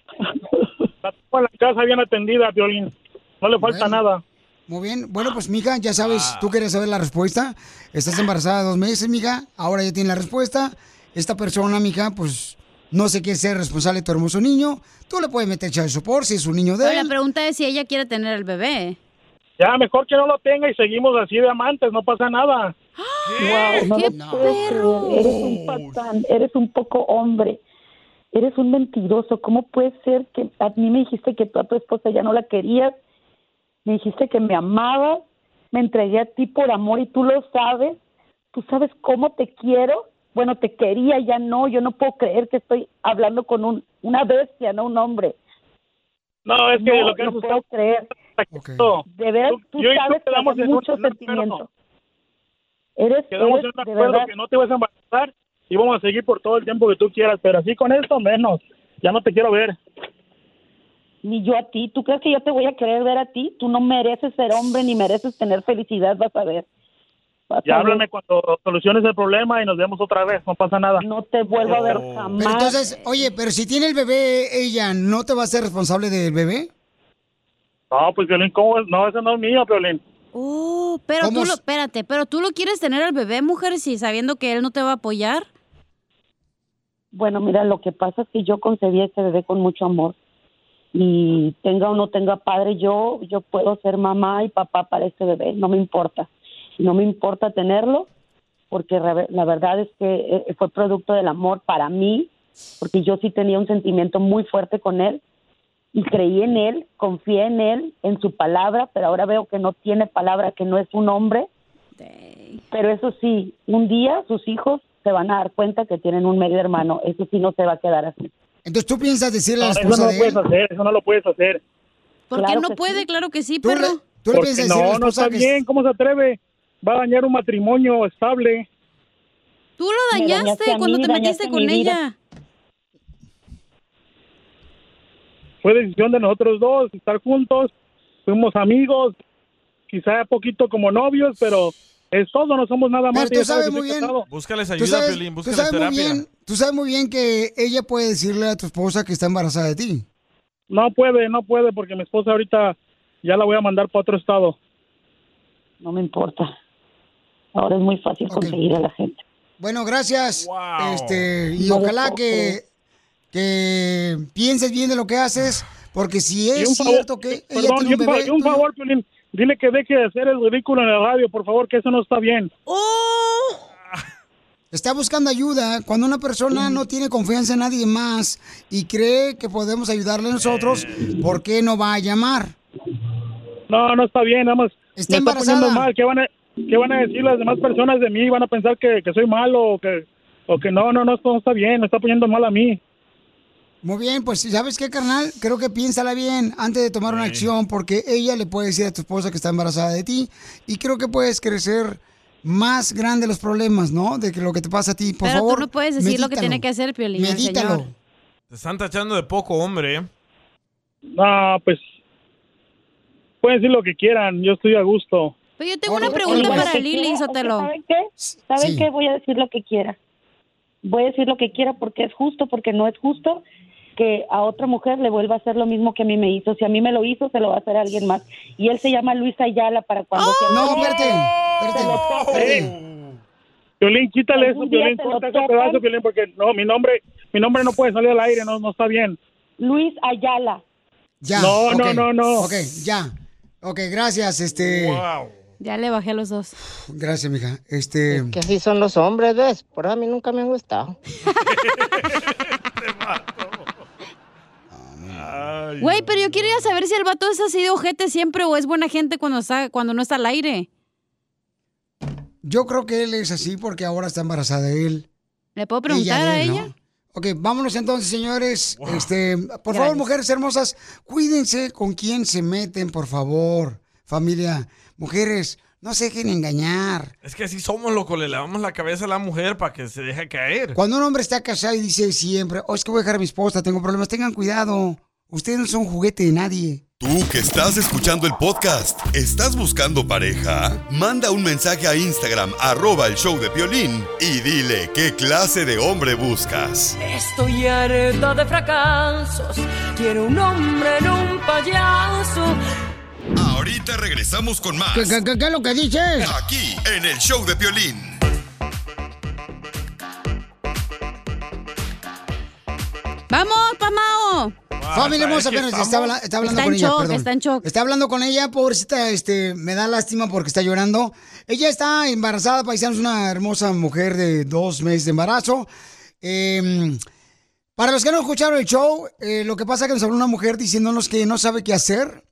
Speaker 24: la tengo en la casa bien atendida, Violín. No le falta nada.
Speaker 3: Muy bien. Bueno, pues, mija, ya sabes, tú quieres saber la respuesta. Estás embarazada dos meses, mija. Ahora ya tienes la respuesta. Esta persona, mija, pues no se quiere ser responsable de tu hermoso niño. Tú le puedes meter chavo por si es un niño
Speaker 6: Pero
Speaker 3: de
Speaker 6: la
Speaker 3: él.
Speaker 6: pregunta es si ella quiere tener el bebé.
Speaker 24: Ya, mejor que no lo tenga y seguimos así de amantes, no pasa nada.
Speaker 10: Wow, no lo puedo creer. Eres un patán, eres un poco hombre. Eres un mentiroso. ¿Cómo puede ser que a mí me dijiste que tú a tu esposa ya no la querías? Me dijiste que me amabas. Me entregué a ti por amor y tú lo sabes. Tú sabes cómo te quiero. Bueno, te quería, ya no. Yo no puedo creer que estoy hablando con un, una bestia, no un hombre.
Speaker 24: No, es que
Speaker 10: No,
Speaker 24: lo que
Speaker 10: no
Speaker 24: es usted-
Speaker 10: puedo creer.
Speaker 24: No.
Speaker 10: De veras, tú
Speaker 24: yo y tú
Speaker 10: sabes que
Speaker 24: quedamos
Speaker 10: hace
Speaker 24: en un-
Speaker 10: mucho
Speaker 24: en un acuerdo.
Speaker 10: sentimiento. Eres,
Speaker 24: Quedamos
Speaker 10: eres
Speaker 24: en un
Speaker 10: de
Speaker 24: acuerdo
Speaker 10: verdad.
Speaker 24: que no te vas a embarazar y vamos a seguir por todo el tiempo que tú quieras, pero así con esto menos. Ya no te quiero ver.
Speaker 10: Ni yo a ti. ¿Tú crees que yo te voy a querer ver a ti? Tú no mereces ser hombre ni mereces tener felicidad, vas a ver. Vas
Speaker 24: Ya
Speaker 10: a ver.
Speaker 24: háblame cuando soluciones el problema y nos vemos otra vez, no pasa nada.
Speaker 10: No te vuelvo a
Speaker 3: Oh.
Speaker 24: Oh.
Speaker 10: ver jamás.
Speaker 3: Pero entonces, oye, pero si tiene el bebé ella, ¿no te va a ser responsable del bebé?
Speaker 24: No, pues Violín, ¿cómo es? No, ese no es mío, Violín.
Speaker 6: Oh, pero
Speaker 24: ¿Cómo
Speaker 6: tú lo,
Speaker 24: es?
Speaker 6: espérate, pero tú lo quieres tener al bebé, mujer, si sabiendo que él no te va a apoyar.
Speaker 10: Bueno, mira, lo que pasa es que yo concebí a este bebé con mucho amor. Y tenga o no tenga padre, yo, yo puedo ser mamá y papá para este bebé, no me importa. No me importa tenerlo, porque re- la verdad es que eh, fue producto del amor para mí, porque yo sí tenía un sentimiento muy fuerte con él y creí en él, confié en él, en su palabra, pero ahora veo que no tiene palabra, que no es un hombre. Pero eso sí, un día sus hijos se van a dar cuenta que tienen un medio hermano, eso sí no se va a quedar así.
Speaker 3: Entonces tú piensas decirle a la
Speaker 10: No, eso
Speaker 3: esposa
Speaker 10: no
Speaker 3: de
Speaker 10: puedes
Speaker 3: él.
Speaker 24: hacer, eso no lo puedes hacer.
Speaker 6: ¿Por
Speaker 10: Claro
Speaker 6: qué
Speaker 10: que
Speaker 6: no puede? Claro que sí,
Speaker 3: Tú
Speaker 6: pero
Speaker 3: le- tú le
Speaker 24: Porque
Speaker 3: piensas decir a la
Speaker 24: no, no
Speaker 3: esposa
Speaker 24: está
Speaker 3: que-
Speaker 24: bien, ¿cómo se atreve? Va a dañar un matrimonio estable.
Speaker 6: Tú lo
Speaker 24: Me
Speaker 6: dañaste,
Speaker 24: dañaste a
Speaker 6: cuando
Speaker 24: mí,
Speaker 6: te metiste
Speaker 24: dañaste
Speaker 6: con
Speaker 24: mi vida.
Speaker 6: ella.
Speaker 24: Fue decisión de nosotros dos estar juntos, fuimos amigos, quizá poquito como novios, pero Es todo, no somos nada más.
Speaker 3: Pero tú
Speaker 24: ella sabe
Speaker 3: sabes
Speaker 24: que
Speaker 3: muy
Speaker 24: estoy
Speaker 3: bien.
Speaker 24: casado.
Speaker 4: Búscales
Speaker 3: Tú
Speaker 4: ayuda,
Speaker 3: sabes,
Speaker 4: Piolín,
Speaker 3: tú
Speaker 4: búscales
Speaker 3: sabes muy
Speaker 4: terapia.
Speaker 3: bien, tú sabes muy bien que ella puede decirle a tu esposa que está embarazada de ti.
Speaker 24: No puede, no puede, porque mi esposa ahorita ya la voy a mandar para otro estado.
Speaker 10: No me importa. Ahora es muy fácil conseguir a la gente.
Speaker 3: Bueno, gracias. Este, y
Speaker 10: No,
Speaker 3: ojalá
Speaker 10: no,
Speaker 3: que, que pienses bien de lo que haces, porque si
Speaker 24: Y
Speaker 3: es
Speaker 24: un favor-
Speaker 3: cierto que ella
Speaker 24: Perdón,
Speaker 3: tiene
Speaker 24: y
Speaker 3: un
Speaker 24: un, fa-
Speaker 3: bebé,
Speaker 24: y un
Speaker 3: tú-
Speaker 24: favor, Piolín, dile que deje de hacer el ridículo en la radio, por favor, que eso no está bien.
Speaker 3: ¡Oh! está buscando ayuda. Cuando una persona no tiene confianza en nadie más y cree que podemos ayudarle nosotros, ¿por qué no va a llamar?
Speaker 24: No, no está bien, nada más.
Speaker 3: Está
Speaker 24: me está poniendo
Speaker 3: embarazada.
Speaker 24: mal. ¿Qué van, a, ¿Qué van a decir las demás personas de mí? ¿Van a pensar que, que soy malo o que, o que no, no, no, esto no está bien? Me está poniendo mal a mí.
Speaker 3: Muy bien, pues ¿sabes qué, carnal? Creo que piénsala bien antes de tomar una acción porque ella le puede decir a tu esposa que está embarazada de ti y creo que puedes crecer más grande los problemas, ¿no? De que lo que te pasa a ti, por
Speaker 6: Pero
Speaker 3: favor.
Speaker 6: tú no puedes decir lo que
Speaker 3: medítalo.
Speaker 6: tiene que hacer, Piolín. el
Speaker 3: Medítalo.
Speaker 6: señor.
Speaker 4: Te están tachando de poco hombre. ¿eh?
Speaker 24: No, pues. Pueden decir lo que quieran, yo estoy a gusto.
Speaker 6: Pero yo tengo
Speaker 24: Ahora,
Speaker 6: una pregunta
Speaker 24: ahora,
Speaker 6: para
Speaker 24: ¿qué
Speaker 6: Lili,
Speaker 10: quiere?
Speaker 6: Sotelo.
Speaker 10: ¿Saben qué? ¿Saben qué? Voy a decir lo que quiera. Voy a decir lo que quiera porque es justo, porque no es justo que a otra mujer le vuelva a hacer lo mismo que a mí me hizo. Si a mí me lo hizo, se lo va a hacer a alguien más. Y él se llama Luis Ayala para
Speaker 6: ¡Oh!
Speaker 10: cuando... se-
Speaker 3: No, espérate,
Speaker 20: Ah,
Speaker 24: Violín, quítale
Speaker 10: Algún
Speaker 24: eso,
Speaker 10: día
Speaker 24: Violín,
Speaker 10: te lo
Speaker 24: corta ese
Speaker 10: tocan.
Speaker 24: pedazo, Violín, porque no, mi nombre, mi nombre no puede salir al aire, no, no está bien.
Speaker 10: Luis Ayala.
Speaker 3: Ya.
Speaker 24: No, no,
Speaker 3: ok.
Speaker 24: no, no.
Speaker 3: Ok, ya. Ok, gracias, este.
Speaker 6: Ya le bajé a los dos.
Speaker 3: Gracias, mija. Este.
Speaker 11: Que así son los hombres, ¿ves? Por a mí nunca me han gustado.
Speaker 6: Güey, pero yo quería saber si el vato es así de ojete siempre o es buena gente cuando, está, cuando no está al aire.
Speaker 3: Yo creo que él es así porque ahora está embarazada de él.
Speaker 6: ¿Le puedo preguntar
Speaker 3: de
Speaker 6: a
Speaker 3: él,
Speaker 6: ella?
Speaker 3: ¿no? Ok, vámonos entonces, señores. Este, por favor, mujeres hermosas, cuídense con quién se meten, por favor. Familia, mujeres, no se dejen engañar.
Speaker 4: Es que así somos, loco. Le lavamos la cabeza a la mujer para que se deje caer.
Speaker 3: Cuando un hombre está casado y dice siempre, oh, es que voy a dejar a mi esposa, tengo problemas, tengan cuidado. Ustedes no son juguete de nadie.
Speaker 8: Tú que estás escuchando el podcast, ¿estás buscando pareja? Manda un mensaje a Instagram, arroba el show de Piolín, y dile qué clase de hombre buscas.
Speaker 25: Estoy harta de fracasos. Quiero un hombre en un payaso.
Speaker 8: Ahorita regresamos con más,
Speaker 3: qué es lo que dices?
Speaker 8: aquí, en el show de Piolín.
Speaker 6: ¡Vamos, Pamao!
Speaker 3: Familia hermosa, apenas está, habla- está hablando con
Speaker 6: en
Speaker 3: ella.
Speaker 6: shock,
Speaker 3: perdón.
Speaker 6: Está en shock.
Speaker 3: Está hablando con ella, pobrecita, este, me da lástima porque está llorando. Ella está embarazada, paisanos, una hermosa mujer de dos meses de embarazo. Eh, para los que no escucharon el show, eh, lo que pasa es que nos habló una mujer diciéndonos que no sabe qué hacer,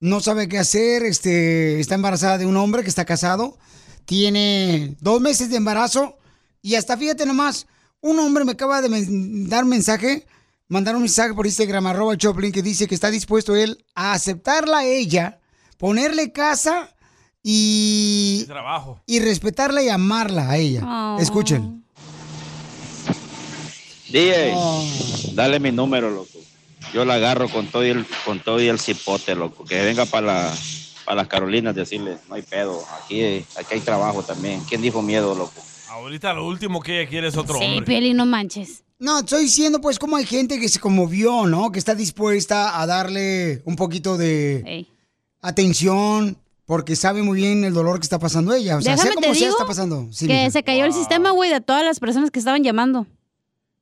Speaker 3: no sabe qué hacer, este, está embarazada de un hombre que está casado, tiene dos meses de embarazo y hasta fíjate nomás, un hombre me acaba de men- dar un mensaje, mandar un mensaje por Instagram arroba el Choplin que dice que está dispuesto él a aceptarla a ella, ponerle casa y
Speaker 4: Trabajo.
Speaker 3: y respetarla y amarla a ella.
Speaker 6: Oh.
Speaker 3: Escuchen.
Speaker 14: DJ, dale mi número, loco. Yo la agarro con todo y el, con todo y el cipote, loco. Que venga para la, pa' las Carolinas, decirle, no hay pedo. Aquí, aquí hay trabajo también. ¿Quién dijo miedo, loco?
Speaker 4: Ahorita lo último que ella quiere es otro
Speaker 6: Sí,
Speaker 4: hombre.
Speaker 6: Piolín, no manches.
Speaker 3: No, estoy diciendo pues como hay gente que se conmovió, ¿no? Que está dispuesta a darle un poquito de atención porque sabe muy bien el dolor que está pasando ella. O sea,
Speaker 6: Déjame
Speaker 3: sea
Speaker 6: te
Speaker 3: como sea
Speaker 6: digo
Speaker 3: está pasando. Sí,
Speaker 6: que
Speaker 3: mija.
Speaker 6: se cayó el sistema, güey, de todas las personas que estaban llamando.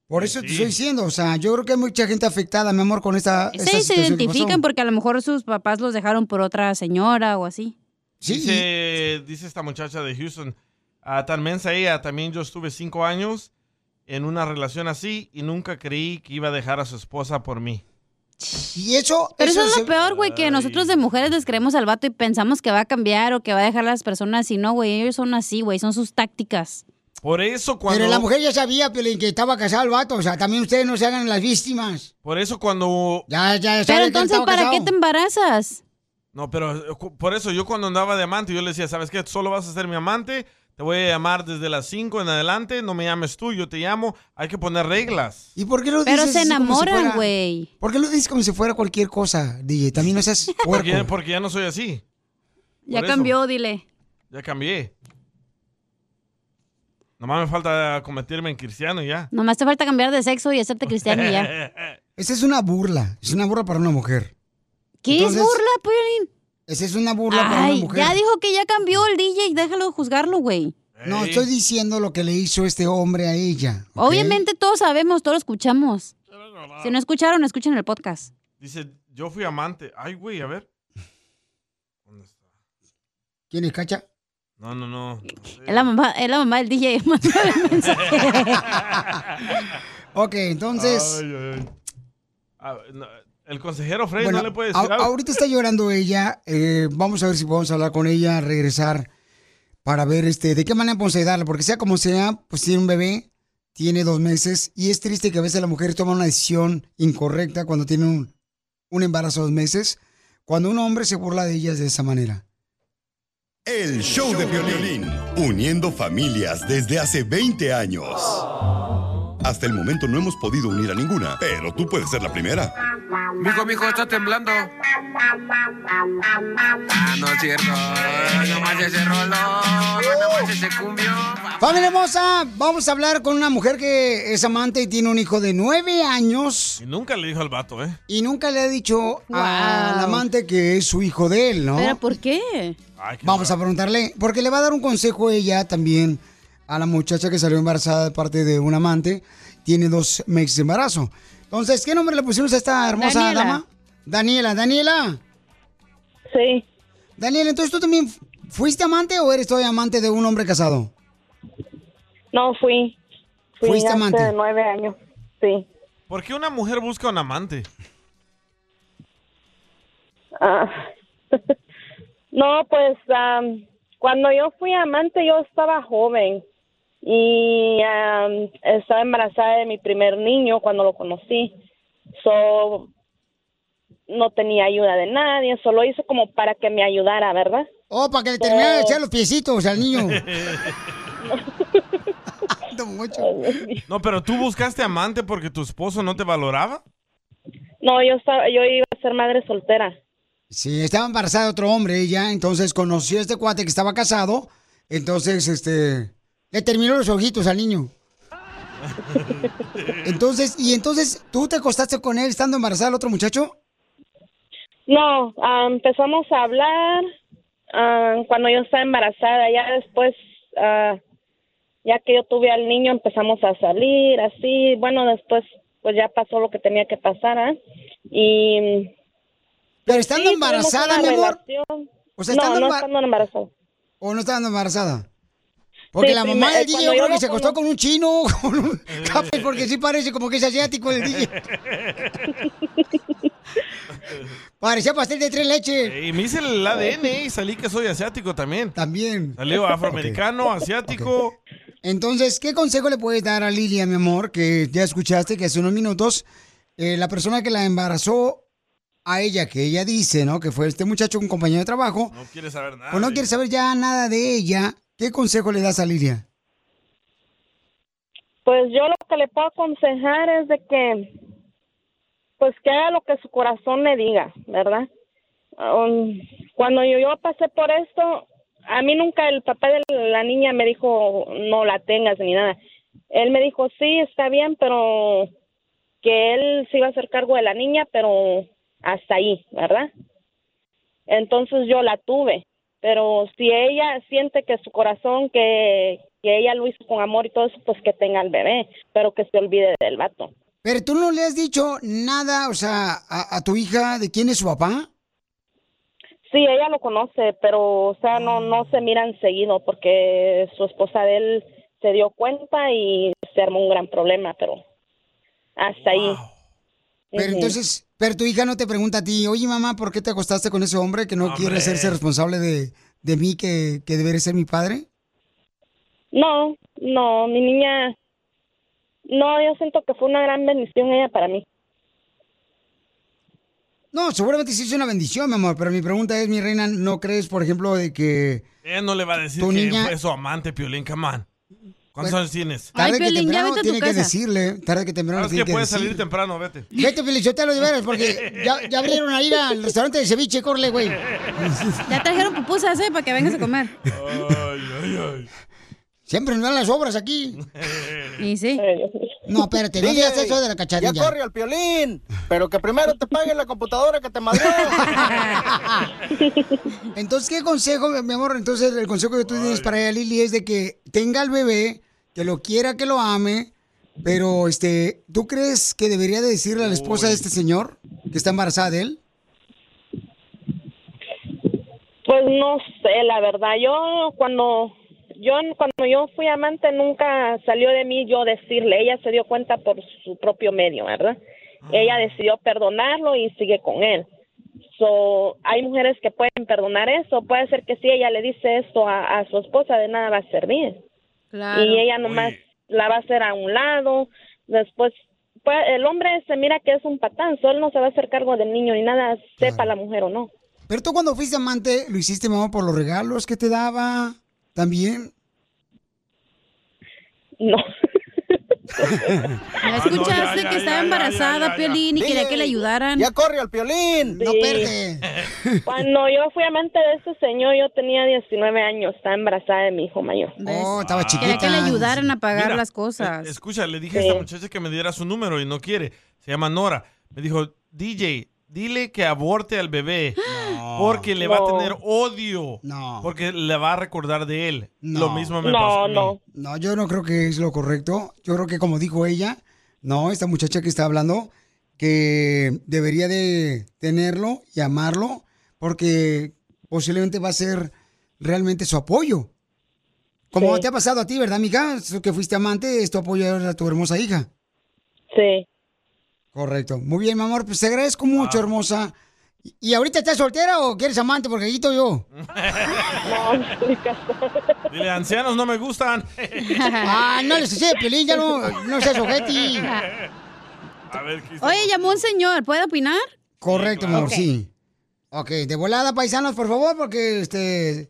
Speaker 3: Por eso te estoy diciendo, o sea, yo creo que hay mucha gente afectada, mi amor, con esta, esta
Speaker 6: Sí, se
Speaker 3: situación que pasó.
Speaker 6: identifican porque a lo mejor sus papás los dejaron por otra señora o así.
Speaker 4: Dice, dice esta muchacha de Houston, a tan mensa ella, también yo estuve cinco años en una relación así y nunca creí que iba a dejar a su esposa por mí.
Speaker 3: Y eso,
Speaker 6: pues. Pero eso,
Speaker 3: eso
Speaker 6: es
Speaker 3: se-
Speaker 6: lo peor, güey, que nosotros de mujeres les creemos al vato y pensamos que va a cambiar o que va a dejar a las personas. Y no, güey, ellos son así, güey, son sus tácticas.
Speaker 4: Por eso cuando...
Speaker 3: Pero la mujer ya sabía, Piolín, que estaba casado el vato, o sea, también ustedes no se hagan las víctimas.
Speaker 4: Por eso cuando...
Speaker 3: Ya, ya, ya saben
Speaker 6: Pero
Speaker 3: que
Speaker 6: entonces,
Speaker 3: estaba
Speaker 6: ¿para
Speaker 3: casado.
Speaker 6: qué te embarazas?
Speaker 4: No, pero eh, cu- por eso yo cuando andaba de amante, yo le decía, ¿sabes qué? Solo vas a ser mi amante, te voy a llamar desde las 5 en adelante, no me llames tú, yo te llamo, hay que poner reglas.
Speaker 3: ¿Y por qué lo
Speaker 6: Pero
Speaker 3: dices
Speaker 6: se
Speaker 3: así como si
Speaker 6: enamoran,
Speaker 3: fuera-
Speaker 6: güey.
Speaker 3: ¿Por qué lo dices como si fuera cualquier cosa, DJ? También no seas puerco.
Speaker 4: Porque, porque ya no soy así,
Speaker 6: Ya
Speaker 4: Por eso.
Speaker 6: cambió, dile.
Speaker 4: ya cambié. Nomás me falta convertirme en cristiano y ya.
Speaker 6: Nomás te falta cambiar de sexo y hacerte cristiano y ya.
Speaker 3: Esa es una burla. Es una burla para una mujer.
Speaker 6: ¿Qué
Speaker 3: Entonces-
Speaker 6: es burla, Piolín?
Speaker 3: Esa es una burla para una
Speaker 6: Ay,
Speaker 3: mujer.
Speaker 6: ya dijo que ya cambió el DJ, déjalo juzgarlo, güey.
Speaker 3: No, estoy diciendo lo que le hizo este hombre a ella. ¿ok?
Speaker 6: Obviamente todos sabemos, todos lo escuchamos. Si no escucharon, escuchen el podcast.
Speaker 4: Dice, yo fui amante. Ay, güey, a ver.
Speaker 3: ¿Quién es Cacha?
Speaker 4: No, no, no.
Speaker 6: Es la mamá, es la mamá del DJ, mándale el mensaje.
Speaker 3: Ok, entonces.
Speaker 4: Ay, ay, ay. Ah, no, el consejero Frey
Speaker 3: bueno,
Speaker 4: no le puede
Speaker 3: a-
Speaker 4: decir algo.
Speaker 3: ahorita está llorando ella. eh, vamos a ver si podemos hablar con ella, regresar para ver este de qué manera podemos ayudarla. Porque sea como sea, pues tiene un bebé, tiene dos meses. Y es triste que a veces las mujeres toman una decisión incorrecta cuando tienen un, un embarazo de dos meses. Cuando un hombre se burla de ellas de esa manera.
Speaker 8: El show de violín, uniendo familias desde hace 20 años. Hasta el momento no hemos podido unir a ninguna, pero tú puedes ser la primera.
Speaker 23: Mijo, mijo, está temblando. Ah, no es cierto. Ay, No manches ese rolo. Ay, No manches ese cumbio.
Speaker 3: Familia hermosa, vamos a hablar con una mujer que es amante y tiene un hijo de nueve años.
Speaker 4: Y nunca le dijo al vato, ¿eh?
Speaker 3: Y nunca le ha dicho al
Speaker 4: Wow.
Speaker 3: amante que es su hijo de él, ¿no?
Speaker 4: ¿Pero
Speaker 6: por qué?
Speaker 3: Vamos a preguntarle, porque le va a dar un consejo ella también a la muchacha que salió embarazada de parte de un amante. Tiene dos meses de embarazo. Entonces, ¿qué nombre le pusimos a esta hermosa
Speaker 12: Daniela.
Speaker 3: dama? Daniela, Daniela. Sí. Daniela, entonces tú también fu- fuiste amante o eres todavía amante de un hombre casado?
Speaker 12: No fui. fui
Speaker 3: Fuiste
Speaker 12: hace
Speaker 3: amante.
Speaker 12: nueve años. Sí.
Speaker 4: ¿Por qué una mujer busca un amante?
Speaker 12: Ah. no, pues am, cuando yo fui amante yo estaba joven y am, estaba embarazada de mi primer niño cuando lo conocí. So no tenía ayuda de nadie, solo hice como para que me ayudara, ¿verdad?
Speaker 3: Oh, para que le terminara de echar los piecitos al niño.
Speaker 4: No, pero tú buscaste amante porque tu esposo no te valoraba.
Speaker 12: No, yo estaba, yo iba a ser madre soltera.
Speaker 3: Sí, estaba embarazada de otro hombre ella, entonces conoció a este cuate que estaba casado, entonces este le terminó los ojitos al niño. Entonces, y entonces tú te acostaste con él estando embarazada del otro muchacho?
Speaker 12: No, ah, empezamos a hablar ah, cuando yo estaba embarazada. Ya después, ah, ya que yo tuve al niño, empezamos a salir, así. Bueno, después, pues ya pasó lo que tenía que pasar, ¿ah? Y.
Speaker 3: Pero estando embarazada, mi amor. O sea, estando
Speaker 12: no, no
Speaker 3: embar-
Speaker 12: estando embarazada.
Speaker 3: ¿O no estando embarazada? Porque
Speaker 12: Sí,
Speaker 3: la
Speaker 12: prima-
Speaker 3: mamá
Speaker 12: eh,
Speaker 3: del DJ yo
Speaker 12: cuando yo
Speaker 3: creo que
Speaker 12: lo
Speaker 3: se acostó con un chino, con un capel, porque sí parece como que es asiático el DJ. Parecía pastel de tres leches.
Speaker 4: Y me hice el ADN y salí que soy asiático también.
Speaker 3: También.
Speaker 4: Salió afroamericano, asiático.
Speaker 3: Entonces, ¿qué consejo le puedes dar a Lilia, mi amor? Que ya escuchaste que hace unos minutos eh, la persona que la embarazó a ella, que ella dice, ¿no? Que fue este muchacho, un compañero de trabajo,
Speaker 4: No quiere saber nada.
Speaker 3: o no quiere saber ya nada de ella. ¿Qué consejo le das a Lilia?
Speaker 12: Pues yo lo que le puedo aconsejar es de que, pues que haga lo que su corazón le diga, ¿verdad? Um, cuando yo, yo pasé por esto, a mí nunca el papá de la niña me dijo, no la tengas ni nada. Él me dijo, sí, está bien, pero que él se iba a hacer cargo de la niña, pero hasta ahí, ¿verdad? Entonces yo la tuve, pero si ella siente que su corazón, que, que ella lo hizo con amor y todo eso, pues que tenga el bebé, pero que se olvide del vato.
Speaker 3: Pero tú no le has dicho nada, o sea, a, a tu hija de quién es su papá.
Speaker 12: Sí, ella lo conoce, pero o sea, no, no se miran seguido porque su esposa de él se dio cuenta y se armó un gran problema, pero hasta ahí.
Speaker 3: Pero
Speaker 12: Ujú.
Speaker 3: entonces, pero tu hija no te pregunta a ti, oye mamá, ¿por qué te acostaste con ese hombre que no quiere
Speaker 12: Hombre.
Speaker 3: hacerse responsable de, de mí, que, que debería ser mi padre?
Speaker 12: No, no, mi niña, no, yo siento que fue una gran bendición ella para mí.
Speaker 3: No, seguramente sí es una bendición, mi amor, pero mi pregunta es, mi reina, ¿no crees, por ejemplo, de que...
Speaker 4: Él no le va a decir
Speaker 3: Tu
Speaker 4: que
Speaker 3: niña-
Speaker 4: fue su amante, Piolín, come on. ¿Cuántos
Speaker 3: Bueno,
Speaker 4: años tienes?
Speaker 3: Tarde que temprano tiene que decirle, tarde que temprano
Speaker 4: Sabes
Speaker 3: tiene
Speaker 4: Ah, que
Speaker 3: que
Speaker 4: puedes
Speaker 3: decirle.
Speaker 4: salir temprano, vete.
Speaker 3: Vete, Felicitelo de veras, porque ya, ya abrieron ahí al restaurante de ceviche, corle, güey. Ya trajeron pupusas, ¿eh? Para que vengas a comer.
Speaker 4: Ay, ay, ay.
Speaker 3: Siempre nos dan las obras aquí. ¿Y sí? No, espérate, no digas eso de la cachanilla.
Speaker 15: Ya corre al piolín, pero que primero te pague la computadora que te madreó.
Speaker 3: Entonces, ¿qué consejo, mi amor? Entonces, el consejo que tú tienes para ella, Lili, es de que tenga al bebé, que lo quiera, que lo ame, pero, este, ¿tú crees que debería de decirle a la esposa de este señor que está embarazada de él?
Speaker 12: Pues no sé, la verdad. Yo cuando yo cuando yo fui amante nunca salió de mí yo decirle. Ella se dio cuenta por su propio medio, ¿verdad? Ella decidió perdonarlo y sigue con él. So, hay mujeres que pueden perdonar eso. Puede ser que si ella le dice esto a, a su esposa de nada va a servir. Y ella nomás la va a hacer a un lado. Después pues, el hombre se mira que es un patán. Solo no se va a hacer cargo del niño ni nada, sepa la mujer o no.
Speaker 3: Pero tú cuando fuiste amante, ¿lo hiciste, mamá, por los regalos que te daba también?
Speaker 12: No.
Speaker 6: Ah,
Speaker 4: Ah,
Speaker 6: ¿Ya escuchaste que estaba embarazada, Piolín, y quería que le ayudaran?
Speaker 15: Ya corre al Piolín.
Speaker 3: No
Speaker 12: Sí.
Speaker 3: perde.
Speaker 12: Cuando yo fui amante de este señor, yo tenía 19 años, estaba embarazada de mi hijo mayor.
Speaker 3: Oh,
Speaker 4: estaba chiquita.
Speaker 6: Quería que le ayudaran a pagar
Speaker 4: Mira,
Speaker 6: las cosas.
Speaker 4: eh, Escucha, le dije a esta muchacha que me diera su número y no quiere. Se llama Nora. Me dijo, DJ, dile que aborte al bebé porque le va a
Speaker 3: No.
Speaker 4: tener odio. Porque le va a recordar de él. Lo mismo me pasó a mí.
Speaker 3: No, yo no creo que es lo correcto. Yo creo que como dijo ella, no, esta muchacha que está hablando, que debería de tenerlo y amarlo, porque posiblemente va a ser realmente su apoyo. Como
Speaker 12: Sí.
Speaker 3: te ha pasado a ti, ¿verdad, amiga? Eso Que fuiste amante, es tu apoyo ahora a tu hermosa hija.
Speaker 12: Sí.
Speaker 3: Correcto. Muy bien, mi amor, pues te agradezco
Speaker 4: Ah.
Speaker 3: mucho, hermosa. ¿Y- ¿Y ahorita estás soltera o quieres amante? Porque aquí estoy yo.
Speaker 4: Dile, ancianos no me gustan.
Speaker 3: ah, no les eché, Piolín, ya no, no seas ojete.
Speaker 4: A ver, ¿qué hizo?
Speaker 6: Oye, llamó un señor, ¿puede opinar?
Speaker 3: Correcto, mi amor,
Speaker 6: Ok.
Speaker 3: sí. Ok, de volada, paisanos, por favor, porque este.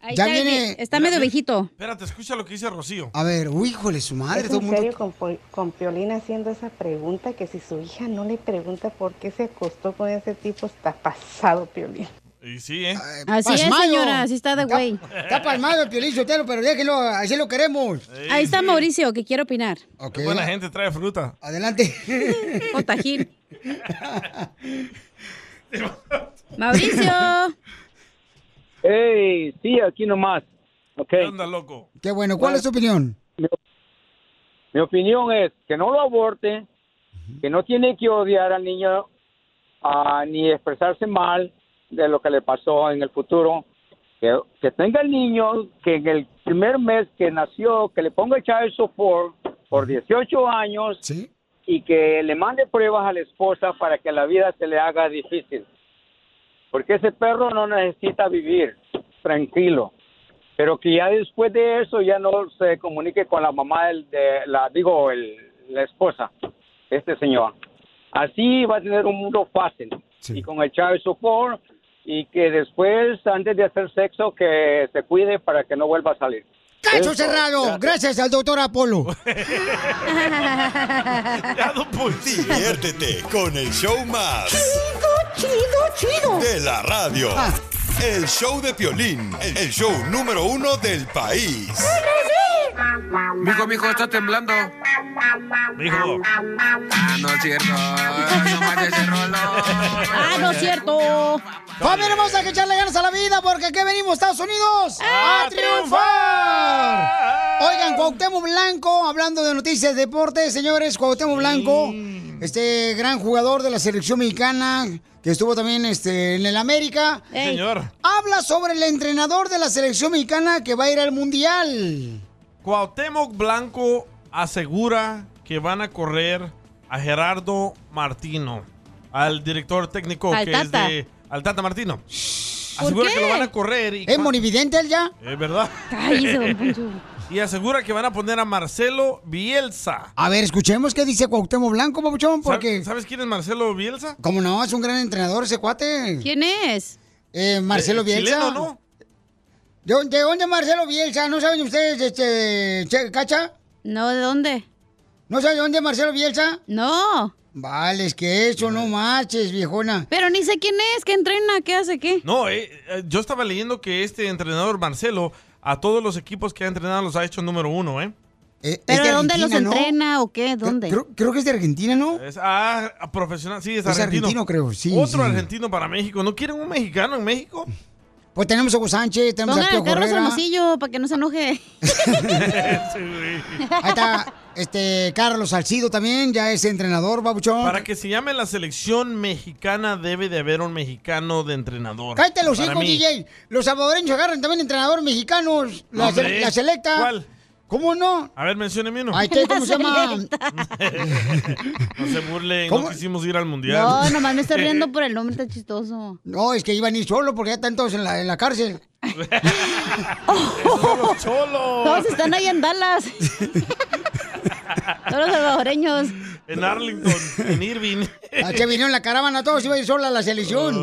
Speaker 6: Ahí
Speaker 3: ya
Speaker 6: está,
Speaker 3: viene.
Speaker 6: está medio viejito.
Speaker 4: Espérate, escucha lo que dice Rocío.
Speaker 3: A ver, uy, híjole, su madre,
Speaker 16: ¿Es
Speaker 3: todo el
Speaker 16: en
Speaker 3: mundo.
Speaker 16: serio con, Pol- con Piolín haciendo esa pregunta? Que si su hija no le pregunta por qué se acostó con ese tipo, está pasado, Piolín.
Speaker 4: Y sí, ¿eh?
Speaker 6: Así es,
Speaker 3: Pasmado.
Speaker 6: señora, así está de güey.
Speaker 3: Está palmado el Piolín Sotelo, pero déjelo, así lo queremos.
Speaker 6: Ahí está Mauricio, que quiere opinar.
Speaker 4: Qué buena gente trae fruta.
Speaker 3: Adelante.
Speaker 6: O Tajín. Mauricio.
Speaker 17: ¡Ey! Sí, aquí nomás. Okay.
Speaker 4: ¿Qué onda, loco?
Speaker 3: Qué bueno, ¿cuál es tu opinión?
Speaker 17: Mi opinión es que no lo aborte, que no tiene que odiar al niño ah, ni expresarse mal de lo que le pasó en el futuro. Que, que tenga el niño que en el primer mes que nació, que le ponga el child support por 18 años y que le mande pruebas a la esposa para que la vida se le haga difícil. Porque ese perro no necesita vivir tranquilo. Pero que ya después de eso ya no se comunique con la mamá del, de la, digo, el, la esposa, este señor. Así va a tener un mundo fácil. Y con el child support y que después, antes de hacer sexo, que se cuide para que no vuelva a salir.
Speaker 3: ¡Cacho
Speaker 17: Eso.
Speaker 3: cerrado! Gracias al doctor Apolo.
Speaker 8: Diviértete con el show más.
Speaker 3: Chido, chido, chido.
Speaker 8: De la radio.
Speaker 3: Ah.
Speaker 8: El show de Piolín, el show número uno del país.
Speaker 23: Mijo, mijo, está temblando.
Speaker 4: Mijo.
Speaker 23: Ah, no es cierto. No manches ese rolo.
Speaker 6: Ah, no es cierto.
Speaker 3: ¡Familia hermosa, hay que echarle ganas a la vida porque aquí venimos, Estados Unidos, a, triunfar! Oigan, Cuauhtémoc Blanco, hablando de noticias de deportes, señores, Cuauhtémoc Blanco, este gran jugador de la selección mexicana, que estuvo también este, en el América.
Speaker 4: Sí, señor.
Speaker 3: Habla sobre el entrenador de la selección mexicana que va a ir al Mundial.
Speaker 4: Cuauhtémoc Blanco asegura que van a correr a Gerardo Martino, al director técnico
Speaker 3: Al
Speaker 4: que
Speaker 3: Tata.
Speaker 4: es de al Tata Martino. Asegura que lo van a correr y
Speaker 3: ¿Es monividente él ya?
Speaker 4: es verdad.
Speaker 3: Eh. Cállese, don
Speaker 4: y asegura que van a poner a Marcelo Bielsa.
Speaker 3: A ver, escuchemos qué dice Cuauhtémoc Blanco, papuchón,
Speaker 4: ¿Sab-
Speaker 3: porque...
Speaker 4: ¿Sabes quién es Marcelo Bielsa?
Speaker 3: Como no, es un gran entrenador ese cuate.
Speaker 6: ¿Quién es?
Speaker 3: Marcelo
Speaker 4: Eh,
Speaker 3: Bielsa.
Speaker 4: chileno, ¿no?
Speaker 3: ¿De dónde, de dónde Marcelo Bielsa? ¿No saben ustedes, este, che- Cacha?
Speaker 6: No, ¿de dónde?
Speaker 3: ¿No saben de dónde es Marcelo Bielsa?
Speaker 6: No.
Speaker 3: Vale, es que eso, no marches, viejona.
Speaker 6: Pero ni sé quién es, qué entrena, qué hace, qué.
Speaker 4: eh, No, eh, eh, yo estaba leyendo que este entrenador Marcelo a todos los equipos que ha entrenado los ha hecho número uno, ¿eh?
Speaker 6: ¿Pero dónde los entrena o qué? ¿Dónde?
Speaker 3: Creo que es de Argentina, ¿no?
Speaker 4: Es ah, a profesional, sí, es,
Speaker 3: Es argentino, creo, sí,
Speaker 4: Otro
Speaker 3: sí.
Speaker 4: argentino para México. ¿No quieren un mexicano en México?
Speaker 3: Pues tenemos a Hugo Sánchez, tenemos
Speaker 6: Pongan
Speaker 3: a
Speaker 6: a
Speaker 3: Pio
Speaker 6: Carlos
Speaker 3: Herrera.
Speaker 6: Hermosillo para que no se enoje.
Speaker 3: Ahí está este, Carlos Salcido también, ya es entrenador, babuchón.
Speaker 4: Para que se llame la selección mexicana debe de haber un mexicano de entrenador.
Speaker 3: Cállate los
Speaker 4: Para
Speaker 3: hijos,
Speaker 4: mí.
Speaker 3: DJ. Los salvadoreños agarran también entrenadores mexicanos. La,
Speaker 4: Hombre,
Speaker 3: se- la selecta.
Speaker 4: ¿cuál?
Speaker 3: ¿Cómo no?
Speaker 4: A ver, mencióneme uno.
Speaker 3: Ahí está, ¿cómo se llama?
Speaker 4: No se burlen, no quisimos ir al mundial.
Speaker 6: No, nomás me estoy riendo por el nombre, está chistoso.
Speaker 3: No, es que iban a ir solo porque ya están todos en la, en la cárcel.
Speaker 6: Todos están ahí en Dallas. Todos los salvadoreños.
Speaker 4: En Arlington, en Irving.
Speaker 3: Ah, que vinieron la caravana, todos iban a ir sola a la selección.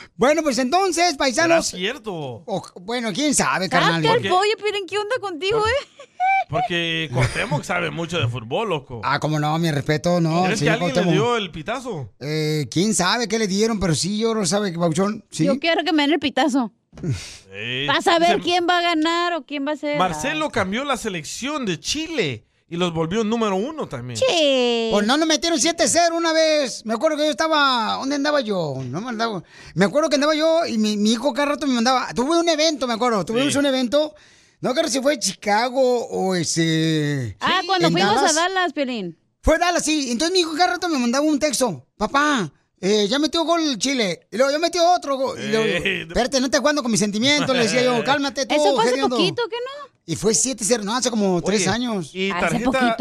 Speaker 3: bueno, pues entonces,
Speaker 4: ¿Será
Speaker 3: paisanos.
Speaker 4: cierto?
Speaker 3: o- bueno, quién sabe, Eh, carnal.
Speaker 6: Cállate al Ah, pollo, Piolín, ¿qué onda contigo, eh?
Speaker 4: Porque Cuauhtémoc sabe mucho de fútbol, loco.
Speaker 3: Ah, como no, mi respeto, no.
Speaker 4: ¿Crees que
Speaker 3: señor
Speaker 4: alguien
Speaker 3: Cuauhtémoc.
Speaker 4: le dio el pitazo?
Speaker 3: Eh, quién sabe qué le dieron, pero sí, yo lo sabe, Bauchón. Sí.
Speaker 6: Yo quiero que me den el pitazo. Para saber quién va a ganar o quién va a ser.
Speaker 4: Marcelo cambió la selección de Chile y los volvió número uno también.
Speaker 6: Che.
Speaker 3: Pues no nos metieron 7-0 una vez. Me acuerdo que yo estaba. ¿Dónde andaba yo? No me andaba. Me acuerdo que andaba yo y mi, mi hijo cada rato me mandaba. Tuve un evento, me acuerdo. Tuvimos un evento. No creo si fue Chicago o ese.
Speaker 6: Ah, cuando
Speaker 3: en
Speaker 6: fuimos a Dallas, Piolín.
Speaker 3: Fue Dallas, sí. Entonces mi hijo cada rato me mandaba un texto. Papá, eh, ya metió gol Chile. Y luego ya metió otro gol. Y luego,
Speaker 6: Eh.
Speaker 3: espérate, no te jugando con mis sentimientos. Le decía yo, cálmate tú.
Speaker 6: Eso fue hace
Speaker 3: hediondo".
Speaker 6: poquito, ¿qué no?
Speaker 3: Y fue 7-0, no, hace como
Speaker 4: Oye,
Speaker 3: 3 años.
Speaker 4: Y tarjeta,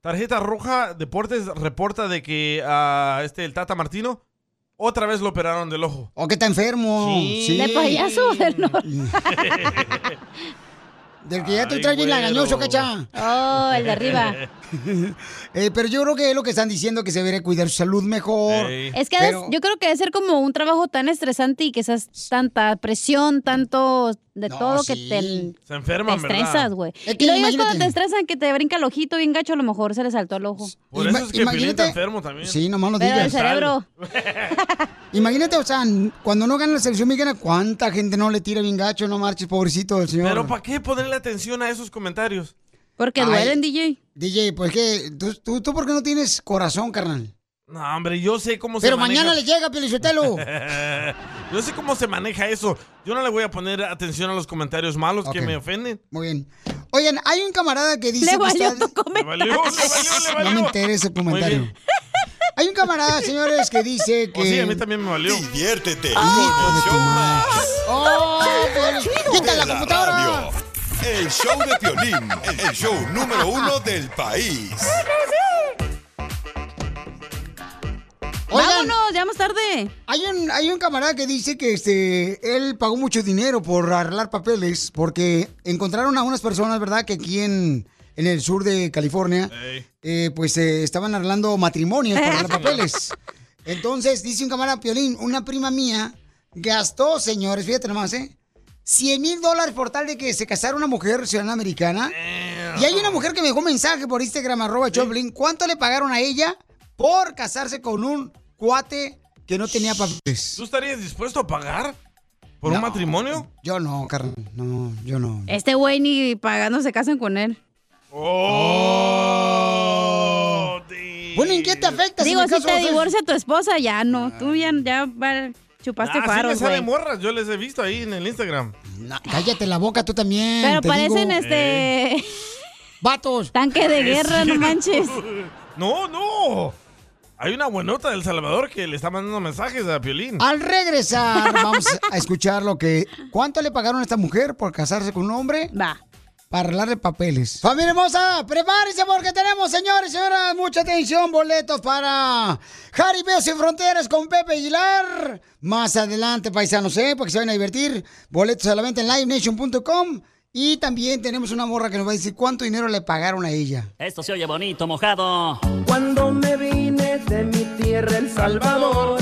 Speaker 4: Tarjeta roja, Deportes reporta de que a este, el Tata Martino, otra vez lo operaron del ojo.
Speaker 3: O que está enfermo.
Speaker 4: Sí.
Speaker 3: Sí.
Speaker 4: ¿De payaso
Speaker 6: o del
Speaker 3: Del que ya tú
Speaker 4: Ay,
Speaker 3: traes bien
Speaker 4: güero.
Speaker 3: lagañoso, cacha.
Speaker 6: Oh, el de arriba.
Speaker 3: Eh, pero yo creo que es lo que están diciendo, que se debería cuidar su salud mejor.
Speaker 6: Es que
Speaker 3: Pero-
Speaker 6: des- yo creo que debe ser como un trabajo tan estresante y quizás tanta presión, tanto de todo lo que te,
Speaker 4: Se enferman,
Speaker 6: te
Speaker 4: ¿verdad?
Speaker 6: estresas, güey.
Speaker 4: Es que
Speaker 6: y luego ya es cuando
Speaker 4: imagínate.
Speaker 6: te estresan que te brinca el ojito bien gacho, a lo mejor se le saltó el ojo.
Speaker 4: Por
Speaker 3: Ima-
Speaker 4: eso es que Piolín
Speaker 3: imagínate-
Speaker 4: está enfermo también.
Speaker 3: Sí, nomás Pues, lo
Speaker 6: Pero
Speaker 3: digas.
Speaker 6: el cerebro.
Speaker 3: Imagínate, o sea, n- cuando no gana la selección mexicana, ¿cuánta gente no le tira bien gacho? No marches, pobrecito el señor.
Speaker 4: Pero ¿para qué ponerle atención a esos comentarios?
Speaker 6: Porque
Speaker 3: Ay,
Speaker 6: duelen, DJ.
Speaker 3: DJ, pues que tú, tú, tú ¿por qué no tienes corazón, carnal?
Speaker 4: No, hombre, yo sé cómo
Speaker 3: Pero
Speaker 4: se maneja.
Speaker 3: mañana le llega, Pelichotelo.
Speaker 4: Yo sé cómo se maneja eso. Yo no le voy a poner atención a los comentarios malos
Speaker 3: Ok.
Speaker 4: que me ofenden.
Speaker 3: Muy bien. Oigan, hay un camarada que dice...
Speaker 4: Le
Speaker 3: que
Speaker 4: valió
Speaker 3: está-
Speaker 4: tu comentario. Le valió, le valió, le valió.
Speaker 3: No me interesa el comentario. Hay un camarada, señores, que dice que...
Speaker 4: O Oh, sí, a mí también me valió.
Speaker 8: Diviértete
Speaker 3: con
Speaker 8: el show más
Speaker 3: ¡Oh! ¡Quita la
Speaker 8: de la
Speaker 3: computadora!
Speaker 8: radio. El show de Piolín, el show número uno del país.
Speaker 3: Vámonos, ya más tarde. Hay un, hay un camarada que dice que este, él pagó mucho dinero por arreglar papeles porque encontraron a unas personas, ¿verdad? Que aquí en, en el sur de California, eh, pues eh, estaban arreglando matrimonios para arreglar papeles. Entonces, dice un camarada Piolín, una prima mía gastó, señores, fíjate nomás, ¿eh? 100 mil dólares por tal de que se casara una mujer ciudadana americana. Y hay una mujer que me dejó un mensaje por Instagram, arroba Choplin. ¿Cuánto le pagaron a ella por casarse con un cuate que no tenía papeles?
Speaker 4: ¿Tú estarías dispuesto a pagar por
Speaker 3: No.
Speaker 4: un matrimonio?
Speaker 3: Yo no, carnal. No, yo no.
Speaker 6: Este güey ni pagando se casan con él.
Speaker 4: Oh,
Speaker 3: Bueno, ¿en qué te afecta?
Speaker 6: Digo,
Speaker 3: me
Speaker 6: si
Speaker 3: caso, Ah.
Speaker 6: te
Speaker 3: vas a-
Speaker 6: divorcia tu esposa, ya no. Tú ya, ya va-
Speaker 4: Ah,
Speaker 6: chupaste
Speaker 4: sí me
Speaker 6: faros,
Speaker 4: salen
Speaker 6: güey. Ah,
Speaker 4: morras, yo les he visto ahí en el Instagram.
Speaker 3: Cállate la boca tú también.
Speaker 6: Pero
Speaker 3: te
Speaker 6: parecen
Speaker 3: digo.
Speaker 6: este.
Speaker 4: Eh.
Speaker 3: Vatos.
Speaker 6: Tanque de guerra, no manches.
Speaker 4: No, no. Hay una buenota del Salvador que le está mandando mensajes a Piolín.
Speaker 3: Al regresar, vamos a escuchar lo que. ¿Cuánto le pagaron a esta mujer por casarse con un hombre?
Speaker 6: Va.
Speaker 3: Para arreglarle papeles. Familia hermosa, prepárense porque tenemos, señores y señoras, mucha atención, boletos para Jaripeo sin Fronteras con Pepe Aguilar. Más adelante, paisanos, ¿eh? Porque se van a divertir. Boletos a la venta en livenation.com. Y también tenemos una morra que nos va a decir cuánto dinero le pagaron a ella.
Speaker 18: Esto se oye bonito, mojado.
Speaker 25: Cuando me vine de mi tierra, El Salvador,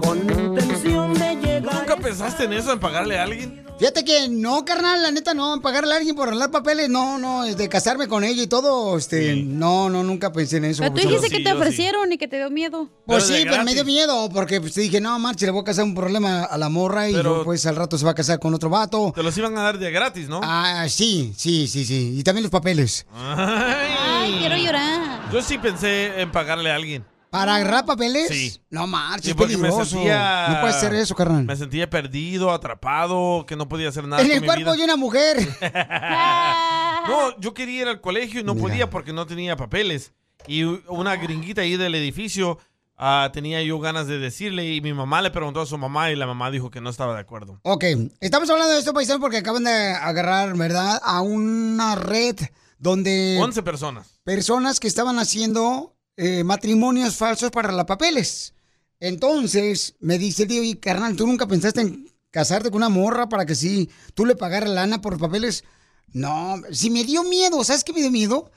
Speaker 25: con intención de
Speaker 4: ¿Tú
Speaker 25: llegar.
Speaker 4: nunca pensaste en eso, en pagarle a alguien?
Speaker 3: Fíjate que no, carnal, la neta no, pagarle a alguien por arreglar papeles, no, no, de casarme con ella y todo, este, no, no, nunca pensé en eso.
Speaker 6: Pero tú
Speaker 3: papuchón.
Speaker 6: dijiste que te ofrecieron y que te dio miedo.
Speaker 3: Pues sí, pero me dio miedo porque pues, dije, no, marche, le voy a casar un problema a la morra y
Speaker 4: Pero-
Speaker 3: luego, pues al rato se va a casar con otro vato.
Speaker 4: Te los iban a dar de gratis, ¿no?
Speaker 3: Ah, sí, sí, sí, sí. Y también los papeles.
Speaker 4: Ay.
Speaker 6: Ay, quiero llorar.
Speaker 4: Yo sí pensé en pagarle a alguien.
Speaker 3: ¿Para agarrar papeles?
Speaker 4: Sí.
Speaker 3: No marches,
Speaker 4: Sí,
Speaker 3: es
Speaker 4: porque me
Speaker 3: peligroso.
Speaker 4: sentía-
Speaker 3: No puede ser eso, carnal.
Speaker 4: Me sentía perdido, atrapado, que no podía hacer nada.
Speaker 3: En
Speaker 4: con
Speaker 3: el
Speaker 4: mi
Speaker 3: cuerpo
Speaker 4: vida.
Speaker 3: de una mujer.
Speaker 4: No, yo quería ir al colegio y no podía porque no tenía papeles. Y u- una gringuita ahí del edificio ah, tenía yo ganas de decirle y mi mamá le preguntó a su mamá y la mamá dijo que no estaba de acuerdo.
Speaker 3: Ok, estamos hablando de esto, paisano, porque acaban de agarrar, ¿verdad? A una red donde...
Speaker 4: 11 personas.
Speaker 3: personas que estaban haciendo eh, matrimonios falsos para los papeles. Entonces me dice el tío, y carnal, ¿tú nunca pensaste en casarte con una morra para que sí tú le pagaras lana por papeles? No, si me dio miedo, ¿sabes qué me dio miedo?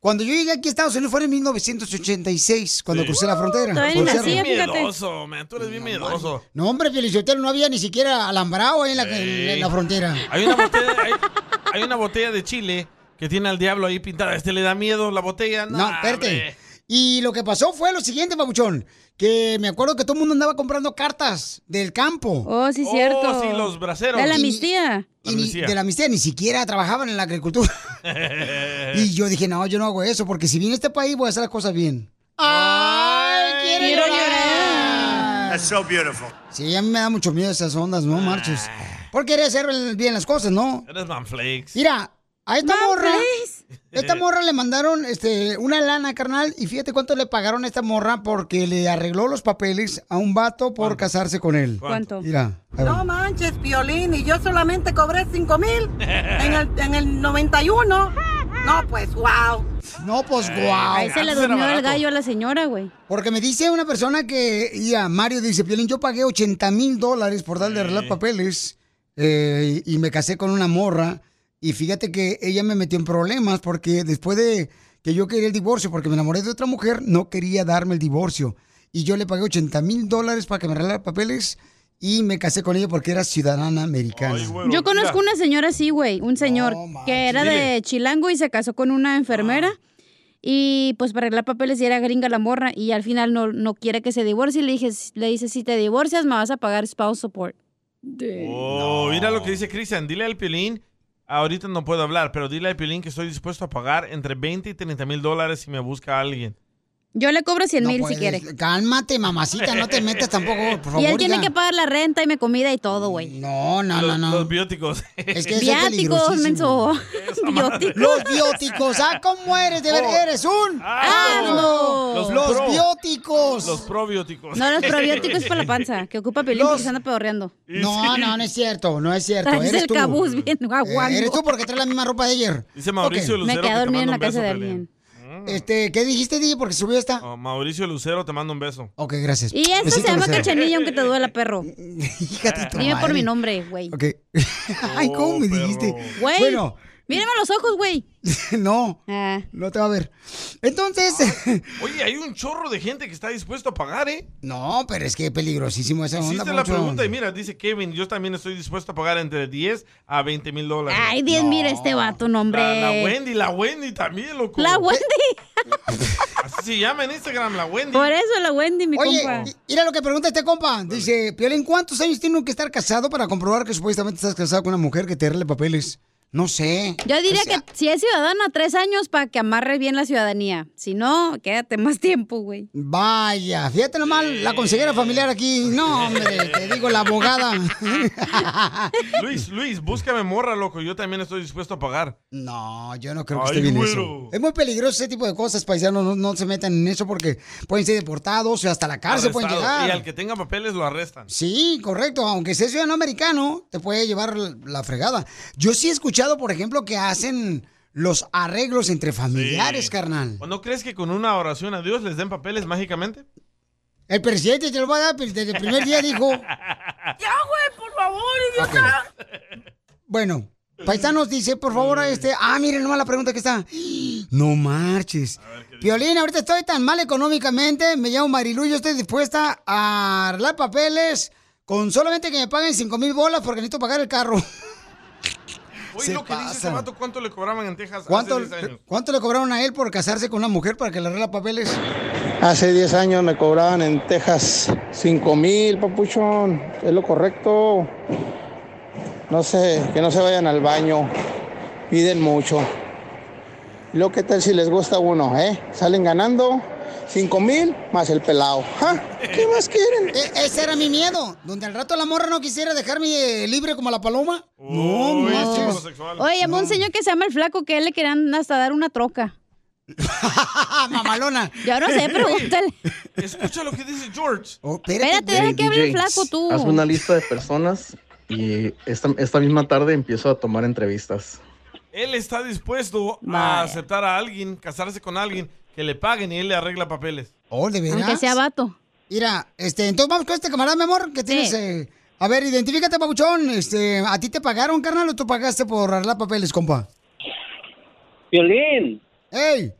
Speaker 3: Cuando yo llegué aquí a Estados Unidos fue en 1986, cuando
Speaker 4: Sí.
Speaker 3: crucé la frontera.
Speaker 4: Tú
Speaker 3: por
Speaker 4: eres
Speaker 3: cerro.
Speaker 4: bien miedoso, man, tú eres bien miedoso.
Speaker 3: No, hombre, Felicitero, no había ni siquiera alambrado ahí en la, en- en la frontera.
Speaker 4: Hay una botella, hay, hay una botella de chile que tiene al diablo ahí pintada. Este le da miedo la botella. No,
Speaker 3: No, espérate. Y lo que pasó fue lo siguiente, babuchón. Que me acuerdo que todo el mundo andaba comprando cartas del campo.
Speaker 6: Oh, sí, cierto.
Speaker 4: Oh, sí, los braceros.
Speaker 6: De la
Speaker 4: Y-
Speaker 6: amnistía.
Speaker 4: La
Speaker 3: Y ni-
Speaker 4: amnistía.
Speaker 3: de la amnistía, ni siquiera trabajaban en la agricultura. y yo dije, no, yo no hago eso, porque si vine a este país voy a hacer las cosas bien. ¡Ay, quiero, llorar!
Speaker 13: That's so beautiful.
Speaker 3: Sí, a mí me da mucho miedo esas ondas, no marches.
Speaker 4: Ah.
Speaker 3: Porque quería hacer el- bien las cosas, ¿no?
Speaker 4: Eres manflakes.
Speaker 3: Mira, a esta morra. Esta morra le mandaron este, una lana, carnal. Y fíjate cuánto le pagaron a esta morra porque le arregló los papeles a un vato por casarse con él.
Speaker 25: ¿Cuánto?
Speaker 3: Mira. ahí va.
Speaker 25: No manches, Piolín, y yo solamente cobré 5 mil en el, en el 91. No, pues, wow.
Speaker 3: No, pues,
Speaker 4: Eh,
Speaker 3: guau.
Speaker 6: Ahí se le durmió el gallo a la señora, güey.
Speaker 3: Porque me dice una persona que, ya, Mario dice, Piolín, yo pagué 80 mil dólares por darle a arreglar papeles eh, y me casé con una morra. Y fíjate que ella me metió en problemas porque después de que yo quería el divorcio, porque me enamoré de otra mujer, no quería darme el divorcio. Y yo le pagué 80 mil dólares para que me arreglara papeles y me casé con ella porque era ciudadana americana.
Speaker 6: Yo conozco una señora así, güey, un señor que era
Speaker 3: Dile.
Speaker 6: de Chilango y se casó con una enfermera.
Speaker 4: Ah.
Speaker 6: Y pues para arreglar papeles y era gringa la morra y al final no, no quiere que se divorcie. Y le, dije, le dice, si te divorcias me vas a pagar spouse support.
Speaker 4: Oh, mira lo que dice Cristian. Dile al Piolín, ahorita no puedo hablar, pero dile al Piolín que estoy dispuesto a pagar entre 20 y 30 mil dólares si me busca alguien.
Speaker 6: Yo le cobro 100
Speaker 4: No
Speaker 6: mil si
Speaker 4: puedes.
Speaker 6: quiere.
Speaker 3: Cálmate, mamacita, no te metas tampoco, por favor.
Speaker 6: y él tiene
Speaker 3: hija.
Speaker 6: que pagar la renta y mi comida y todo, güey.
Speaker 3: No, no,
Speaker 4: los,
Speaker 3: no, no.
Speaker 4: Los bióticos.
Speaker 3: Es que eso es
Speaker 6: Viáticos,
Speaker 3: peligrosísimo.
Speaker 6: menso.
Speaker 3: Los bióticos, ah, cómo eres, de ver,
Speaker 4: Oh. Ah,
Speaker 3: eres un asno.
Speaker 4: Los
Speaker 3: Los,
Speaker 4: pro.
Speaker 3: bióticos.
Speaker 4: Los probióticos.
Speaker 6: No, los probióticos es para la panza, que ocupa pelín porque se anda pedorreando.
Speaker 3: No, no, no es cierto, no es cierto.
Speaker 6: Traes
Speaker 3: eres
Speaker 6: el
Speaker 3: tú.
Speaker 6: cabuz bien
Speaker 3: Eh,
Speaker 6: aguango.
Speaker 3: Eres tú porque traes la misma ropa de ayer.
Speaker 4: Dice Mauricio
Speaker 3: Ok.
Speaker 4: Lucero. que te manda un beso, Piolín.
Speaker 3: Este, ¿qué dijiste, DJ? Porque subió esta.
Speaker 4: Oh, Mauricio Lucero, te mando un beso.
Speaker 3: Ok, gracias.
Speaker 6: Y esto se llama cachanilla aunque te duela, perro.
Speaker 3: tu
Speaker 6: Dime por
Speaker 3: madre.
Speaker 6: mi nombre, güey.
Speaker 3: Mm, Ok. Ay,
Speaker 4: Oh,
Speaker 3: ¿cómo me dijiste?
Speaker 6: Güey,
Speaker 3: Bueno,
Speaker 6: mírame a los ojos, güey.
Speaker 3: no,
Speaker 6: Ah.
Speaker 3: no te va a ver. Entonces,
Speaker 4: Ah, Oye, hay un chorro de gente que está dispuesto a pagar, ¿eh?
Speaker 3: no, pero es que es peligrosísimo esa onda.
Speaker 4: Hiciste la
Speaker 3: Poncho.
Speaker 4: pregunta y mira, dice Kevin, yo también estoy dispuesto a pagar entre 10 a 20 mil dólares.
Speaker 6: Ay, Dios, mira este vato, nombre.
Speaker 4: La, la Wendy, la Wendy también, loco.
Speaker 6: La Wendy.
Speaker 4: Así se llama en Instagram, la Wendy.
Speaker 6: Por eso la Wendy, mi
Speaker 3: Oye,
Speaker 6: compa.
Speaker 3: y- mira lo que pregunta este compa. Dice, Piolín, ¿cuántos años tiene uno que estar casado para comprobar que supuestamente estás casado con una mujer que te arregle papeles? No sé. Pues,
Speaker 6: Yo diría
Speaker 3: O sea,
Speaker 6: que si es ciudadana, tres años para que amarre bien la ciudadanía. Si no, quédate más tiempo, güey.
Speaker 3: Vaya, fíjate nomás, la consejera familiar aquí. No, hombre, te digo, la abogada.
Speaker 4: Luis, Luis, búscame morra, loco. Yo también estoy dispuesto a pagar.
Speaker 3: No, yo no creo que
Speaker 4: Ay,
Speaker 3: esté bien
Speaker 4: güero.
Speaker 3: eso. Es muy peligroso ese tipo de cosas, paisanos. No, no se metan en eso porque pueden ser deportados y hasta la cárcel pueden
Speaker 4: Arrestado. Y al
Speaker 3: llegar.
Speaker 4: que tenga papeles lo arrestan.
Speaker 3: Sí, correcto. Aunque sea ciudadano americano, te puede llevar la fregada. Yo sí he escuchado, por ejemplo, que hacen los arreglos entre familiares,
Speaker 4: Sí.
Speaker 3: carnal.
Speaker 4: ¿O no crees que con una oración a Dios les den papeles mágicamente?
Speaker 3: El presidente te lo va a dar pero desde el primer día, dijo.
Speaker 25: Ya, güey, por favor,
Speaker 3: idiota. Bueno, paisanos dice, por favor, a este. Ah, miren nomás la pregunta que está. No marches. Violín, ahorita estoy tan mal económicamente, me llamo Marilu, yo estoy dispuesta a arreglar papeles Con solamente que me paguen 5 mil bolas porque necesito pagar el carro.
Speaker 4: Oye,
Speaker 3: Se
Speaker 4: lo que dice ese
Speaker 3: pasan.
Speaker 4: vato, ¿cuánto le cobraban en Texas
Speaker 3: ¿Cuánto,
Speaker 4: hace 10 años?
Speaker 3: ¿Cuánto le cobraron a él por casarse con una mujer para que le arregla papeles?
Speaker 13: Hace 10 años me cobraban en Texas 5 mil, papuchón. Es lo correcto. No sé, que no se vayan al baño. Piden mucho. Lo que tal si les gusta a uno, ¿eh? Salen ganando 5 mil más el ¿Ah? pelado. ¿ja?
Speaker 3: ¿Qué más quieren? E, ese era mi miedo. Donde al rato la morra no quisiera dejarme eh, libre como la paloma. no, manches.
Speaker 6: Oye, llamó un señor que se llama el flaco que a él le querían hasta dar una troca.
Speaker 3: Mamalona.
Speaker 6: Yo no sé, pregúntale.
Speaker 4: Escucha lo que dice George.
Speaker 3: Oh,
Speaker 6: Espérate, deja que hable el flaco tú.
Speaker 26: Hazme una lista de personas y esta, esta misma tarde empiezo a tomar entrevistas.
Speaker 4: Él está dispuesto a
Speaker 26: Vaya.
Speaker 4: aceptar a alguien, casarse con alguien, que le paguen y él le arregla papeles.
Speaker 3: Oh, de veras.
Speaker 4: Aunque sea
Speaker 6: vato.
Speaker 3: Mira, este, entonces vamos con este camarada, mi amor, que tienes. eh, a ver, identifícate, papuchón. Este, ¿a ti te pagaron, carnal, o tú pagaste por arreglar papeles, compa?
Speaker 14: Violín.
Speaker 3: ¡Ey!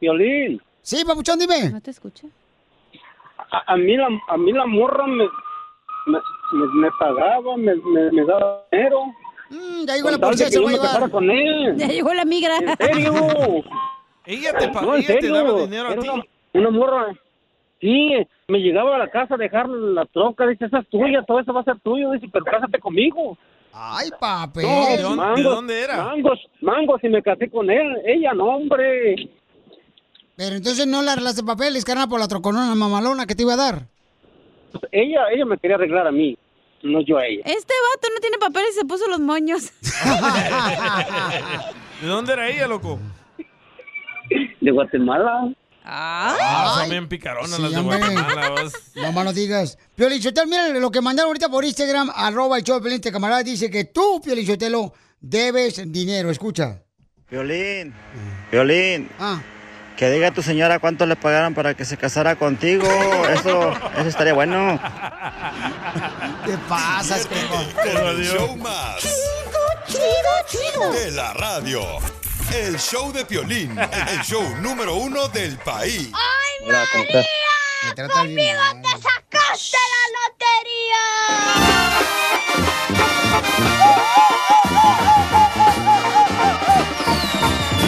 Speaker 14: Violín.
Speaker 3: Sí, papuchón, dime.
Speaker 6: ¿No te escucha?
Speaker 14: A, a mí, la, a mí la morra me, me, me- me pagaba, me, me, me daba dinero.
Speaker 3: ya
Speaker 14: llegó la Con tal de policía, que se yo va a me llevar. casara con él.
Speaker 6: Ya llegó la migra.
Speaker 14: ¿En serio?
Speaker 4: Ella
Speaker 14: te
Speaker 4: pa- ella te daba dinero a ti.
Speaker 14: Una, una morra. Sí, me llegaba a la casa a dejar la troca. Dice, esa es tuya, todo eso va a ser tuyo. Dice, pero cásate conmigo.
Speaker 3: Ay, papel.
Speaker 14: No,
Speaker 3: ¿De dónde-
Speaker 14: mangos,
Speaker 3: de dónde era?
Speaker 14: Mangos, mangos, y me casé con él. Ella no, hombre.
Speaker 3: Pero entonces no le arreglaste papeles, carnal, por la troconona mamalona que te iba a dar.
Speaker 14: Ella, ella me quería arreglar a mí, no yo a ella.
Speaker 6: Este vato no tiene papeles y se puso los moños.
Speaker 4: ¿De dónde era ella, loco?
Speaker 14: De Guatemala.
Speaker 4: Ah,
Speaker 3: Ay.
Speaker 4: son bien picaronas
Speaker 3: Sí,
Speaker 4: las de
Speaker 3: hombre.
Speaker 4: Guatemala. vas.
Speaker 3: No más no digas. Piolichotelo, mira lo que mandaron ahorita por Instagram, arroba el show de Piolín, este camarada dice que tú, Piolichotelo, debes dinero. Escucha.
Speaker 17: Violín, Violín.
Speaker 3: Ah.
Speaker 17: Que diga tu señora cuánto le pagaron para que se casara contigo. Eso, eso estaría bueno.
Speaker 3: ¿Qué pasas, perro?
Speaker 23: Con el show más. Chido, chido, chido. De la radio. El show de Piolín. El show número uno del país.
Speaker 17: ¡Ay, María!
Speaker 3: ¡Conmigo
Speaker 17: te sacaste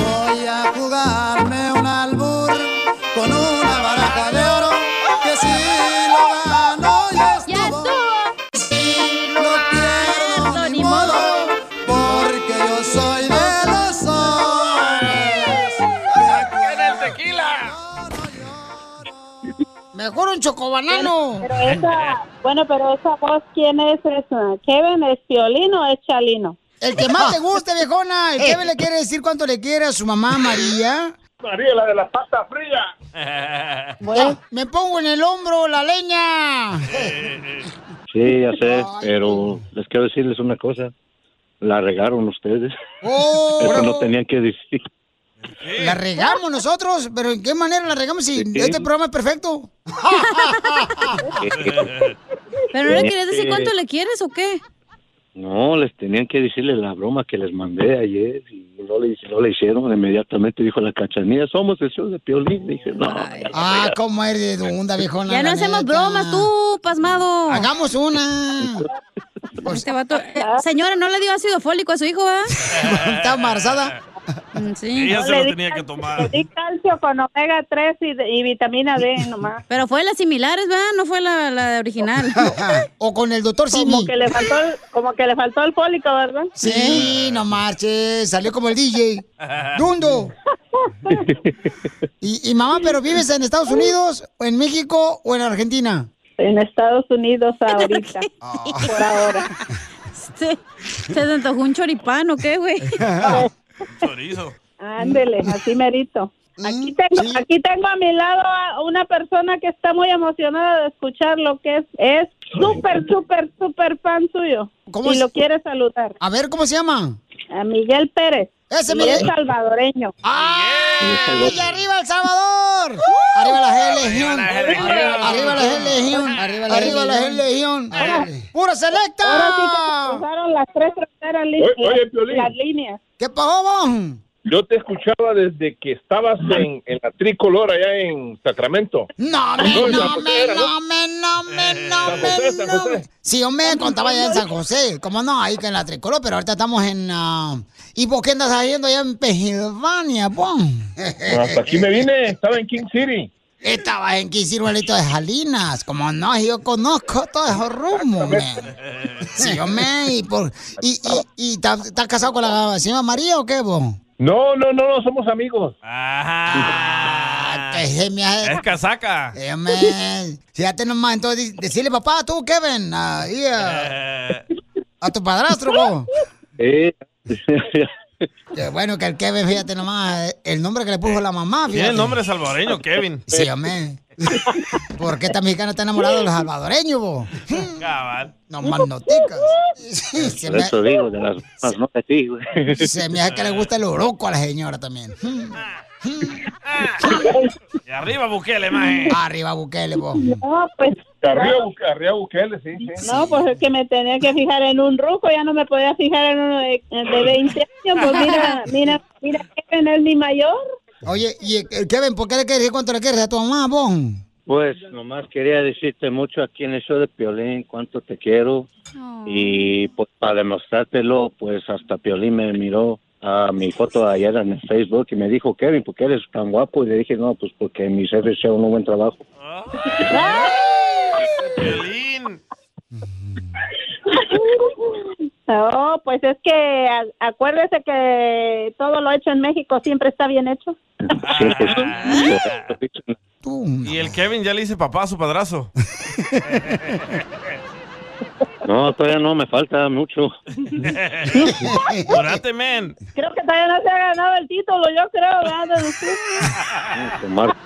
Speaker 27: Voy a jugarme un albur con una baraja de oro que si lo gano ya estuvo. Si lo pierdo ni modo, porque yo soy de los hombres.
Speaker 4: el tequila!
Speaker 3: Mejor un chocobanano.
Speaker 2: Pero esa, bueno, pero esa voz, ¿quién es esa? ¿Kevin es Piolín o es Chalino?
Speaker 3: El que más te guste, viejona. El Kevin le quiere decir cuánto le quiere a su mamá María.
Speaker 28: María, la de las patas frías.
Speaker 3: Ah, me pongo en el hombro la leña.
Speaker 28: Eh,
Speaker 20: Sí, ya sé, pero les quiero decirles una cosa. La regaron ustedes.
Speaker 3: Oh,
Speaker 20: Eso no tenían que decir.
Speaker 3: la regamos nosotros, pero ¿en qué manera la regamos si
Speaker 20: Sí.
Speaker 3: este programa es perfecto?
Speaker 6: ¿Pero no le quieres decir cuánto le quieres o qué?
Speaker 20: No, les tenían que decirles la broma que les mandé ayer y no le, no le hicieron. Inmediatamente dijo la cachanilla, somos el show de Piolín. Dije, no.
Speaker 3: Ah, cómo eres de onda, viejona.
Speaker 6: Ya no
Speaker 3: la
Speaker 6: hacemos
Speaker 3: neta.
Speaker 6: bromas, tú, pasmado.
Speaker 3: Hagamos una.
Speaker 6: Este vato- eh, señora, ¿no le dio ácido fólico a su hijo, va?
Speaker 3: Está embarazada.
Speaker 6: Sí.
Speaker 4: Ella
Speaker 2: No,
Speaker 4: se
Speaker 2: le
Speaker 4: lo
Speaker 2: di
Speaker 4: tenía que tomar.
Speaker 2: Le di calcio con omega 3 y, de- y vitamina D nomás.
Speaker 6: Pero fue las similares, ¿verdad? No fue la, la original.
Speaker 3: o con el doctor
Speaker 6: Simi.
Speaker 2: Como que le faltó el, como que le faltó el fólico, ¿verdad?
Speaker 3: Sí, no marches, salió como el DJ. ¡Dundo! Y, y mamá, ¿pero vives en Estados Unidos, o en México o en Argentina?
Speaker 2: En Estados Unidos ahorita.
Speaker 3: Ah.
Speaker 2: Por ahora.
Speaker 6: ¿Se, se te antojó un choripán o qué, güey?
Speaker 4: Chorizo.
Speaker 2: Pues, Ándele, así merito. Aquí tengo, aquí tengo a mi lado a una persona que está muy emocionada de escuchar lo que es. Es súper, súper, súper fan suyo.
Speaker 3: ¿Cómo
Speaker 2: y
Speaker 3: es?
Speaker 2: lo quiere saludar.
Speaker 3: A ver, ¿cómo se llama?
Speaker 2: A Miguel Pérez.
Speaker 3: Ese
Speaker 2: Y es
Speaker 3: Miguel.
Speaker 2: salvadoreño.
Speaker 3: ¡Ay, arriba El Salvador! ¡Arriba la G Legión! ¡Arriba la G Legión! ¡Arriba la G Legión! ¡Arriba la G Legión! ¡Pura selecta!
Speaker 2: Ahora sí que se cruzaron las tres fronteras li-
Speaker 3: Oye, oye,
Speaker 2: las-
Speaker 3: Piolín.
Speaker 2: las líneas.
Speaker 3: ¿Qué pasó, bon?
Speaker 22: Yo te escuchaba desde que estabas en, en la tricolor allá en Sacramento.
Speaker 3: No me,
Speaker 22: Entonces,
Speaker 3: no
Speaker 22: San José
Speaker 3: me,
Speaker 22: era, ¿no?
Speaker 3: no me, no me, no
Speaker 22: San José,
Speaker 3: me,
Speaker 22: San
Speaker 3: no
Speaker 22: José.
Speaker 3: Sí, yo me contaba allá en San José. ¿Cómo no? Ahí que en la tricolor, pero ahorita estamos en... ah, ¿Y por qué andas saliendo allá en Pensilvania, pon?
Speaker 22: Hasta aquí me vine, estaba en King City.
Speaker 3: Estabas en Quisiruelito de Jalinas. Como no, yo conozco todos esos rumos, man. Sí, hombre, y por... ¿Y, y, y ta- estás casado con la señora María o qué, vos?
Speaker 22: No, no, no, no, somos amigos.
Speaker 3: Ah,
Speaker 4: Ajá. Es casaca.
Speaker 3: Fíjate nomás, entonces decirle papá, tú, Kevin, ahí a, a tu padrastro, vos.
Speaker 20: Eh,
Speaker 3: Que bueno que el Kevin, fíjate nomás, el nombre que le puso la mamá, fíjate.
Speaker 4: Tiene el nombre salvadoreño, Kevin.
Speaker 3: Sí, hombre. ¿Por qué esta mexicana está enamorada de los salvadoreños, vos?
Speaker 4: Cabal.
Speaker 3: No más noticas. Sí, se,
Speaker 20: por
Speaker 3: me,
Speaker 20: eso digo, de las más no te digo.
Speaker 3: se me hace que le gusta el oroco a la señora también.
Speaker 4: Y arriba Bukele, maje.
Speaker 3: Arriba Bukele, vos.
Speaker 29: No, pues,
Speaker 22: Arriba, Buk- arriba Bukele, sí, sí.
Speaker 29: no, pues es que me tenía que fijar en un ruco, ya no me podía fijar en uno de, de 20 años, pues mira, mira, mira, Kevin es mi mayor.
Speaker 3: Oye, y eh, Kevin, ¿por qué le quieres decir cuánto le quieres a tu mamá, vos?
Speaker 20: Pues nomás quería decirte mucho aquí en el show de Piolín, cuánto te quiero.
Speaker 2: Oh.
Speaker 4: Oh.
Speaker 20: Y pues para demostrártelo, pues hasta Piolín me miró a mi foto ayer en el Facebook y me dijo, Kevin, ¿por qué eres tan guapo? Y le dije, no, pues porque mis jefes hicieron un buen trabajo.
Speaker 29: Ah.
Speaker 2: Oh,
Speaker 29: No, pues es que a- acuérdese que todo lo hecho en México siempre está bien hecho.
Speaker 4: Ah.
Speaker 22: pues,
Speaker 4: Y el Kevin ya le dice papá a su padrazo.
Speaker 20: No, todavía no, me falta mucho.
Speaker 4: Durante, Este men.
Speaker 29: Creo que todavía no se ha ganado el título, yo creo, ¿verdad?
Speaker 20: Tomar-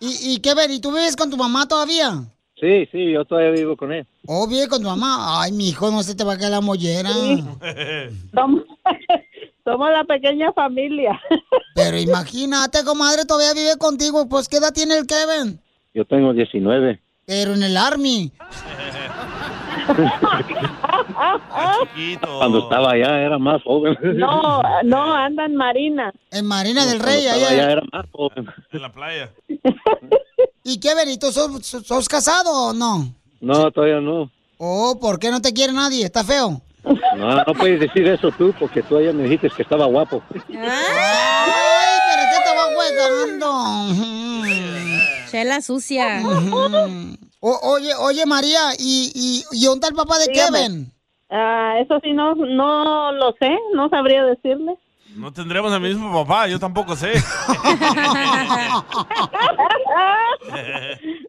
Speaker 3: Y, y Kevin, ¿y tú vives con tu mamá todavía?
Speaker 20: Sí, sí, yo todavía vivo con él.
Speaker 3: Oh, vive con tu mamá. Ay, mi hijo, no se te va a caer la mollera.
Speaker 29: Somos, somos la pequeña familia.
Speaker 3: Pero imagínate, comadre, todavía vive contigo. Pues, ¿qué edad tiene el Kevin?
Speaker 20: Yo tengo 19.
Speaker 3: Pero en el Army.
Speaker 20: Cuando estaba allá era más joven.
Speaker 29: No, no, anda en Marina.
Speaker 3: En Marina del Rey,
Speaker 20: Cuando
Speaker 3: allá.
Speaker 20: estaba allá era más joven.
Speaker 4: En la playa.
Speaker 3: ¿Y Kevin, ¿y tú sos, sos- sos casado o no?
Speaker 20: No, todavía no.
Speaker 3: Oh, ¿por qué no te quiere nadie? ¿Está feo?
Speaker 20: No, no puedes decir eso tú porque tú allá me dijiste que estaba guapo.
Speaker 3: Ay, pero ¿qué te va juegando? Chela sucia. oye, oye, María, ¿y, y, y dónde está el papá de
Speaker 29: Dígame.
Speaker 3: Kevin?
Speaker 29: Ah, eso sí, no, no lo sé, no sabría decirle.
Speaker 4: No tendremos el mismo papá, yo tampoco sé.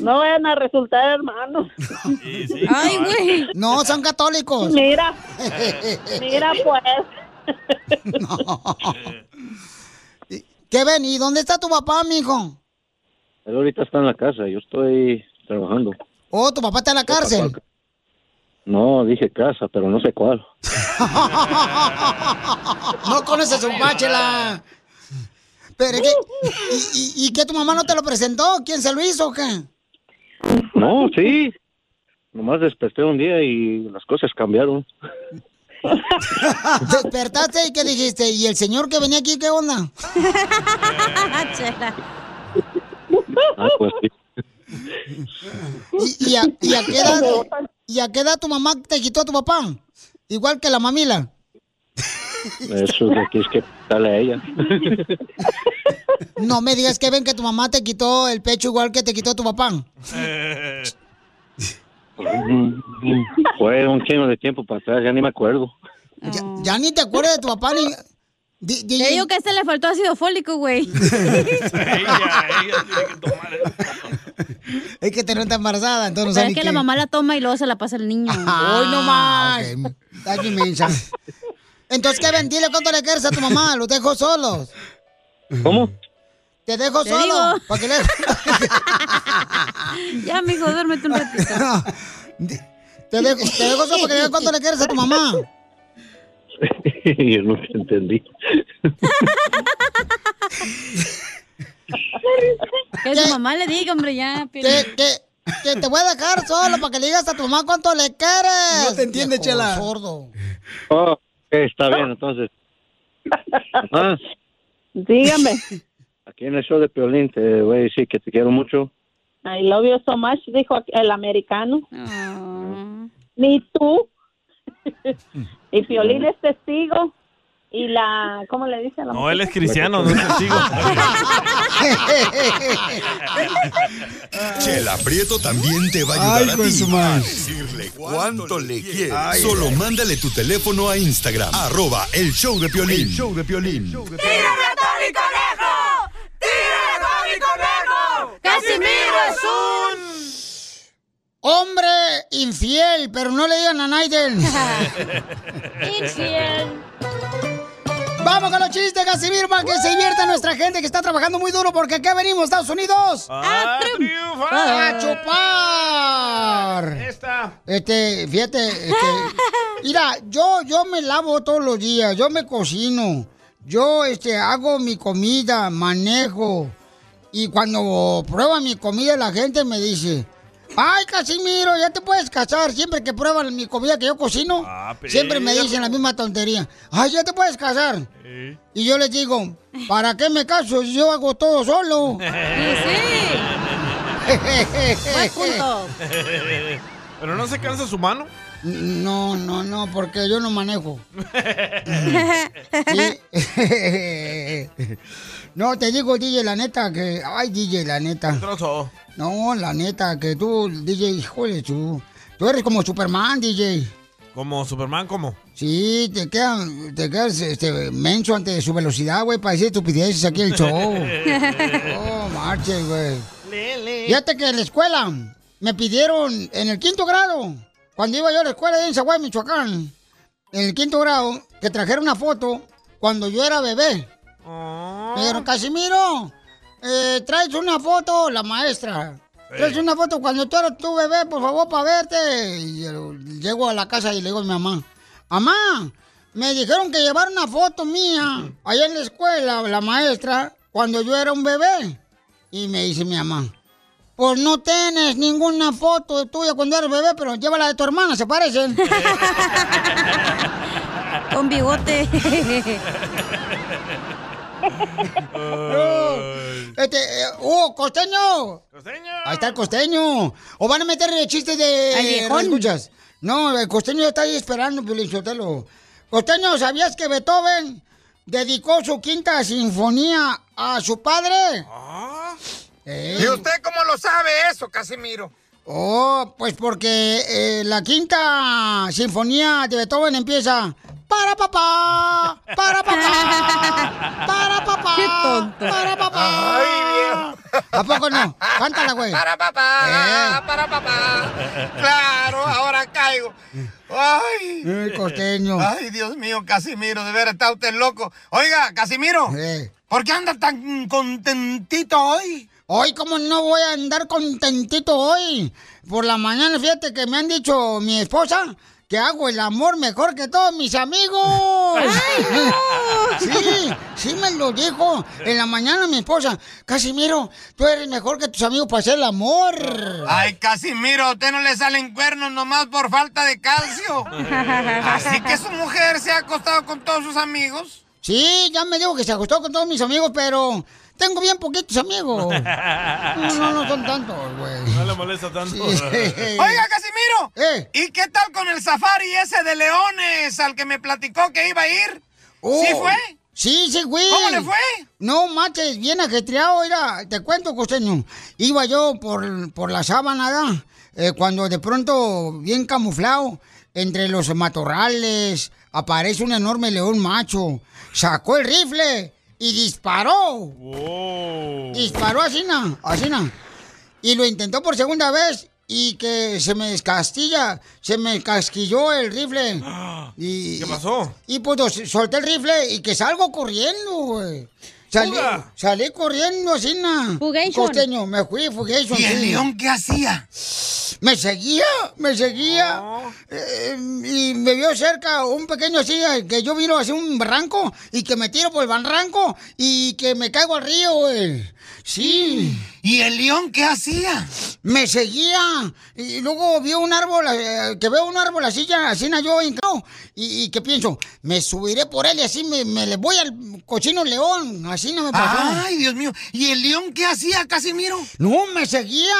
Speaker 29: No vayan a resultar hermanos.
Speaker 3: Ay, güey. No, son católicos.
Speaker 29: Mira, mira pues.
Speaker 3: Kevin, ¿y dónde está tu papá, mijo?
Speaker 20: Él ahorita está en la casa, yo estoy trabajando.
Speaker 3: Oh, tu papá está en la cárcel.
Speaker 20: No, dije casa, pero no sé cuál.
Speaker 3: No conoces a su páchela. Pero es que, ¿y, y, y qué tu mamá no te lo presentó? ¿Quién se lo hizo o qué?
Speaker 20: No, sí. Nomás desperté un día y las cosas cambiaron.
Speaker 3: ¿Despertaste y qué dijiste? ¿Y el señor que venía aquí, qué onda?
Speaker 20: Ah, pues sí.
Speaker 3: ¿Y, y a, y a qué edad, ¿Y a qué edad tu mamá te quitó a tu papá? Igual que la mamila.
Speaker 20: Eso es lo que es que dale a ella.
Speaker 3: No me digas que ven que tu mamá te quitó el pecho igual que te quitó tu papá.
Speaker 20: Fue un chingo de tiempo para atrás, ya ni me acuerdo.
Speaker 3: Ya, ya ni te acuerdas de tu papá ni... Di- di-
Speaker 6: Mm. Te digo que a este le faltó ácido fólico, güey.
Speaker 3: Es que te no está embarazada, entonces no
Speaker 6: Pero
Speaker 3: sabe
Speaker 6: es
Speaker 3: ni
Speaker 6: que
Speaker 3: qué. Ah,
Speaker 6: la mamá la toma y luego se la pasa al niño.
Speaker 3: Ay, no más. Está bien mensa. Entonces, Kevin, dile cuánto le quieres a tu mamá. Los dejo solos.
Speaker 20: ¿Cómo?
Speaker 3: Te dejo
Speaker 6: Te
Speaker 3: solo.
Speaker 6: digo.
Speaker 3: Para que le... ya, mijo, duérmete un ratito. Te dejo, te dejo solo para que le digas cuánto le quieres a tu mamá.
Speaker 20: yo no te entendí.
Speaker 6: Que su mamá le diga, hombre, ya.
Speaker 3: Que, que, que te voy a dejar solo para que le digas a tu mamá cuánto le quieres. No te entiende, Chela. Sordo.
Speaker 20: Oh, Está bien, entonces. Ah,
Speaker 29: Dígame.
Speaker 20: aquí en el show de Piolín te voy a decir que te quiero mucho.
Speaker 29: I love you so much, dijo el americano. Ni tú. y Piolín es testigo. Y la, ¿cómo le dice? La
Speaker 4: No, él es cristiano, no es testigo.
Speaker 8: Chela Prieto también te va a
Speaker 30: Ay,
Speaker 8: ayudar
Speaker 30: hijo de
Speaker 8: a ti
Speaker 30: su
Speaker 8: a
Speaker 30: madre.
Speaker 8: decirle cuánto le quieres.
Speaker 30: Ay,
Speaker 8: Solo
Speaker 30: ay.
Speaker 8: mándale tu teléfono a Instagram, arroba el show de Piolín.
Speaker 30: El
Speaker 8: show de Piolín.
Speaker 30: ¡Casimiro es
Speaker 3: Hombre infiel, pero no le digan a Naiden. Vamos con los chistes, Casimiro, para que se divierta nuestra gente que está trabajando muy duro porque acá venimos, Estados Unidos.
Speaker 30: ¡A triunfar!
Speaker 3: ¡A chupar!
Speaker 4: Esta.
Speaker 3: Este, fíjate, este, mira, yo, yo me lavo todos los días, yo me cocino, yo este, hago mi comida, manejo. Y cuando prueba mi comida, la gente me dice, ay, Casimiro, ya te puedes casar. Siempre que prueban mi comida que yo cocino,
Speaker 30: Ah,
Speaker 3: siempre me
Speaker 30: perro.
Speaker 3: dicen la misma tontería. Ay, ya te puedes casar. Y yo les digo, ¿para qué me caso si yo hago todo solo?
Speaker 30: Buen punto.
Speaker 4: Pero no se cansa su mano.
Speaker 3: No, no, no, porque yo no manejo. Sí. no, te digo, DJ, la neta, que... Ay, DJ, la neta. No, la neta, que tú, DJ, híjole, tú... Tú eres como Superman, DJ.
Speaker 4: Como Superman, como.
Speaker 3: Sí, te quedan, te quedas este, menso ante su velocidad, güey, para decir estupideces aquí en el show. oh, marches, güey. Fíjate que en la escuela me pidieron en el quinto grado, cuando iba yo a la escuela ahí en Zaguay, Michoacán, en el quinto grado, que trajera una foto cuando yo era bebé. Pero Casimiro, eh, traes una foto, la maestra. Traes una foto cuando tú eras tu bebé, por favor, para verte. Y yo llego a la casa y le digo a mi mamá, mamá, me dijeron que llevar una foto mía allá en la escuela, la maestra, cuando yo era un bebé. Y me dice mi mamá, pues no tienes ninguna foto tuya cuando eras bebé, pero llévala de tu hermana, se parecen. Con bigote. Este, eh, oh, costeño. Costeño. Ahí está el costeño. O van a meter el chiste de.
Speaker 30: Al viejón.
Speaker 3: escuchas? No, el costeño está ahí esperando, Piolín Sotelo. Costeño, ¿sabías que Beethoven dedicó su quinta sinfonía a su padre? Eh.
Speaker 1: ¿Y usted cómo lo sabe eso, Casimiro?
Speaker 3: Oh, pues porque eh, la quinta sinfonía de Beethoven empieza. Para papá, para papá, para papá, para papá. Ay, ¿A poco no? Cántala, güey.
Speaker 1: Para papá,
Speaker 3: Eh.
Speaker 1: para papá. Claro, ahora caigo. Ay.
Speaker 3: Ay, costeño.
Speaker 1: Ay, Dios mío, Casimiro, de veras está usted loco. Oiga, Casimiro, ¿por qué anda tan contentito hoy?
Speaker 3: Hoy, ¿cómo no voy a andar contentito hoy? Por la mañana, fíjate que me han dicho mi esposa que hago el amor mejor que todos mis amigos. Sí, sí me lo dijo. En la mañana mi esposa, Casimiro, tú eres mejor que tus amigos para hacer el amor.
Speaker 1: Ay, Casimiro, a usted no le salen cuernos nomás por falta de calcio. Así que su mujer se ha acostado con todos sus amigos.
Speaker 3: Sí, ya me dijo que se acostó con todos mis amigos, pero tengo bien poquitos amigos. No, Oh. no, no son tantos, güey.
Speaker 4: No le molesta tanto.
Speaker 3: Eh.
Speaker 1: Oiga, Casimiro, ¿y qué tal con el safari ese de leones al que me platicó que iba a ir?
Speaker 3: Oh,
Speaker 1: ¿Sí fue?
Speaker 3: Sí, sí, güey.
Speaker 1: ¿Cómo le fue?
Speaker 3: No, mates, bien ajetreado, mira, te cuento, costeño. Iba yo por, por la sábana, ¿da? Eh, cuando de pronto, bien camuflado, entre los matorrales, aparece un enorme león macho. Sacó el rifle y disparó. Disparó así, na, así, na. Y lo intentó por segunda vez y que se me descastilla, se me casquilló el rifle. Y, ¿Qué
Speaker 4: pasó?
Speaker 3: Y pues dos- solté el rifle y que salgo corriendo, güey. Salí, salí corriendo, Sina.
Speaker 6: Fugation.
Speaker 3: Costeño, me fui, Fugation.
Speaker 1: ¿Y el
Speaker 3: sí.
Speaker 1: león qué hacía?
Speaker 3: Me seguía, me seguía. Eh, y me vio cerca un pequeño así, eh, que yo vino hacia un barranco y que me tiro por el barranco y que me caigo al río, güey. Sí.
Speaker 1: ¿Y el león qué hacía?
Speaker 3: Me seguía. Y luego vio un árbol, eh, que veo un árbol así, ya, así na yo hincado. Y, y que pienso, me subiré por él y así me, me le voy al cochino león. Así no me pasó.
Speaker 1: Ay, Dios mío. ¿Y el león qué hacía, Casimiro?
Speaker 3: No, me seguía.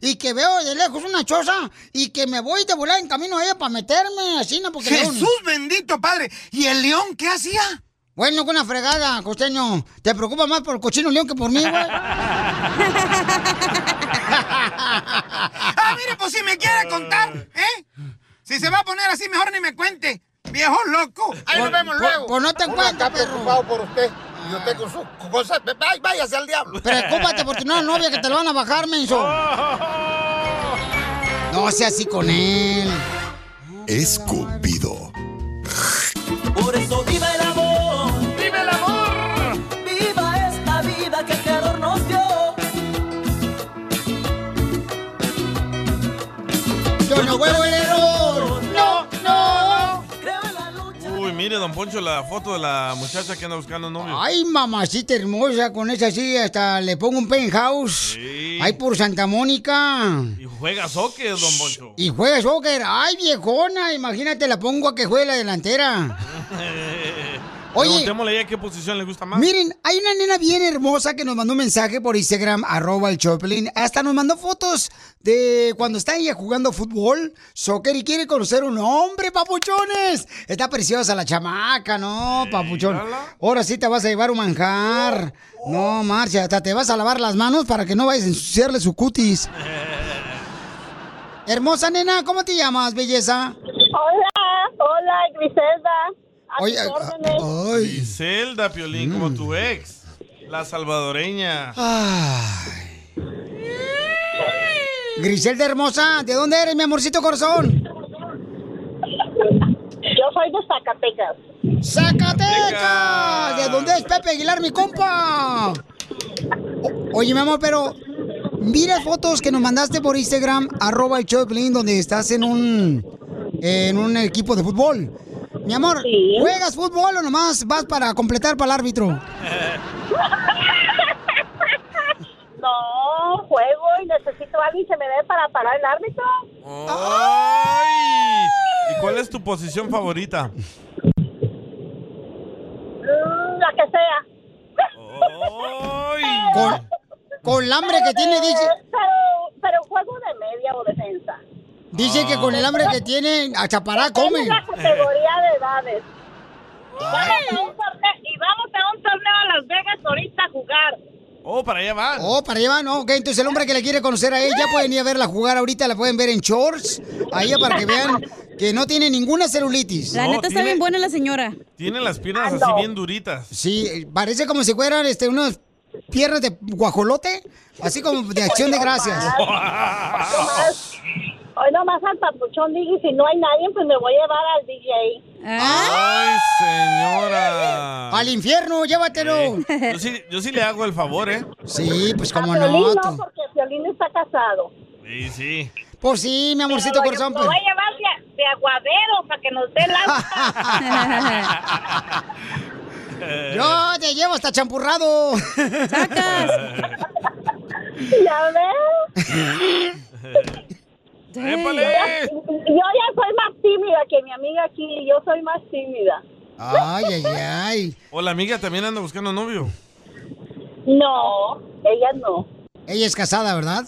Speaker 3: Y que veo de lejos una choza y que me voy de volar en camino a ella para meterme, así, ¿no? Porque
Speaker 1: Jesús bendito, padre. ¿Y el león qué hacía?
Speaker 3: Bueno, con una fregada, costeño. ¿Te preocupa más por el cochino león que por mí, güey?
Speaker 1: Ah, mire, pues si me quiere contar, ¿eh? Si se va a poner así, mejor ni me cuente. Viejo loco. Ahí nos
Speaker 3: Por-
Speaker 1: vemos
Speaker 3: por-
Speaker 1: luego.
Speaker 3: por pues no te
Speaker 1: Uno
Speaker 3: encuentra,
Speaker 1: está preocupado por usted. Y usted con sus cosas. Ay, váyase al diablo.
Speaker 3: Preocúpate por tu nueva novia que te lo van a bajar, menso. No sea así con él.
Speaker 8: Escupido.
Speaker 5: Por eso viva el amor. ¡Viva el amor! ¡Viva esta vida que este amor nos dio!
Speaker 3: Yo no vuelvo el error. No, no.
Speaker 4: Uy, mire, don Poncho, la foto de la muchacha que anda buscando novio.
Speaker 3: Ay, mamacita hermosa, con esa sí, hasta le pongo un penthouse. Ay, por Santa Mónica.
Speaker 4: Y juega soccer, don Poncho.
Speaker 3: Y juega soccer. Ay, viejona, imagínate, la pongo a que juegue la delantera. Oye.
Speaker 4: Preguntémosle a ella qué posición le gusta más.
Speaker 3: Miren, hay una nena bien hermosa que nos mandó un mensaje por Instagram, arroba el Choplin. Hasta nos mandó fotos de cuando está ella jugando fútbol, soccer y quiere conocer un hombre, papuchones. Está preciosa la chamaca, ¿no, papuchón? Ahora sí te vas a llevar un manjar.
Speaker 4: Oh,
Speaker 3: No, Marcia, hasta te vas a lavar las manos para que no vayas a ensuciarle su cutis. Hermosa nena, ¿cómo te llamas, belleza?
Speaker 7: Hola, hola, Griselda. A
Speaker 4: Oye,
Speaker 7: tus
Speaker 4: ah,
Speaker 7: órdenes.
Speaker 4: Zelda Piolín,
Speaker 3: Mm.
Speaker 4: como tu ex. La salvadoreña.
Speaker 3: Griselda hermosa, ¿de dónde eres, mi amorcito corazón?
Speaker 7: Yo soy de Zacatecas.
Speaker 3: ¡Zacatecas! ¿De dónde es Pepe Aguilar, mi compa? O- Oye, mi amor, pero mira fotos que nos mandaste por Instagram, arroba el show de Piolín, donde estás en un, en un equipo de fútbol. Mi amor, ¿juegas fútbol o nomás vas para completar para el árbitro?
Speaker 7: No, juego y necesito a alguien que me dé para parar el árbitro.
Speaker 4: ¡Ay! ¿Y cuál es tu posición favorita?
Speaker 7: Mm, La que sea.
Speaker 3: Con, con el hambre que tiene, dice,
Speaker 7: Pero, pero juego de media o defensa.
Speaker 3: dice que con el hambre que tiene, a chapará
Speaker 7: Depende
Speaker 3: come.
Speaker 7: de la categoría de edades. Vamos a un torneo- y vamos a un torneo a Las Vegas ahorita a jugar.
Speaker 4: Oh, para allá van.
Speaker 3: Oh, para allá van, no, ok. Entonces el hombre que le quiere conocer a ella pueden ir a verla jugar ahorita, la pueden ver en shorts, ahí para que vean que no tiene ninguna celulitis.
Speaker 6: La neta está bien buena la señora.
Speaker 4: Tiene las piernas
Speaker 6: Ando.
Speaker 4: así bien duritas.
Speaker 3: Sí, eh, parece como si fueran este, unas piernas de guajolote, así como de acción de gracias.
Speaker 7: Nomás- hoy nomás al papuchón dije, si no hay nadie, pues me voy a llevar al DJ.
Speaker 4: ¡Ay, señora!
Speaker 3: Al infierno, llévatelo.
Speaker 4: Eh, yo, sí, yo sí le hago el favor, ¿eh?
Speaker 3: Sí, pues como
Speaker 7: Piolín
Speaker 3: no.
Speaker 7: no,
Speaker 3: tú.
Speaker 7: porque Piolín está casado.
Speaker 4: Sí, sí.
Speaker 3: Pues sí, mi amorcito
Speaker 7: Pero lo-
Speaker 3: corazón.
Speaker 7: Lo
Speaker 3: pues.
Speaker 7: voy a llevar de, de aguadero para que nos dé la...
Speaker 3: Yo te llevo hasta champurrado.
Speaker 7: ¿Ya ves?
Speaker 4: ¡Épale!
Speaker 7: Yo, ya soy más tímida que mi amiga aquí. Yo soy más tímida.
Speaker 3: Ay, ay, ay.
Speaker 4: O la amiga también anda buscando novio.
Speaker 7: No, ella no.
Speaker 3: Ella es casada, ¿verdad?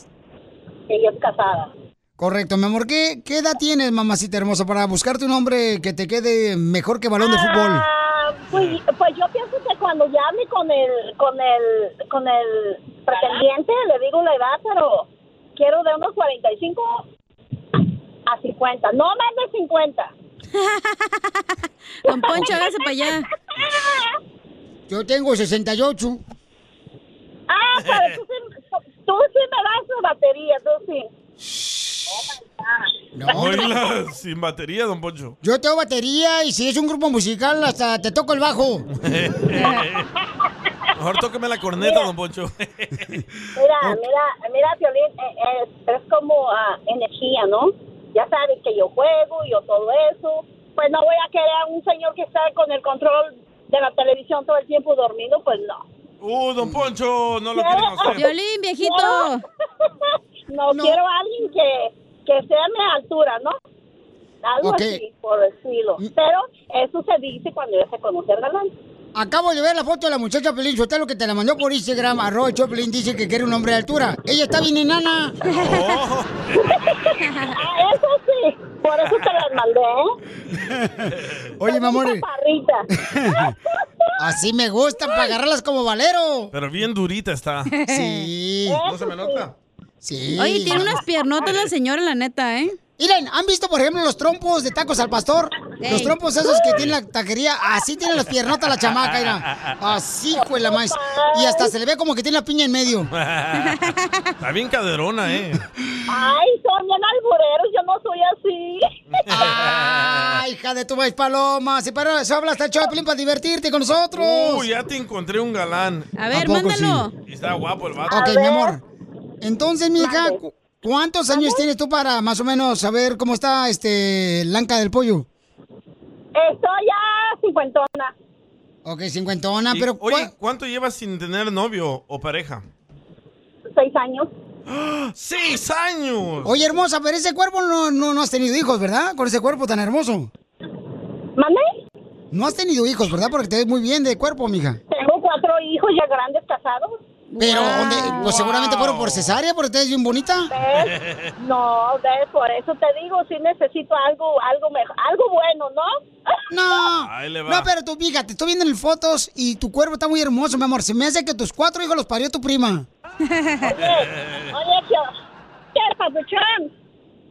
Speaker 7: Ella es casada.
Speaker 3: Correcto, mi amor. ¿Qué, qué edad tienes, mamacita hermosa, para buscarte un hombre que te quede mejor que balón de fútbol?
Speaker 7: Ah, pues, pues yo pienso que cuando ya hable con el, con el, con el pretendiente, le digo la edad, pero quiero de unos 45 a 50. No más de 50.
Speaker 6: Don Poncho, hágase para allá.
Speaker 3: Yo tengo 68.
Speaker 7: Ah, pero tú sí, tú sí me das la batería, tú sí.
Speaker 4: Oíla, sin batería, don Poncho.
Speaker 3: Yo tengo batería y si es un grupo musical, hasta te toco el bajo.
Speaker 4: Mejor tóqueme la corneta, don Poncho.
Speaker 7: Mira, mira, mira, Violín, eh, es como ah, energía, ¿no? Ya sabes que yo juego, yo todo eso. Pues no voy a querer a un señor que está con el control de la televisión todo el tiempo dormido, pues no.
Speaker 4: Uh, don Poncho, no lo quieren usted.
Speaker 6: Violín, viejito.
Speaker 7: No, quiero a alguien que, que sea a mi altura, ¿no? Algo
Speaker 3: Ok.
Speaker 7: así, por decirlo.
Speaker 4: Mm.
Speaker 7: Pero eso se dice cuando ya se conoce el galán.
Speaker 3: Acabo de ver la foto de la muchacha Pelín Sotelo que te la mandó por Instagram. Arroba el show de Piolín, dice que quiere un hombre de altura. Ella está bien enana.
Speaker 7: Ah, eso sí, por eso te las mandé. ¿eh?
Speaker 3: Oye, mi amor.
Speaker 7: Parrita.
Speaker 3: Así me gustan, para agarrarlas como valero.
Speaker 4: Pero bien durita está.
Speaker 3: Sí.
Speaker 4: ¿No se me nota?
Speaker 3: Sí.
Speaker 6: Oye, tiene unas piernotas la señora, la neta, ¿eh?
Speaker 3: Miren, ¿han visto, por ejemplo, los trompos de tacos al pastor? Los
Speaker 6: Ey.
Speaker 3: trompos esos que tiene la taquería, así tiene las piernotas la chamaca, mira. Así fue la maíz. Y hasta se le ve como que tiene la piña en medio.
Speaker 4: Está bien caderona, ¿eh?
Speaker 7: Ay, son bien albureros, yo no soy así.
Speaker 3: Ay, hija de tu maíz paloma. Si para eso habla hasta el show de Piolín para divertirte con nosotros.
Speaker 4: Uh, ya te encontré un galán.
Speaker 3: A ver, ¿A poco sí? mándalo.
Speaker 4: Y está guapo el vato.
Speaker 3: Ok, mi amor. Entonces, mi hija, ¿cu- ¿cuántos años tienes tú para más o menos saber cómo está este Lanca del Pollo?
Speaker 7: Estoy ya cincuentona.
Speaker 3: Ok, cincuentona,
Speaker 4: Y,
Speaker 3: pero
Speaker 4: Oye, ¿cuánto llevas sin tener novio o pareja?
Speaker 7: Seis años. ¡Ah!
Speaker 4: ¡Seis años!
Speaker 3: Oye, hermosa, pero ese cuerpo no, no, no has tenido hijos, ¿verdad? Con ese cuerpo tan hermoso.
Speaker 7: ¿Mande?
Speaker 3: No has tenido hijos, ¿verdad? Porque te ves muy bien de cuerpo, mija.
Speaker 7: Tengo cuatro hijos ya grandes casados.
Speaker 3: Pero, ¿dónde? Pues seguramente fueron por cesárea porque te ves bien bonita.
Speaker 7: ¿Ves? eh, No, ves, por eso te digo, sí necesito algo, algo mejor, algo bueno, ¿no?
Speaker 3: No,
Speaker 7: Ahí le va.
Speaker 3: no, pero tú, mija, te estoy viendo en fotos y tu cuerpo está muy hermoso, mi amor. Se me hace que tus cuatro hijos los parió tu prima.
Speaker 7: Oye, ¿qué, qué papuchón?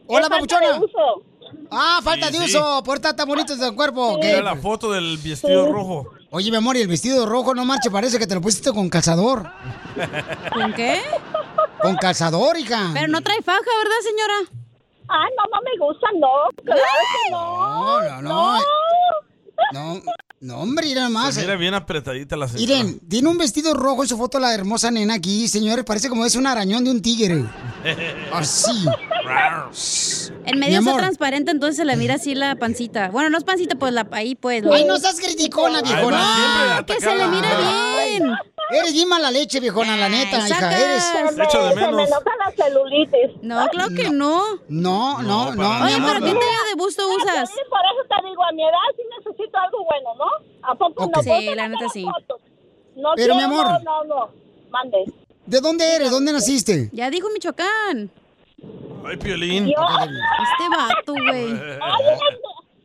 Speaker 3: Hola,
Speaker 7: Es falta
Speaker 3: papuchona.
Speaker 7: de uso.
Speaker 3: Ah, falta
Speaker 4: Sí,
Speaker 3: de
Speaker 4: sí.
Speaker 3: uso, por estar tan bonito del cuerpo.
Speaker 4: Mira
Speaker 3: ok.
Speaker 4: la foto del vestido
Speaker 3: Sí.
Speaker 4: rojo.
Speaker 3: Oye, mi amor, y el vestido rojo, no marche, parece que te lo pusiste con calzador.
Speaker 6: ¿Con qué?
Speaker 3: Con calzador, hija.
Speaker 6: Pero no trae faja, ¿verdad, señora?
Speaker 7: Ah, no, no me gusta, no. Claro que no.
Speaker 3: No, no, No, no hombre, mira nomás.
Speaker 4: Se Pues mira bien apretadita la señora.
Speaker 3: Miren, tiene un vestido rojo en su foto la hermosa nena aquí, señores. Parece como es un arañón de un tigre. Así.
Speaker 6: En
Speaker 3: Mi
Speaker 6: medio está
Speaker 3: amor.
Speaker 6: transparente, entonces se le mira así la pancita. Bueno, no es pancita, pues la, ahí pues.
Speaker 3: Ay, no seas criticona, viejona.
Speaker 6: Ah, que se le mira bien.
Speaker 3: Eres bien mala leche, viejona, la neta,
Speaker 6: Ay,
Speaker 3: hija.
Speaker 6: sacas.
Speaker 3: Eres.
Speaker 6: Se me- Echa de se me menos. nota
Speaker 7: la celulitis.
Speaker 6: No, claro que no.
Speaker 3: No, no, no. mi
Speaker 6: Oye,
Speaker 3: amor,
Speaker 6: pero ¿qué
Speaker 3: Ah, no.
Speaker 6: talla de busto usas?
Speaker 7: Sí, por eso te digo, a mi edad sí necesito algo bueno, ¿no? ¿A poco
Speaker 3: Ok.
Speaker 7: no?
Speaker 3: Sí,
Speaker 7: Ponte
Speaker 6: la
Speaker 7: a
Speaker 6: neta
Speaker 7: las
Speaker 6: sí.
Speaker 7: fotos. No
Speaker 3: Pero, mi
Speaker 7: quiero,
Speaker 3: amor.
Speaker 7: No, no, no. Mande.
Speaker 3: ¿De dónde eres? ¿Dónde naciste?
Speaker 6: Ya dijo Michoacán.
Speaker 4: Ay, Piolín.
Speaker 6: Este vato, güey.
Speaker 7: Oye,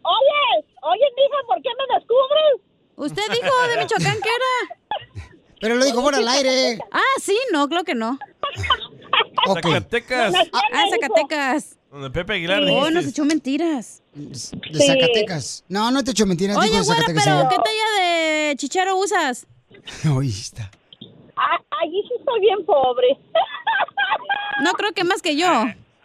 Speaker 7: oye, oye, mija, ¿por qué me descubres?
Speaker 6: Usted dijo de Michoacán que era.
Speaker 3: Pero lo dijo fuera al aire.
Speaker 6: Ah, sí, no, claro que no.
Speaker 3: Ok.
Speaker 4: Zacatecas.
Speaker 6: Ah, ah, Zacatecas.
Speaker 4: Donde Pepe Aguilar
Speaker 6: Oh,
Speaker 4: dijiste.
Speaker 6: nos echó mentiras.
Speaker 3: De Zacatecas. No, no te he hecho mentiras,
Speaker 6: Oye,
Speaker 3: dijo de
Speaker 6: güera,
Speaker 3: Zacatecas.
Speaker 6: pero
Speaker 3: ella.
Speaker 6: ¿qué talla de chichero usas?
Speaker 3: Ahí está.
Speaker 7: Ah, Allí sí estoy bien pobre.
Speaker 6: No creo que más que yo.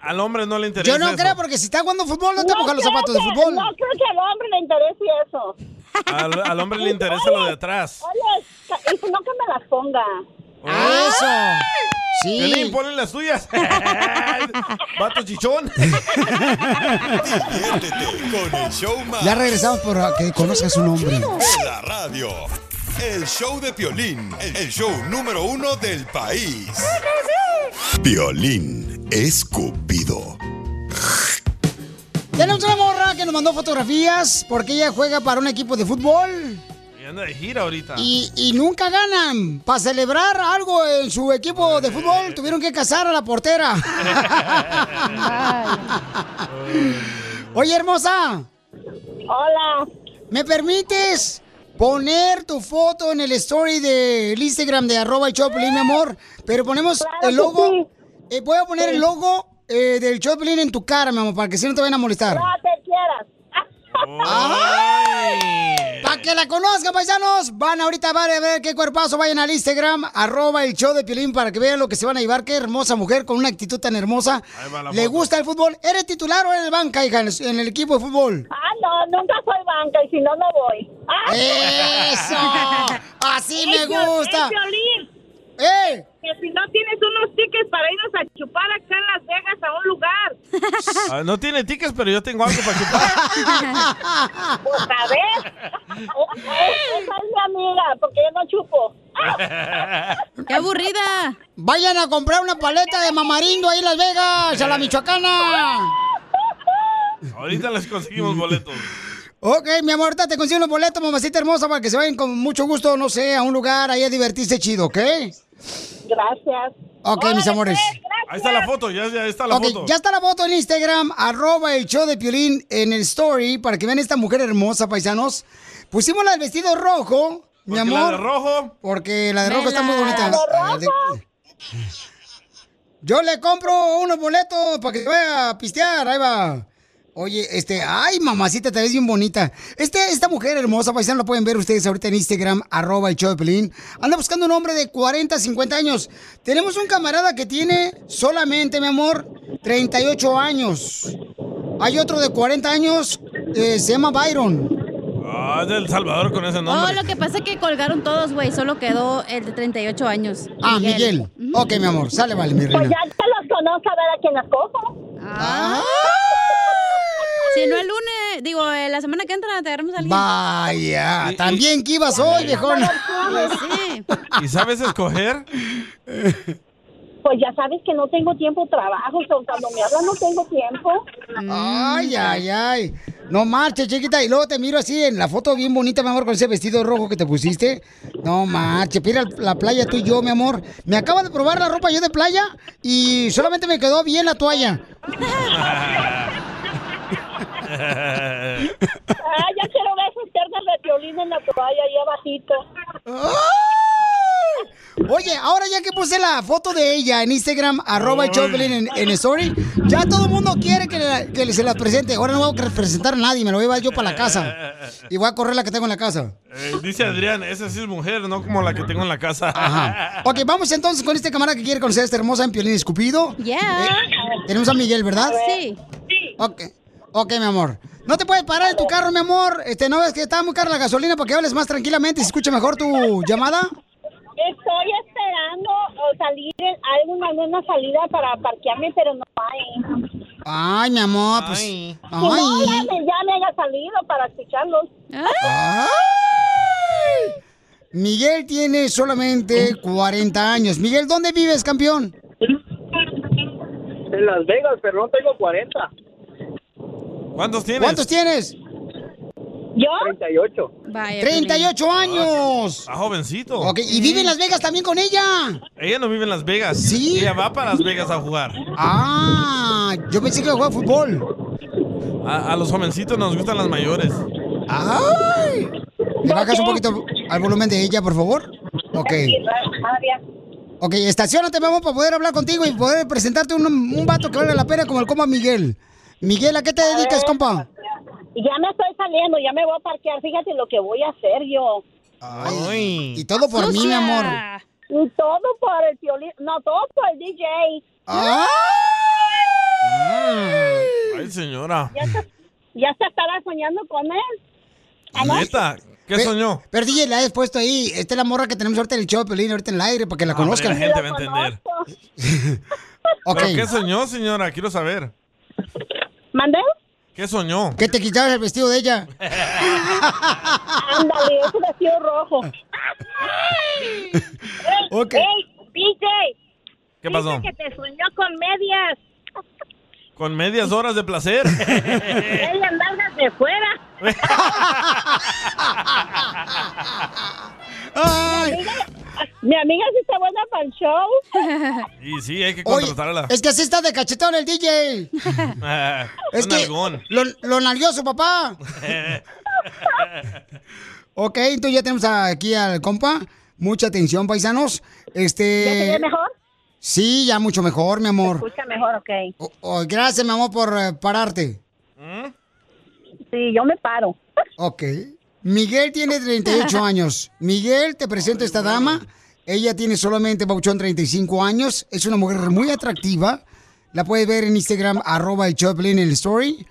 Speaker 4: Al hombre no le Ah, interesa.
Speaker 3: Yo no
Speaker 4: eso.
Speaker 3: creo porque si está jugando fútbol no te mojas los
Speaker 7: creo
Speaker 3: zapatos de
Speaker 7: que-
Speaker 3: fútbol.
Speaker 7: No creo que al hombre le interese eso.
Speaker 4: Al, al hombre le interesa lo de atrás.
Speaker 7: Oye, ca- y si no que me las ponga.
Speaker 4: Oh.
Speaker 3: ¡Eso! Ah, Sí.
Speaker 4: Piolín, ponle las tuyas. Vato chichón.
Speaker 8: Diviértete con el show más.
Speaker 3: Ya regresamos para que conozcas su nombre.
Speaker 8: de la radio. El show de Piolín, el show número uno del país. Piolín escupido.
Speaker 3: Tenemos una morra que nos mandó fotografías porque ella juega para un equipo de fútbol
Speaker 4: Y anda de gira ahorita.
Speaker 3: y, y nunca ganan. Para celebrar algo en su equipo de fútbol tuvieron que casar a la portera. Oye, hermosa.
Speaker 7: Hola.
Speaker 3: ¿Me permites poner tu foto en el story del Instagram de arroba y Choplin, mi amor? Pero ponemos el logo. eh, voy a poner el logo eh, del Choplin en tu cara, mi amor, para que si no te vayan a molestar.
Speaker 7: No te quieras.
Speaker 3: Para que la conozcan, paisanos. Van ahorita van a ver qué cuerpazo. Vayan al Instagram, arroba el show de Piolín para que vean lo que se van a llevar. Qué hermosa mujer con una actitud tan hermosa.
Speaker 4: Ahí va la
Speaker 3: ¿Le
Speaker 4: foto.
Speaker 3: gusta el fútbol? ¿Eres titular o eres banca, hija, en el, en el equipo de fútbol?
Speaker 7: Ah, no, nunca soy banca y si no, no voy.
Speaker 3: ¡Eso! Así me
Speaker 29: Ey, Pio-
Speaker 3: gusta.
Speaker 29: ey,
Speaker 3: ¡Eh!
Speaker 29: Que si no tienes unos tickets para irnos a chupar acá en Las Vegas a un lugar.
Speaker 4: Ah, no tiene tickets, pero yo tengo algo para chupar.
Speaker 3: Pues,
Speaker 29: Otra vez.
Speaker 7: Esa es mi amiga, porque yo no chupo.
Speaker 3: ¡Qué aburrida! Vayan a comprar una paleta de mamarindo ahí en Las Vegas, a la Michoacana.
Speaker 4: Ahorita les conseguimos boletos.
Speaker 3: Ok, mi amor, ahorita te consigo los boletos, mamacita hermosa, para que se vayan con mucho gusto, no sé, a un lugar ahí a divertirse chido, ¿ok?
Speaker 7: Gracias.
Speaker 3: Ok, mis amores.
Speaker 4: Ahí está la foto, ya, ya está la
Speaker 3: Ok,
Speaker 4: foto.
Speaker 3: ya está la foto en Instagram, arroba el show de Piolín en el story, para que vean esta mujer hermosa, paisanos. Pusimos la del vestido rojo, mi
Speaker 4: Porque la
Speaker 3: amor.
Speaker 4: de rojo.
Speaker 3: Porque la de rojo está muy
Speaker 4: Vela.
Speaker 3: bonita.
Speaker 4: La
Speaker 3: de- Yo le compro unos boletos para que se vaya a pistear, ahí va. Oye, este, ay, mamacita, te ves bien bonita. Este, esta mujer hermosa, paisano, la pueden ver ustedes ahorita en Instagram, arroba el show de Piolín. Anda buscando un hombre de 40, 50 años. Tenemos un camarada que tiene solamente, mi amor, 38 años. Hay otro de 40 años, eh, se llama Byron.
Speaker 4: Ah, es del Salvador con ese
Speaker 6: Oh,
Speaker 4: nombre.
Speaker 6: lo que pasa es que colgaron todos, güey. Solo quedó el de 38 años.
Speaker 3: Ah, Miguel. Ok, mi amor, sale, vale, mi
Speaker 6: Pues
Speaker 3: reina.
Speaker 6: ya
Speaker 7: Ya los conozco a ver a quién las cojo.
Speaker 6: Si no el lunes, digo, eh, la semana que entra te agarramos a alguien.
Speaker 3: Vaya, también que ibas hoy, viejón.
Speaker 6: Pues sí.
Speaker 4: ¿Y sabes escoger?
Speaker 7: Pues ya sabes que no tengo tiempo trabajo, so, cuando me hablan no tengo tiempo.
Speaker 3: Mm. Ay, ay, ay. No marches, chiquita. Y luego te miro así en la foto bien bonita, mi amor, con ese vestido rojo que te pusiste. No marches, mira la playa tú y yo, mi amor. Me acabo de probar la ropa yo de playa y solamente me quedó bien la toalla.
Speaker 7: Ah, ya quiero ver esas piernas de violín en la toalla ahí abajito.
Speaker 3: ¡Ah! Oye, ahora ya que puse la foto de ella en Instagram, arroba el Choplin en, en story, ya todo el mundo quiere que, la- que se la presente. Ahora no voy a presentar a nadie, me lo voy a llevar yo para la casa. Y voy a correr la que tengo en la casa.
Speaker 4: Eh, dice Adrián, esa sí es mujer, no como la que tengo en la casa.
Speaker 3: Ok, vamos entonces con este camarada que quiere conocer a esta hermosa en Piolín Escupido. Eh,
Speaker 6: Yeah.
Speaker 3: tenemos a Miguel, ¿verdad?
Speaker 6: Sí.
Speaker 3: Ok, ok, mi amor. No te puedes parar en tu carro, mi amor. Este, ¿no ves que está muy cara la gasolina para que hables más tranquilamente y se escuche mejor tu llamada?
Speaker 7: Estoy esperando o, salir en alguna, alguna salida para parquearme, pero no hay.
Speaker 3: Ay, mi amor, pues...
Speaker 7: Que no, ya
Speaker 3: Ay.
Speaker 7: me, ya me haya salido para escucharlos.
Speaker 3: Ah. Ay. Miguel tiene solamente 40 años. Miguel, ¿dónde vives, campeón?
Speaker 19: En Las Vegas, pero no tengo 40.
Speaker 4: ¿Cuántos tienes?
Speaker 3: ¿Cuántos tienes?
Speaker 7: ¿Yo?
Speaker 19: 38.
Speaker 6: Vaya.
Speaker 3: 38 años.
Speaker 4: Ah, jovencito.
Speaker 3: Ok, y vive en Las Vegas también con ella.
Speaker 4: Ella no vive en Las Vegas.
Speaker 3: Sí.
Speaker 4: Ella va para Las Vegas a jugar.
Speaker 3: Ah, yo pensé que jugaba fútbol.
Speaker 4: A, a los jovencitos nos gustan las mayores.
Speaker 3: Ay. ¿Le bajas un poquito al volumen de ella, por favor? Ok. Ok, estacionate, vamos para poder hablar contigo y poder presentarte un, un vato que valga la pena como el compa Miguel. Miguel, ¿a qué te dedicas, compa?
Speaker 7: Ya me estoy saliendo, ya me voy a parquear. Fíjate lo que voy a hacer yo.
Speaker 3: Y todo por mí, mi amor.
Speaker 7: Y todo por el violín. No, todo por el DJ.
Speaker 3: Ah.
Speaker 4: Mm. Ay, señora.
Speaker 7: Ya se, ya se estaba soñando con él.
Speaker 4: Neta, ¿qué
Speaker 3: Pe-
Speaker 4: soñó?
Speaker 3: Pero DJ, la has puesto ahí. Esta es la morra que tenemos ahorita en el show, Pelín, ahorita en el aire, para que la
Speaker 4: Hombre,
Speaker 3: conozcan.
Speaker 4: La gente va a entender.
Speaker 3: Ok.
Speaker 4: ¿Pero qué soñó, señora? Quiero saber.
Speaker 7: ¿Mandé?
Speaker 4: ¿Qué soñó?
Speaker 3: Que te quitabas el vestido de ella.
Speaker 7: Ándale, ese vestido rojo.
Speaker 3: ey, Ok.
Speaker 7: ey, DJ,
Speaker 4: ¿Qué pasó?
Speaker 7: que te soñó con medias.
Speaker 4: Con medias horas de placer.
Speaker 7: Medias largas de fuera. Mi, amiga, mi amiga sí está buena para el show.
Speaker 4: Y sí, hay que
Speaker 3: Oye,
Speaker 4: contratarla.
Speaker 3: es que así está de cachetón el DJ.
Speaker 4: Ah,
Speaker 3: Es
Speaker 4: un
Speaker 3: que
Speaker 4: algón.
Speaker 3: lo, lo nalgueó su papá. Ok, entonces ya tenemos aquí al compa. Mucha atención, paisanos. Este...
Speaker 7: ¿Ya se ve mejor?
Speaker 3: Sí, ya mucho mejor, mi amor.
Speaker 7: Escucha mejor, ok.
Speaker 3: Oh, gracias, mi amor, por eh, pararte.
Speaker 7: Sí, yo me paro.
Speaker 3: Ok. Miguel tiene 38 años. Miguel, te presento a esta dama. Ella tiene solamente, Pauchón, 35 años. Es una mujer muy atractiva. La puedes ver en Instagram, arroba el Choplin, el story.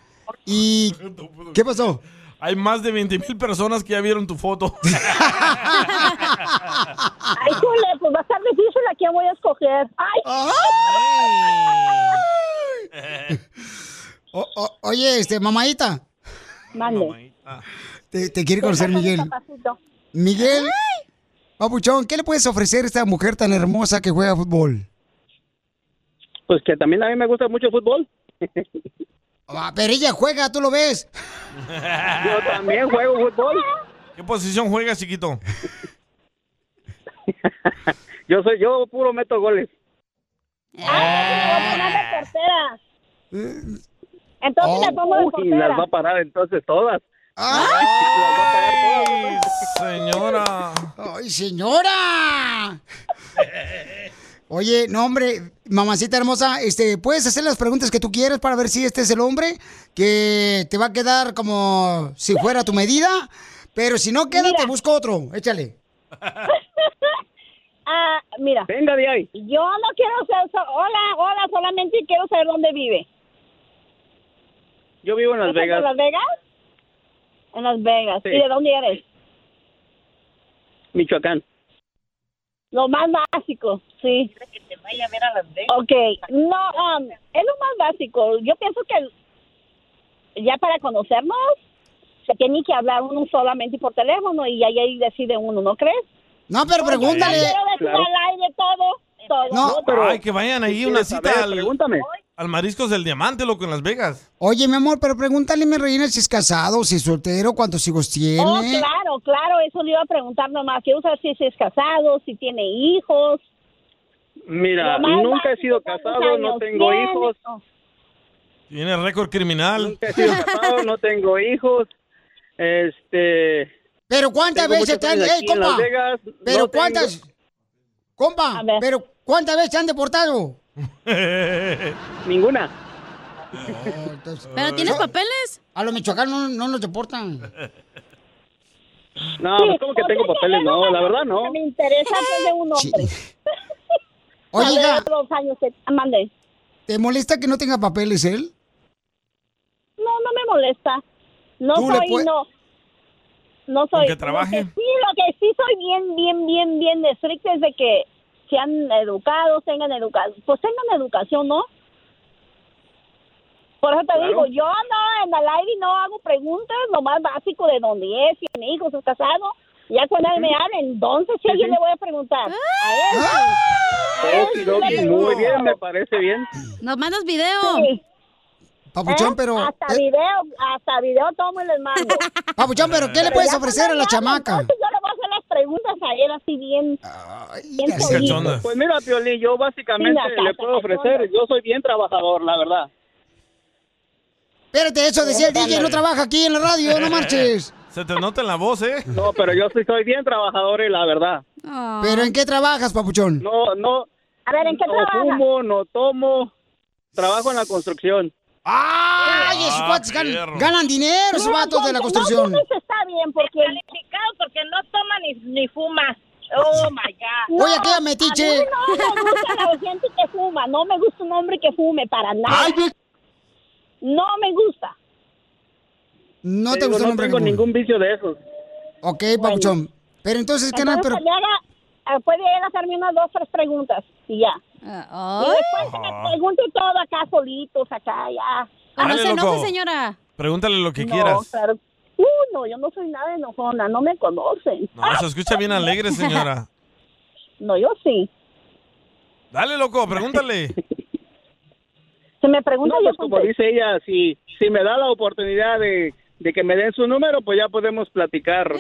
Speaker 3: ¿Y qué pasó?
Speaker 4: Hay más de 20 mil personas que ya vieron tu foto.
Speaker 7: Ay, chule, pues va a estar difícil a quién voy a escoger. Ay.
Speaker 3: Ah. O- o- oye, este, mamadita.
Speaker 7: Mande.
Speaker 3: Te, te quiere conocer Miguel. Miguel, papuchón, ¿qué le puedes ofrecer a esta mujer tan hermosa que juega fútbol?
Speaker 19: Pues que también a mí me gusta mucho el fútbol.
Speaker 3: Ah, pero ella juega, tú lo ves.
Speaker 4: Yo
Speaker 19: también juego fútbol.
Speaker 4: ¿Qué posición juegas, chiquito?
Speaker 19: Yo soy yo, puro meto goles.
Speaker 7: Ah, Portera.
Speaker 3: Oh.
Speaker 7: Entonces me pongo de
Speaker 19: Uy, y las va
Speaker 7: portera.
Speaker 19: a parar entonces todas.
Speaker 4: ¡Ay,
Speaker 19: pues.
Speaker 4: señora!
Speaker 3: ¡Ay, señora! Oye, no, hombre, mamacita hermosa, este, puedes hacer las preguntas que tú quieras para ver si este es el hombre que te va a quedar como si fuera tu medida, pero si no queda, te busco otro. Échale.
Speaker 7: Ah, mira.
Speaker 19: Venga de ahí.
Speaker 7: Yo no quiero ser. so- hola, hola, solamente quiero saber dónde vive.
Speaker 19: Yo vivo en Las
Speaker 7: ¿Estás
Speaker 19: Vegas.
Speaker 7: ¿En Las Vegas? En Las Vegas.
Speaker 19: Sí.
Speaker 7: ¿Y de dónde eres?
Speaker 19: Michoacán.
Speaker 7: Lo más básico, sí. Que te vaya a ver a Las Vegas. Ok. No, um, es lo más básico. Yo pienso que ya para conocernos se tiene que hablar uno solamente por teléfono y ahí, ahí decide uno, ¿no crees?
Speaker 3: No, pero
Speaker 7: Porque
Speaker 3: pregúntale.
Speaker 7: No quiero decir
Speaker 4: Claro.
Speaker 7: al aire todo. todo.
Speaker 4: Ay, que vayan ahí una cita al, al Mariscos del Diamante, loco, en Las Vegas.
Speaker 3: Oye, mi amor, pero pregúntale, mi reina, si es casado, si es soltero, cuántos hijos tiene.
Speaker 7: Oh, claro, claro, eso le iba a preguntar nomás. Quiero saber si es casado, si tiene hijos.
Speaker 19: Mira,
Speaker 7: Lo más
Speaker 19: nunca he sido
Speaker 7: ¿cuántos
Speaker 19: casado, no
Speaker 7: años
Speaker 19: tengo
Speaker 7: tiene?
Speaker 19: hijos.
Speaker 4: Tiene récord criminal.
Speaker 19: Nunca he sido casado, no tengo hijos. Este.
Speaker 3: Pero ¿cuántas
Speaker 19: tengo
Speaker 3: veces
Speaker 19: muchos
Speaker 3: te han,
Speaker 19: años
Speaker 3: eh,
Speaker 19: aquí en
Speaker 3: compa?
Speaker 19: Las Vegas,
Speaker 3: Pero
Speaker 19: no
Speaker 3: ¿cuántas? Compa, pero ¿cuántas veces te han deportado?
Speaker 19: Ninguna.
Speaker 6: ¿Pero tienes papeles?
Speaker 3: A los michoacanos no, no los deportan.
Speaker 19: No, pues como que tengo papeles, no, la verdad no.
Speaker 7: Me interesa pues, de un hombre.
Speaker 3: Oye,
Speaker 7: A ver,
Speaker 3: hija.
Speaker 7: Dos años, eh, mande.
Speaker 3: ¿Te molesta que no tenga papeles él?
Speaker 7: No, no me molesta. No
Speaker 3: Tú le
Speaker 7: soy,
Speaker 3: puedes-
Speaker 7: no. No soy.
Speaker 3: que trabaje.
Speaker 7: Lo que sí, lo que sí soy bien, bien, bien, bien estricta es de que sean educados, tengan educación. Pues tengan educación, ¿no? Por eso te
Speaker 9: Claro.
Speaker 7: digo, yo no, en el aire no hago preguntas, lo más básico de dónde es, si tiene hijos, es casado. Ya cuando él me hable, entonces si alguien le voy a preguntar. A él.
Speaker 19: Okidoki, Muy bien, me parece bien.
Speaker 7: Nos mandas video.
Speaker 3: Papuchón, pero-
Speaker 7: ¿Eh?
Speaker 3: ¿eh?
Speaker 7: Hasta video, hasta video tomo y les mando.
Speaker 3: Papuchón, pero ¿qué le
Speaker 7: Pero
Speaker 3: puedes
Speaker 7: ya Pues
Speaker 3: ofrecer a la chamaca?
Speaker 7: Yo le voy a hacer las preguntas a él así bien. bien solito.
Speaker 19: Pues mira, Piolín, yo básicamente
Speaker 7: Mira,
Speaker 19: le puedo
Speaker 7: cachondra.
Speaker 19: ofrecer, yo soy bien trabajador, la verdad.
Speaker 3: Espérate, eso decía el DJ, no
Speaker 19: Ándale.
Speaker 3: trabaja aquí en la radio, no marches.
Speaker 4: Se te nota en la voz, ¿eh?
Speaker 19: No, pero yo sí soy bien trabajador y la verdad.
Speaker 3: ¿Pero en qué trabajas, papuchón?
Speaker 19: No, no.
Speaker 7: A ver, ¿en qué
Speaker 19: no
Speaker 7: trabajas?
Speaker 19: fumo, no tomo. Trabajo en la construcción.
Speaker 3: ¡Ay, esos cuates gan- ganan dinero, esos
Speaker 7: No,
Speaker 3: vatos de la
Speaker 7: no,
Speaker 3: construcción!
Speaker 7: no, eso está bien porque calificado porque no toma ni, ni fuma. Oh my god.
Speaker 3: Oye, aquella metiche.
Speaker 7: a mí No me gusta la gente que fuma, no me gusta un hombre que fume para nada. no me gusta.
Speaker 3: No
Speaker 19: Te
Speaker 3: te
Speaker 19: digo,
Speaker 3: gusta
Speaker 19: no
Speaker 3: el hombre
Speaker 19: tengo
Speaker 3: que fuma.
Speaker 19: ningún vicio de esos.
Speaker 3: Ok, papuchón. Pero entonces, ¿qué nada?
Speaker 7: Entonces,
Speaker 3: Pero...
Speaker 7: que le haga- eh, puede él hacerme unas dos, tres preguntas y ya.
Speaker 4: Ah,
Speaker 7: Y después que me pregunte todo acá solitos, acá, ya.
Speaker 4: Ah, no Dale, se enoje, loco.
Speaker 7: señora.
Speaker 4: Pregúntale lo que quieras.
Speaker 7: claro. Uh, no, yo no soy nada enojona, no me conocen.
Speaker 4: No, se escucha bien alegre, señora.
Speaker 7: No, yo sí.
Speaker 4: Dale, loco, pregúntale.
Speaker 7: Se me pregunta
Speaker 19: No, pues como dice ella, si, si me da la oportunidad de, de que me den su número, pues ya podemos platicar.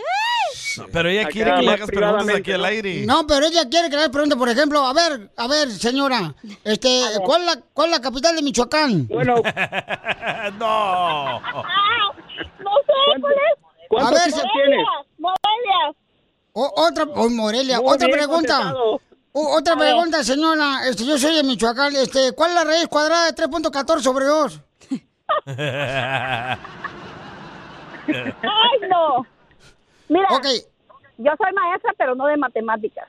Speaker 4: Pero ella
Speaker 19: Acá
Speaker 4: quiere que le
Speaker 19: más
Speaker 4: hagas preguntas aquí
Speaker 19: privadamente,
Speaker 4: al
Speaker 19: ¿no?
Speaker 4: aire.
Speaker 3: No, pero ella quiere que le pregunte, por ejemplo, a ver, a ver, señora, este, ¿cuál es la, cuál es la capital de Michoacán?
Speaker 19: Bueno,
Speaker 4: no.
Speaker 7: No sé, ¿cuál es?
Speaker 3: ¿Cuántos A ver, hijos
Speaker 7: Morelia,
Speaker 3: tienes?
Speaker 7: Morelia.
Speaker 3: O- otra, oh, Morelia,
Speaker 7: Muy
Speaker 3: otra
Speaker 7: bien
Speaker 3: pregunta.
Speaker 7: contestado.
Speaker 3: O- otra
Speaker 7: A ver.
Speaker 3: pregunta, señora. Este, yo soy de Michoacán. Este, ¿Cuál es la raíz cuadrada de 3.14 sobre 2?
Speaker 7: Ay, no. Mira, yo soy maestra, pero no de matemáticas.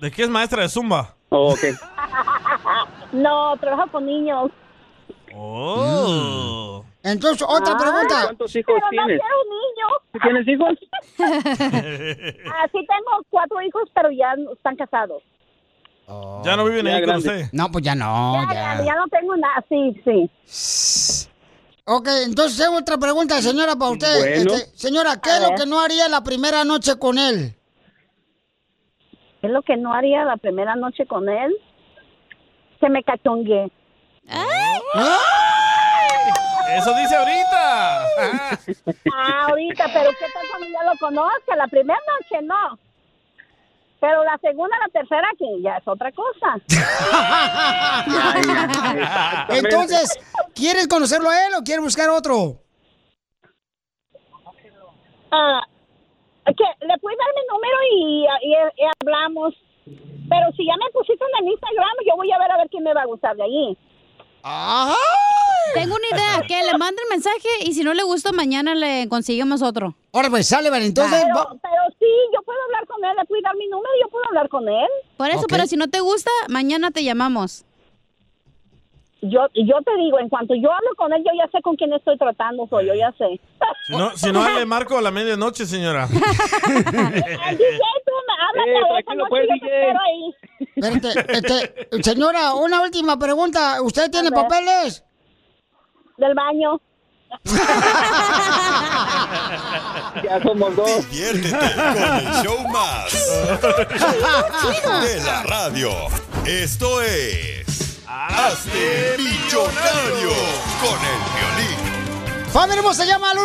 Speaker 4: ¿De qué es maestra de Zumba?
Speaker 19: Oh, ok.
Speaker 7: no, trabajo con niños.
Speaker 4: Oh.
Speaker 3: Entonces, otra
Speaker 7: Ay,
Speaker 3: pregunta.
Speaker 7: pero no quiero un niño,
Speaker 24: ¿Tú tienes hijos?
Speaker 7: Así tengo cuatro hijos, pero ya no- están casados.
Speaker 4: Ya no viven
Speaker 3: Ya
Speaker 4: ahí con
Speaker 3: grande.
Speaker 4: usted.
Speaker 3: No, pues ya no,
Speaker 7: Ya, ya no tengo nada, sí, sí.
Speaker 3: Ok, entonces tengo otra pregunta, señora, para usted.
Speaker 7: Bueno.
Speaker 3: Este, señora, ¿qué es lo que no haría la primera noche con él?
Speaker 7: Es lo que no haría la primera noche con él. Se me Ah, cachongué.
Speaker 3: ¿Eh?
Speaker 4: Eso dice ahorita.
Speaker 7: Ah, ahorita, pero ¿qué tal cuando ya lo conozca? La primera noche no. Pero la segunda, la tercera, que ya es otra cosa.
Speaker 3: Entonces, ¿quieres conocerlo a él o quieres buscar otro?
Speaker 7: Ah, que le puedes dar mi número y, y- y hablamos. Pero si ya me pusiste en el Instagram, yo voy a ver a ver quién me va a gustar de allí.
Speaker 6: Tengo una idea, que le mande el mensaje y si no le gustó, mañana le conseguimos otro.
Speaker 3: Ahora pues, sale, vale, entonces...
Speaker 7: Pero, pero sí, yo puedo hablar con él, le puedes dar mi número, yo puedo hablar con él.
Speaker 6: Por eso,
Speaker 7: Ok.
Speaker 6: pero si no te gusta, mañana te llamamos.
Speaker 7: Yo, yo te digo, en cuanto yo hablo con él, yo ya sé con quién estoy tratando, soy yo ya sé.
Speaker 4: Si no, si no le marco a la medianoche, señora.
Speaker 7: Tú me hablas a esa noche, yo te espero ahí.
Speaker 3: Espérate, este, señora, una última pregunta. ¿Usted tiene papeles?
Speaker 7: Del baño.
Speaker 24: Ya somos dos.
Speaker 8: Diviértete con el show más
Speaker 24: Chido.
Speaker 8: de la radio. Esto es Hazte Millonario con el violín.
Speaker 3: Familia hermosa, llama al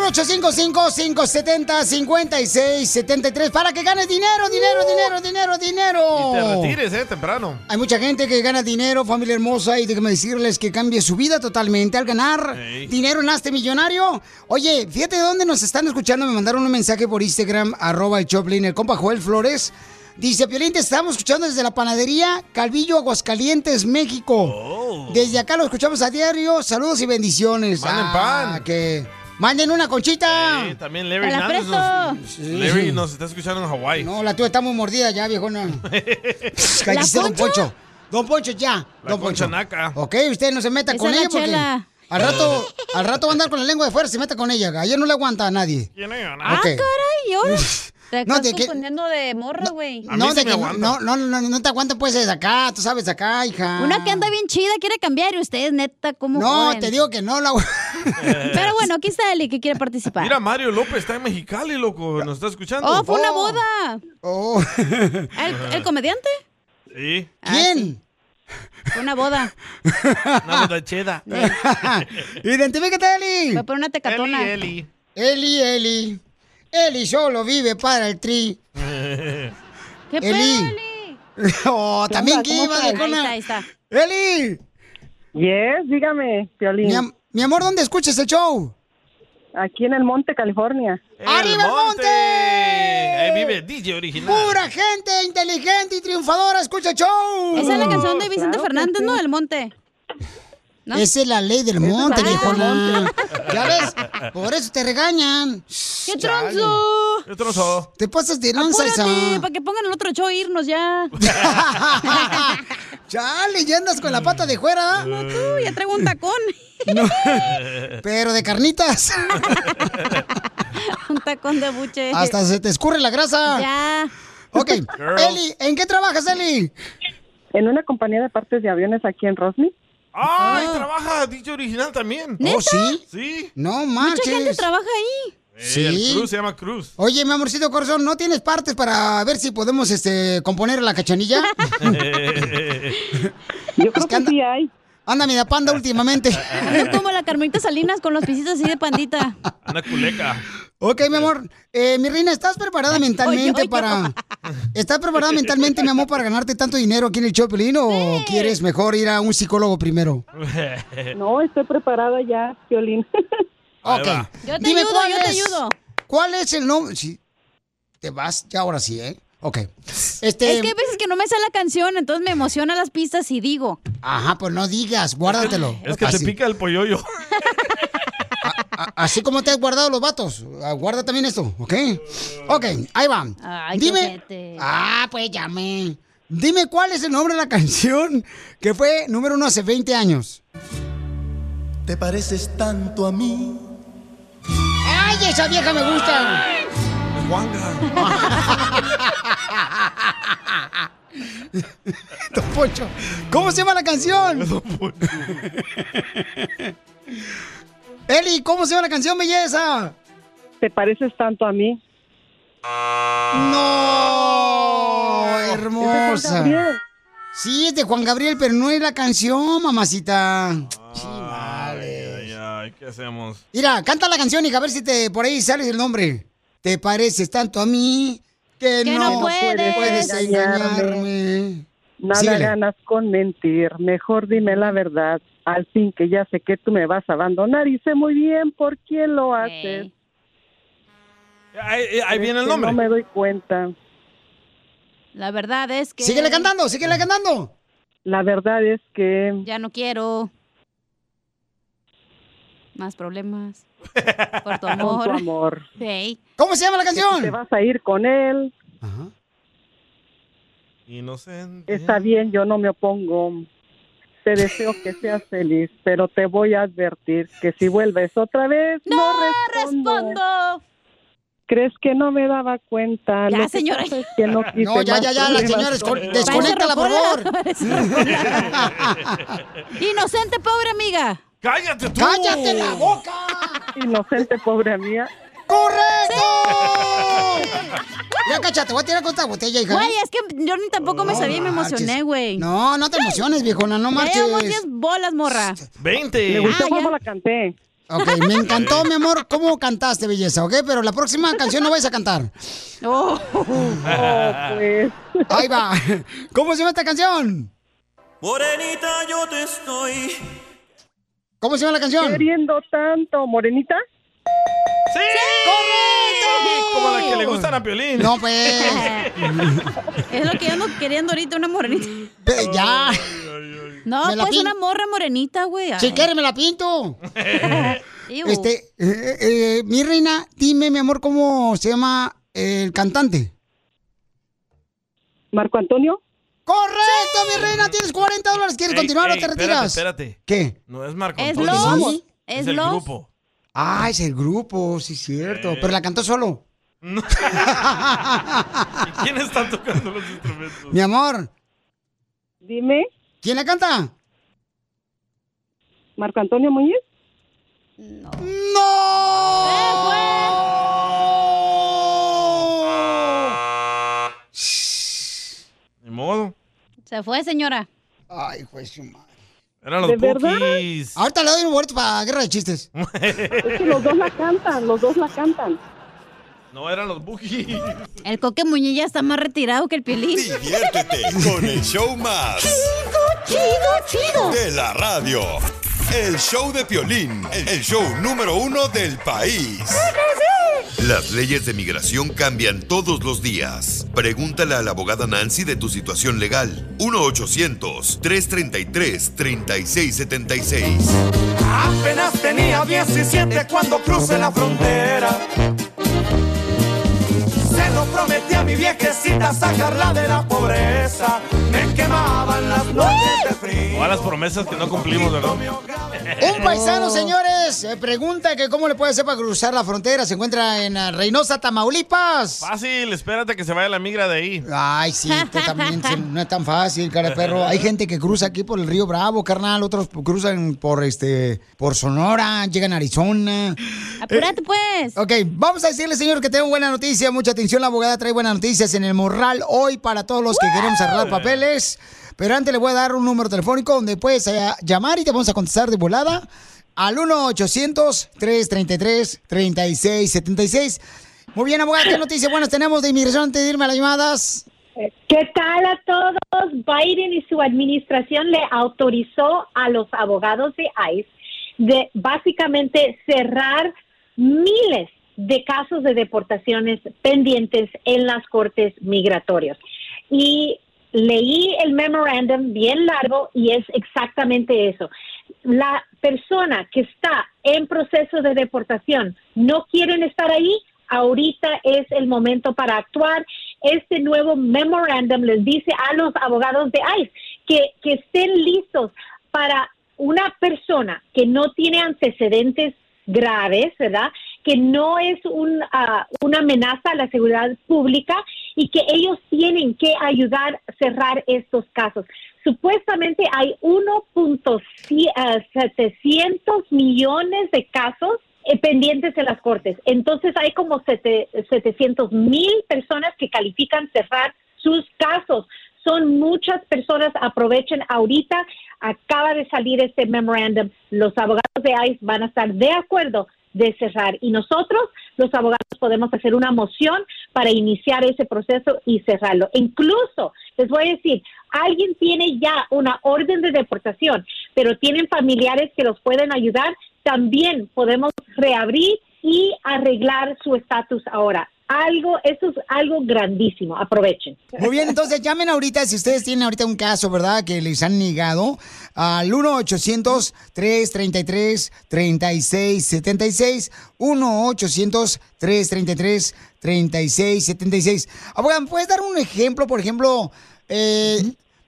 Speaker 3: 1-855-570-5673 para que ganes dinero, dinero, dinero, dinero, dinero.
Speaker 4: Y te retires, eh, temprano.
Speaker 3: Hay mucha gente que gana dinero, familia hermosa, y déjame decirles que cambie su vida totalmente al ganar
Speaker 4: Ey.
Speaker 3: dinero en Hazte Millonario. Oye, fíjate de dónde nos están escuchando. Me mandaron un mensaje por Instagram, arroba el Choplin, el compa Joel Flores. Dice, Piolín, te estamos escuchando desde la panadería Calvillo, Aguascalientes, México. Desde acá lo escuchamos a diario. Saludos y bendiciones.
Speaker 4: Oh.
Speaker 3: Ah,
Speaker 4: Manden pan.
Speaker 3: Que manden una conchita.
Speaker 4: Eh, también Larry
Speaker 3: Te la
Speaker 4: Hernández nos,
Speaker 3: presto.
Speaker 4: Larry nos está escuchando en Hawái.
Speaker 3: No, la tuya está muy mordida ya, viejona. Pss, Cállese,
Speaker 4: ¿La
Speaker 3: don
Speaker 4: concha?
Speaker 3: Poncho. Don Poncho, ya.
Speaker 4: La
Speaker 3: don
Speaker 4: concha
Speaker 3: Poncho. Oh.
Speaker 4: naca.
Speaker 3: Ok, usted no se meta
Speaker 4: Esa
Speaker 3: con
Speaker 4: es la
Speaker 3: ella porque
Speaker 4: chela.
Speaker 3: al rato, al rato va a andar con la lengua de fuera, se meta con ella. Ayer no le aguanta a nadie.
Speaker 6: Ah,
Speaker 3: Ok.
Speaker 6: caray, ¿y ahora? Te
Speaker 3: No,
Speaker 6: estás
Speaker 3: de que-
Speaker 6: confundiendo de morra, güey.
Speaker 3: No, de que no, no, no, no, no te aguanta pues desde acá, tú sabes, acá, hija.
Speaker 6: Una que anda bien chida quiere cambiar y ustedes, neta, ¿cómo
Speaker 3: No, te digo que no, la...
Speaker 6: Pero bueno, aquí está Eli que quiere participar.
Speaker 4: Mira, Mario López está en Mexicali, loco. Nos está escuchando.
Speaker 6: Oh, fue una boda.
Speaker 3: Oh.
Speaker 6: ¿El, el comediante? Ah,
Speaker 4: Sí.
Speaker 3: ¿Quién?
Speaker 6: Fue una boda.
Speaker 4: Una boda cheda.
Speaker 3: Identifícate, Eli.
Speaker 6: Fue por una tecatona.
Speaker 4: Eli,
Speaker 3: Eli, Eli. Eli solo vive para el tri.
Speaker 6: ¿Qué
Speaker 3: Eli.
Speaker 6: pedo,
Speaker 3: Oh, también que
Speaker 6: ¿Cómo
Speaker 3: iba,
Speaker 6: estás?
Speaker 3: viejona.
Speaker 6: Ahí está, ahí
Speaker 3: Eli.
Speaker 9: Yes, dígame, Piolín.
Speaker 3: Mi, am- mi amor, ¿dónde escuchas el show?
Speaker 9: Aquí en el Monte, California.
Speaker 3: ¡Arriba el monte!
Speaker 4: Eh, Ahí vive DJ original.
Speaker 3: Pura gente inteligente y triunfadora, escucha el show.
Speaker 6: Esa es la canción de Vicente Fernández, ¿no? Del monte. ¿no?
Speaker 3: Esa es la ley del monte, viejona. Ya ves, por eso te regañan.
Speaker 6: ¡Qué tronzo!
Speaker 4: ¿Qué tronzo?
Speaker 3: Te pasas de lanza esa.
Speaker 6: Apúrate, para que pongan el otro show e irnos ya.
Speaker 3: Chale, ya andas con la pata de fuera.
Speaker 6: No, tú, ya traigo un tacón.
Speaker 3: Pero de carnitas.
Speaker 6: un tacón de buche.
Speaker 3: Hasta se te escurre la grasa.
Speaker 6: Ya.
Speaker 3: Ok.
Speaker 9: Girl.
Speaker 3: Eli, ¿en qué trabajas, Eli?
Speaker 9: En una compañía de partes de aviones aquí en Rosny.
Speaker 6: Ah.
Speaker 4: ¡Ay, Ah, trabaja DJ original también!
Speaker 3: ¿Oh, sí?
Speaker 4: Sí.
Speaker 3: No marches.
Speaker 4: gente
Speaker 6: trabaja ahí.
Speaker 4: Sí. El Cruz se llama Cruz.
Speaker 3: Oye, mi amorcito corazón, ¿no tienes partes para ver si podemos este, componer la cachanilla?
Speaker 9: Yo
Speaker 3: creo que, sí
Speaker 9: hay.
Speaker 3: Anda media panda últimamente.
Speaker 6: Ando como la Carmelita Salinas con los pisitos así de pandita.
Speaker 4: Una culeca.
Speaker 3: Ok, mi amor. Eh, mi reina, ¿estás preparada mentalmente
Speaker 6: Oye, oye.
Speaker 3: para... ¿Estás preparada mentalmente, mi amor, para ganarte tanto dinero aquí en el Chopelín o quieres mejor ir a un psicólogo primero?
Speaker 9: No, estoy preparada ya, Piolín.
Speaker 3: Ok.
Speaker 6: Yo te
Speaker 3: Dime
Speaker 6: ayudo,
Speaker 3: cuál
Speaker 6: yo te
Speaker 3: es-
Speaker 6: ayudo.
Speaker 3: ¿Cuál es el nombre? Sí. Te vas, ya ahora sí, ¿eh? Ok. Este...
Speaker 6: Es que hay veces que no me sale la canción, entonces me emociona las pistas y digo.
Speaker 3: Ajá, pues no digas, guárdatelo.
Speaker 4: Es que te
Speaker 3: Así.
Speaker 4: pica el polloyo.
Speaker 3: A- Así como te has guardado los vatos, ah, guarda también esto, ¿ok? Ok, ahí va.
Speaker 6: Ay, qué
Speaker 3: Dime.
Speaker 6: ojete.
Speaker 3: Ah, pues llame. Dime cuál es el nombre de la canción que fue número uno hace 20 años.
Speaker 30: Te pareces tanto a mí.
Speaker 3: ¡Ay, esa vieja me gusta! Don Poncho, ¿cómo se llama la canción? Eli, ¿cómo se llama la canción, belleza?
Speaker 9: ¿Te pareces tanto a mí?
Speaker 3: ¡No! ¡Hermosa!
Speaker 9: Gabriel.
Speaker 3: Sí, es de Juan Gabriel, pero no es la canción, mamacita.
Speaker 4: Ay, ay, ¿qué hacemos?
Speaker 3: Mira, canta la canción y a ver si te por ahí sale el nombre. Te pareces tanto a mí que,
Speaker 9: Que no puedes engañarme.
Speaker 3: engañarme.
Speaker 9: Nada
Speaker 3: Síguele.
Speaker 9: ganas con mentir, mejor dime la verdad. Al fin que ya sé que tú me vas a abandonar y sé muy bien por quién lo haces.
Speaker 4: Ahí, eh, ahí- ahí viene el
Speaker 6: Este
Speaker 9: Que
Speaker 4: nombre.
Speaker 9: No me doy cuenta.
Speaker 6: La verdad es que...
Speaker 9: Síguele
Speaker 3: cantando, síguele cantando.
Speaker 9: La verdad es que
Speaker 6: Ya no quiero. Más problemas. Por tu
Speaker 9: con
Speaker 6: amor.
Speaker 9: tu amor.
Speaker 6: Hey.
Speaker 3: ¿Cómo se llama la
Speaker 9: que tú Te vas a ir con él.
Speaker 4: Inocente.
Speaker 9: Está bien, yo no me opongo. Te deseo que seas feliz, pero te voy a advertir que si vuelves otra vez, no, respondo. ¿Crees que no me daba cuenta?
Speaker 6: Ya,
Speaker 9: Lo que
Speaker 6: señora.
Speaker 9: pasa es que no, quise
Speaker 3: No, ya,
Speaker 9: más
Speaker 3: ya, ya, la
Speaker 9: problemas
Speaker 3: señora,
Speaker 9: con
Speaker 3: descon-
Speaker 9: él.
Speaker 3: desconéctala, por favor.
Speaker 6: Inocente, pobre amiga.
Speaker 4: Cállate tú.
Speaker 3: ¡Cállate la boca!
Speaker 9: Inocente, pobre mía.
Speaker 3: ¡Correcto! Ya, cacha, te voy a tirar con esta botella, hija.
Speaker 6: Güey, es que yo ni tampoco me
Speaker 3: No
Speaker 6: sabía y me
Speaker 3: marches.
Speaker 6: emocioné, güey.
Speaker 3: No, no te emociones, viejona, no
Speaker 6: Ya
Speaker 3: marches.
Speaker 6: llevamos 10 bolas, morra.
Speaker 4: 20.
Speaker 3: Me gustó Ah,
Speaker 9: cómo la canté.
Speaker 3: Ok, me encantó, mi amor, cómo cantaste, belleza, ¿ok? Pero la próxima canción no vais a cantar.
Speaker 9: Oh, pues.
Speaker 3: Ahí va. ¿Cómo se llama esta canción?
Speaker 5: Morenita, yo te estoy.
Speaker 3: ¿Cómo se llama la canción?
Speaker 9: Queriendo tanto, Morenita.
Speaker 4: ¡Sí!
Speaker 3: ¡Correcto!
Speaker 4: Como la que le gustan a Piolín.
Speaker 3: No, pues.
Speaker 6: Es lo que yo ando queriendo ahorita, una morenita.
Speaker 3: ya.
Speaker 6: No,
Speaker 3: Me la
Speaker 6: pues
Speaker 3: pin-
Speaker 6: una morra morenita, güey.
Speaker 3: Si quieres, me la pinto.
Speaker 6: Iu.
Speaker 3: Este, eh, eh, mi reina, dime, mi amor, ¿cómo se llama el cantante?
Speaker 9: Marco Antonio.
Speaker 3: ¡Correcto, mi reina! Tienes 40 dólares. ¿Quieres
Speaker 4: Ey,
Speaker 3: continuar
Speaker 4: ey,
Speaker 3: o te retiras?
Speaker 4: Espérate, espérate.
Speaker 3: ¿Qué?
Speaker 4: No es Marco
Speaker 3: Es
Speaker 4: Antonio.
Speaker 3: Los.
Speaker 4: ¿Sí?
Speaker 3: Es
Speaker 4: Es el
Speaker 3: Los.
Speaker 4: grupo.
Speaker 3: Ah, es el grupo, sí, cierto.
Speaker 4: Eh.
Speaker 3: Pero la cantó solo.
Speaker 4: ¿Y quién está tocando los instrumentos?
Speaker 3: Mi amor.
Speaker 9: Dime.
Speaker 3: ¿Quién la canta?
Speaker 9: Marco Antonio Muñiz.
Speaker 4: Ni modo.
Speaker 6: Se fue, señora.
Speaker 3: Ay, juez, su madre.
Speaker 4: Eran los Pookies.
Speaker 3: Ahorita le doy un boleto para guerra de chistes.
Speaker 9: que los dos la cantan, los dos la cantan.
Speaker 4: No, eran los Bookies.
Speaker 6: El coque muñilla está más retirado que el pilín.
Speaker 8: Diviértete con el show más.
Speaker 6: Chido, chido.
Speaker 8: De la radio. El show de Piolín, el show número uno del país. Las leyes de migración cambian todos los días. Pregúntale a la abogada Nancy de tu situación legal. 1-800-333-3676.
Speaker 23: Apenas tenía 17 cuando crucé la frontera. Se lo prometí a mi viejecita sacarla de la pobreza. Me quemaban las noches de frío.
Speaker 4: O a las promesas que no cumplimos, ¿verdad? Eh,
Speaker 3: Un paisano, señores, se pregunta que cómo le puede hacer para cruzar la frontera. Se encuentra en eh, Reynosa, Tamaulipas.
Speaker 4: Fácil, espérate que se vaya la migra de ahí.
Speaker 3: Ay, sí, tú también, sí, no es tan fácil, cara de perro. Hay gente que cruza aquí por el río Bravo, carnal, otros cruzan por este por Sonora, llegan a Arizona. Eh,
Speaker 6: Apúrate, pues.
Speaker 3: Ok, vamos a decirle, señor, que tengo buena noticia. Mucha atención, la abogada trae buenas noticias en el morral hoy para todos los que queremos arreglar papeles. Pero antes le voy a dar un número telefónico donde puedes eh, llamar y te vamos a contestar de volada al 1-800-333-3676. Muy bien, abogada, ¿qué noticias buenas tenemos de inmigración antes de irme a las llamadas?
Speaker 29: ¿Qué tal a todos? Biden y su administración le autorizó a los abogados de ICE de básicamente cerrar miles de casos de deportaciones pendientes en las cortes migratorias. Y leí el memorándum bien largo y es exactamente eso. La persona que está en proceso de deportación no quieren estar ahí, ahorita es el momento para actuar. Este nuevo memorándum les dice a los abogados de ICE que, que estén listos para una persona que no tiene antecedentes graves, ¿verdad? que no es un, ah, una amenaza a la seguridad pública y que ellos tienen que ayudar a cerrar estos casos. Supuestamente hay 1.700 ah, millones de casos eh, pendientes de las cortes. Entonces hay como sete- 700 mil personas que califican cerrar sus casos. Son muchas personas, aprovechen ahorita, acaba de salir este memorándum, los abogados de ICE van a estar de acuerdo de cerrar y nosotros, los abogados, podemos hacer una moción para iniciar ese proceso y cerrarlo. Incluso, les voy a decir, alguien tiene ya una orden de deportación, pero tienen familiares que los pueden ayudar, también podemos reabrir y arreglar su estatus ahora. Algo, eso es algo grandísimo, aprovechen.
Speaker 3: Muy bien, entonces llamen ahorita si ustedes tienen ahorita un caso, ¿verdad? Que les han negado al 1-800-333-3676. 1-800-333-3676. Abogada, ¿me puedes dar un ejemplo, por ejemplo? eh,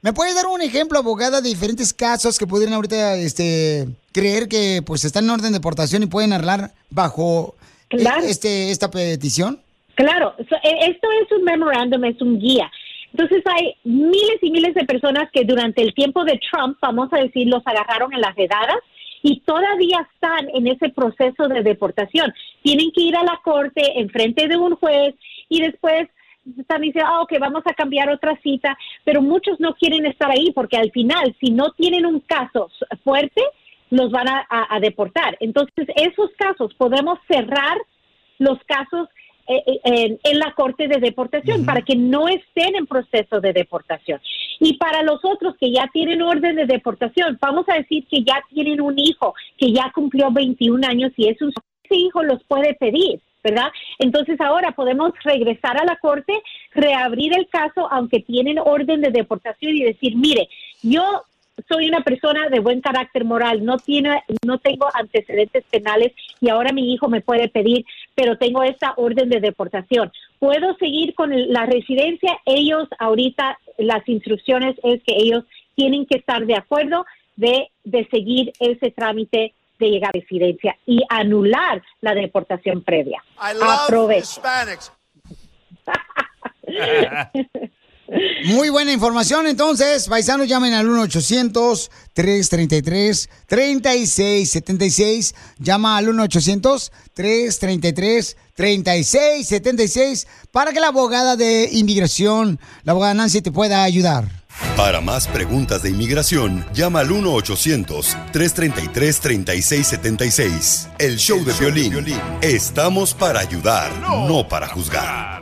Speaker 3: ¿Me puedes dar un ejemplo, abogada, de diferentes casos que pudieran ahorita este, creer que pues están en orden de deportación y pueden arreglar bajo eh,
Speaker 29: Claro.
Speaker 3: este, esta petición?
Speaker 29: Claro, so- e- esto es un memorándum, es un guía. Entonces hay miles y miles de personas que durante el tiempo de Trump, vamos a decir, los agarraron en las redadas y todavía están en ese proceso de deportación. Tienen que ir a la corte en frente de un juez y después están diciendo, ah, ok, vamos a cambiar otra cita, pero muchos no quieren estar ahí porque al final, si no tienen un caso s- fuerte, los van a- a- a deportar. Entonces, esos casos podemos cerrar los casos eh, eh, en, en la corte de deportación para que no estén en proceso de deportación. Y para los otros que ya tienen orden de deportación, vamos a decir que ya tienen un hijo que ya cumplió 21 años y es un ese hijo los puede pedir, ¿verdad? Entonces ahora podemos regresar a la corte, reabrir el caso aunque tienen orden de deportación y decir, mire, yo soy una persona de buen carácter moral, no tiene, no tengo antecedentes penales y ahora mi hijo me puede pedir, pero tengo esta orden de deportación. Puedo seguir con el- la residencia. Ellos ahorita las instrucciones es que ellos tienen que estar de acuerdo de, de seguir ese trámite de llegar a residencia y anular la deportación previa.
Speaker 30: I love
Speaker 29: Aprovecho.
Speaker 30: Hispanics.
Speaker 3: Muy buena información, entonces, paisanos, llamen al 1-800-333-3676. Llama al 1-800-333-3676 para que la abogada de inmigración, la abogada Nancy, te pueda ayudar.
Speaker 8: Para más preguntas de inmigración, llama al 1-800-333-3676. El show, de, violín. Estamos para ayudar, no para juzgar.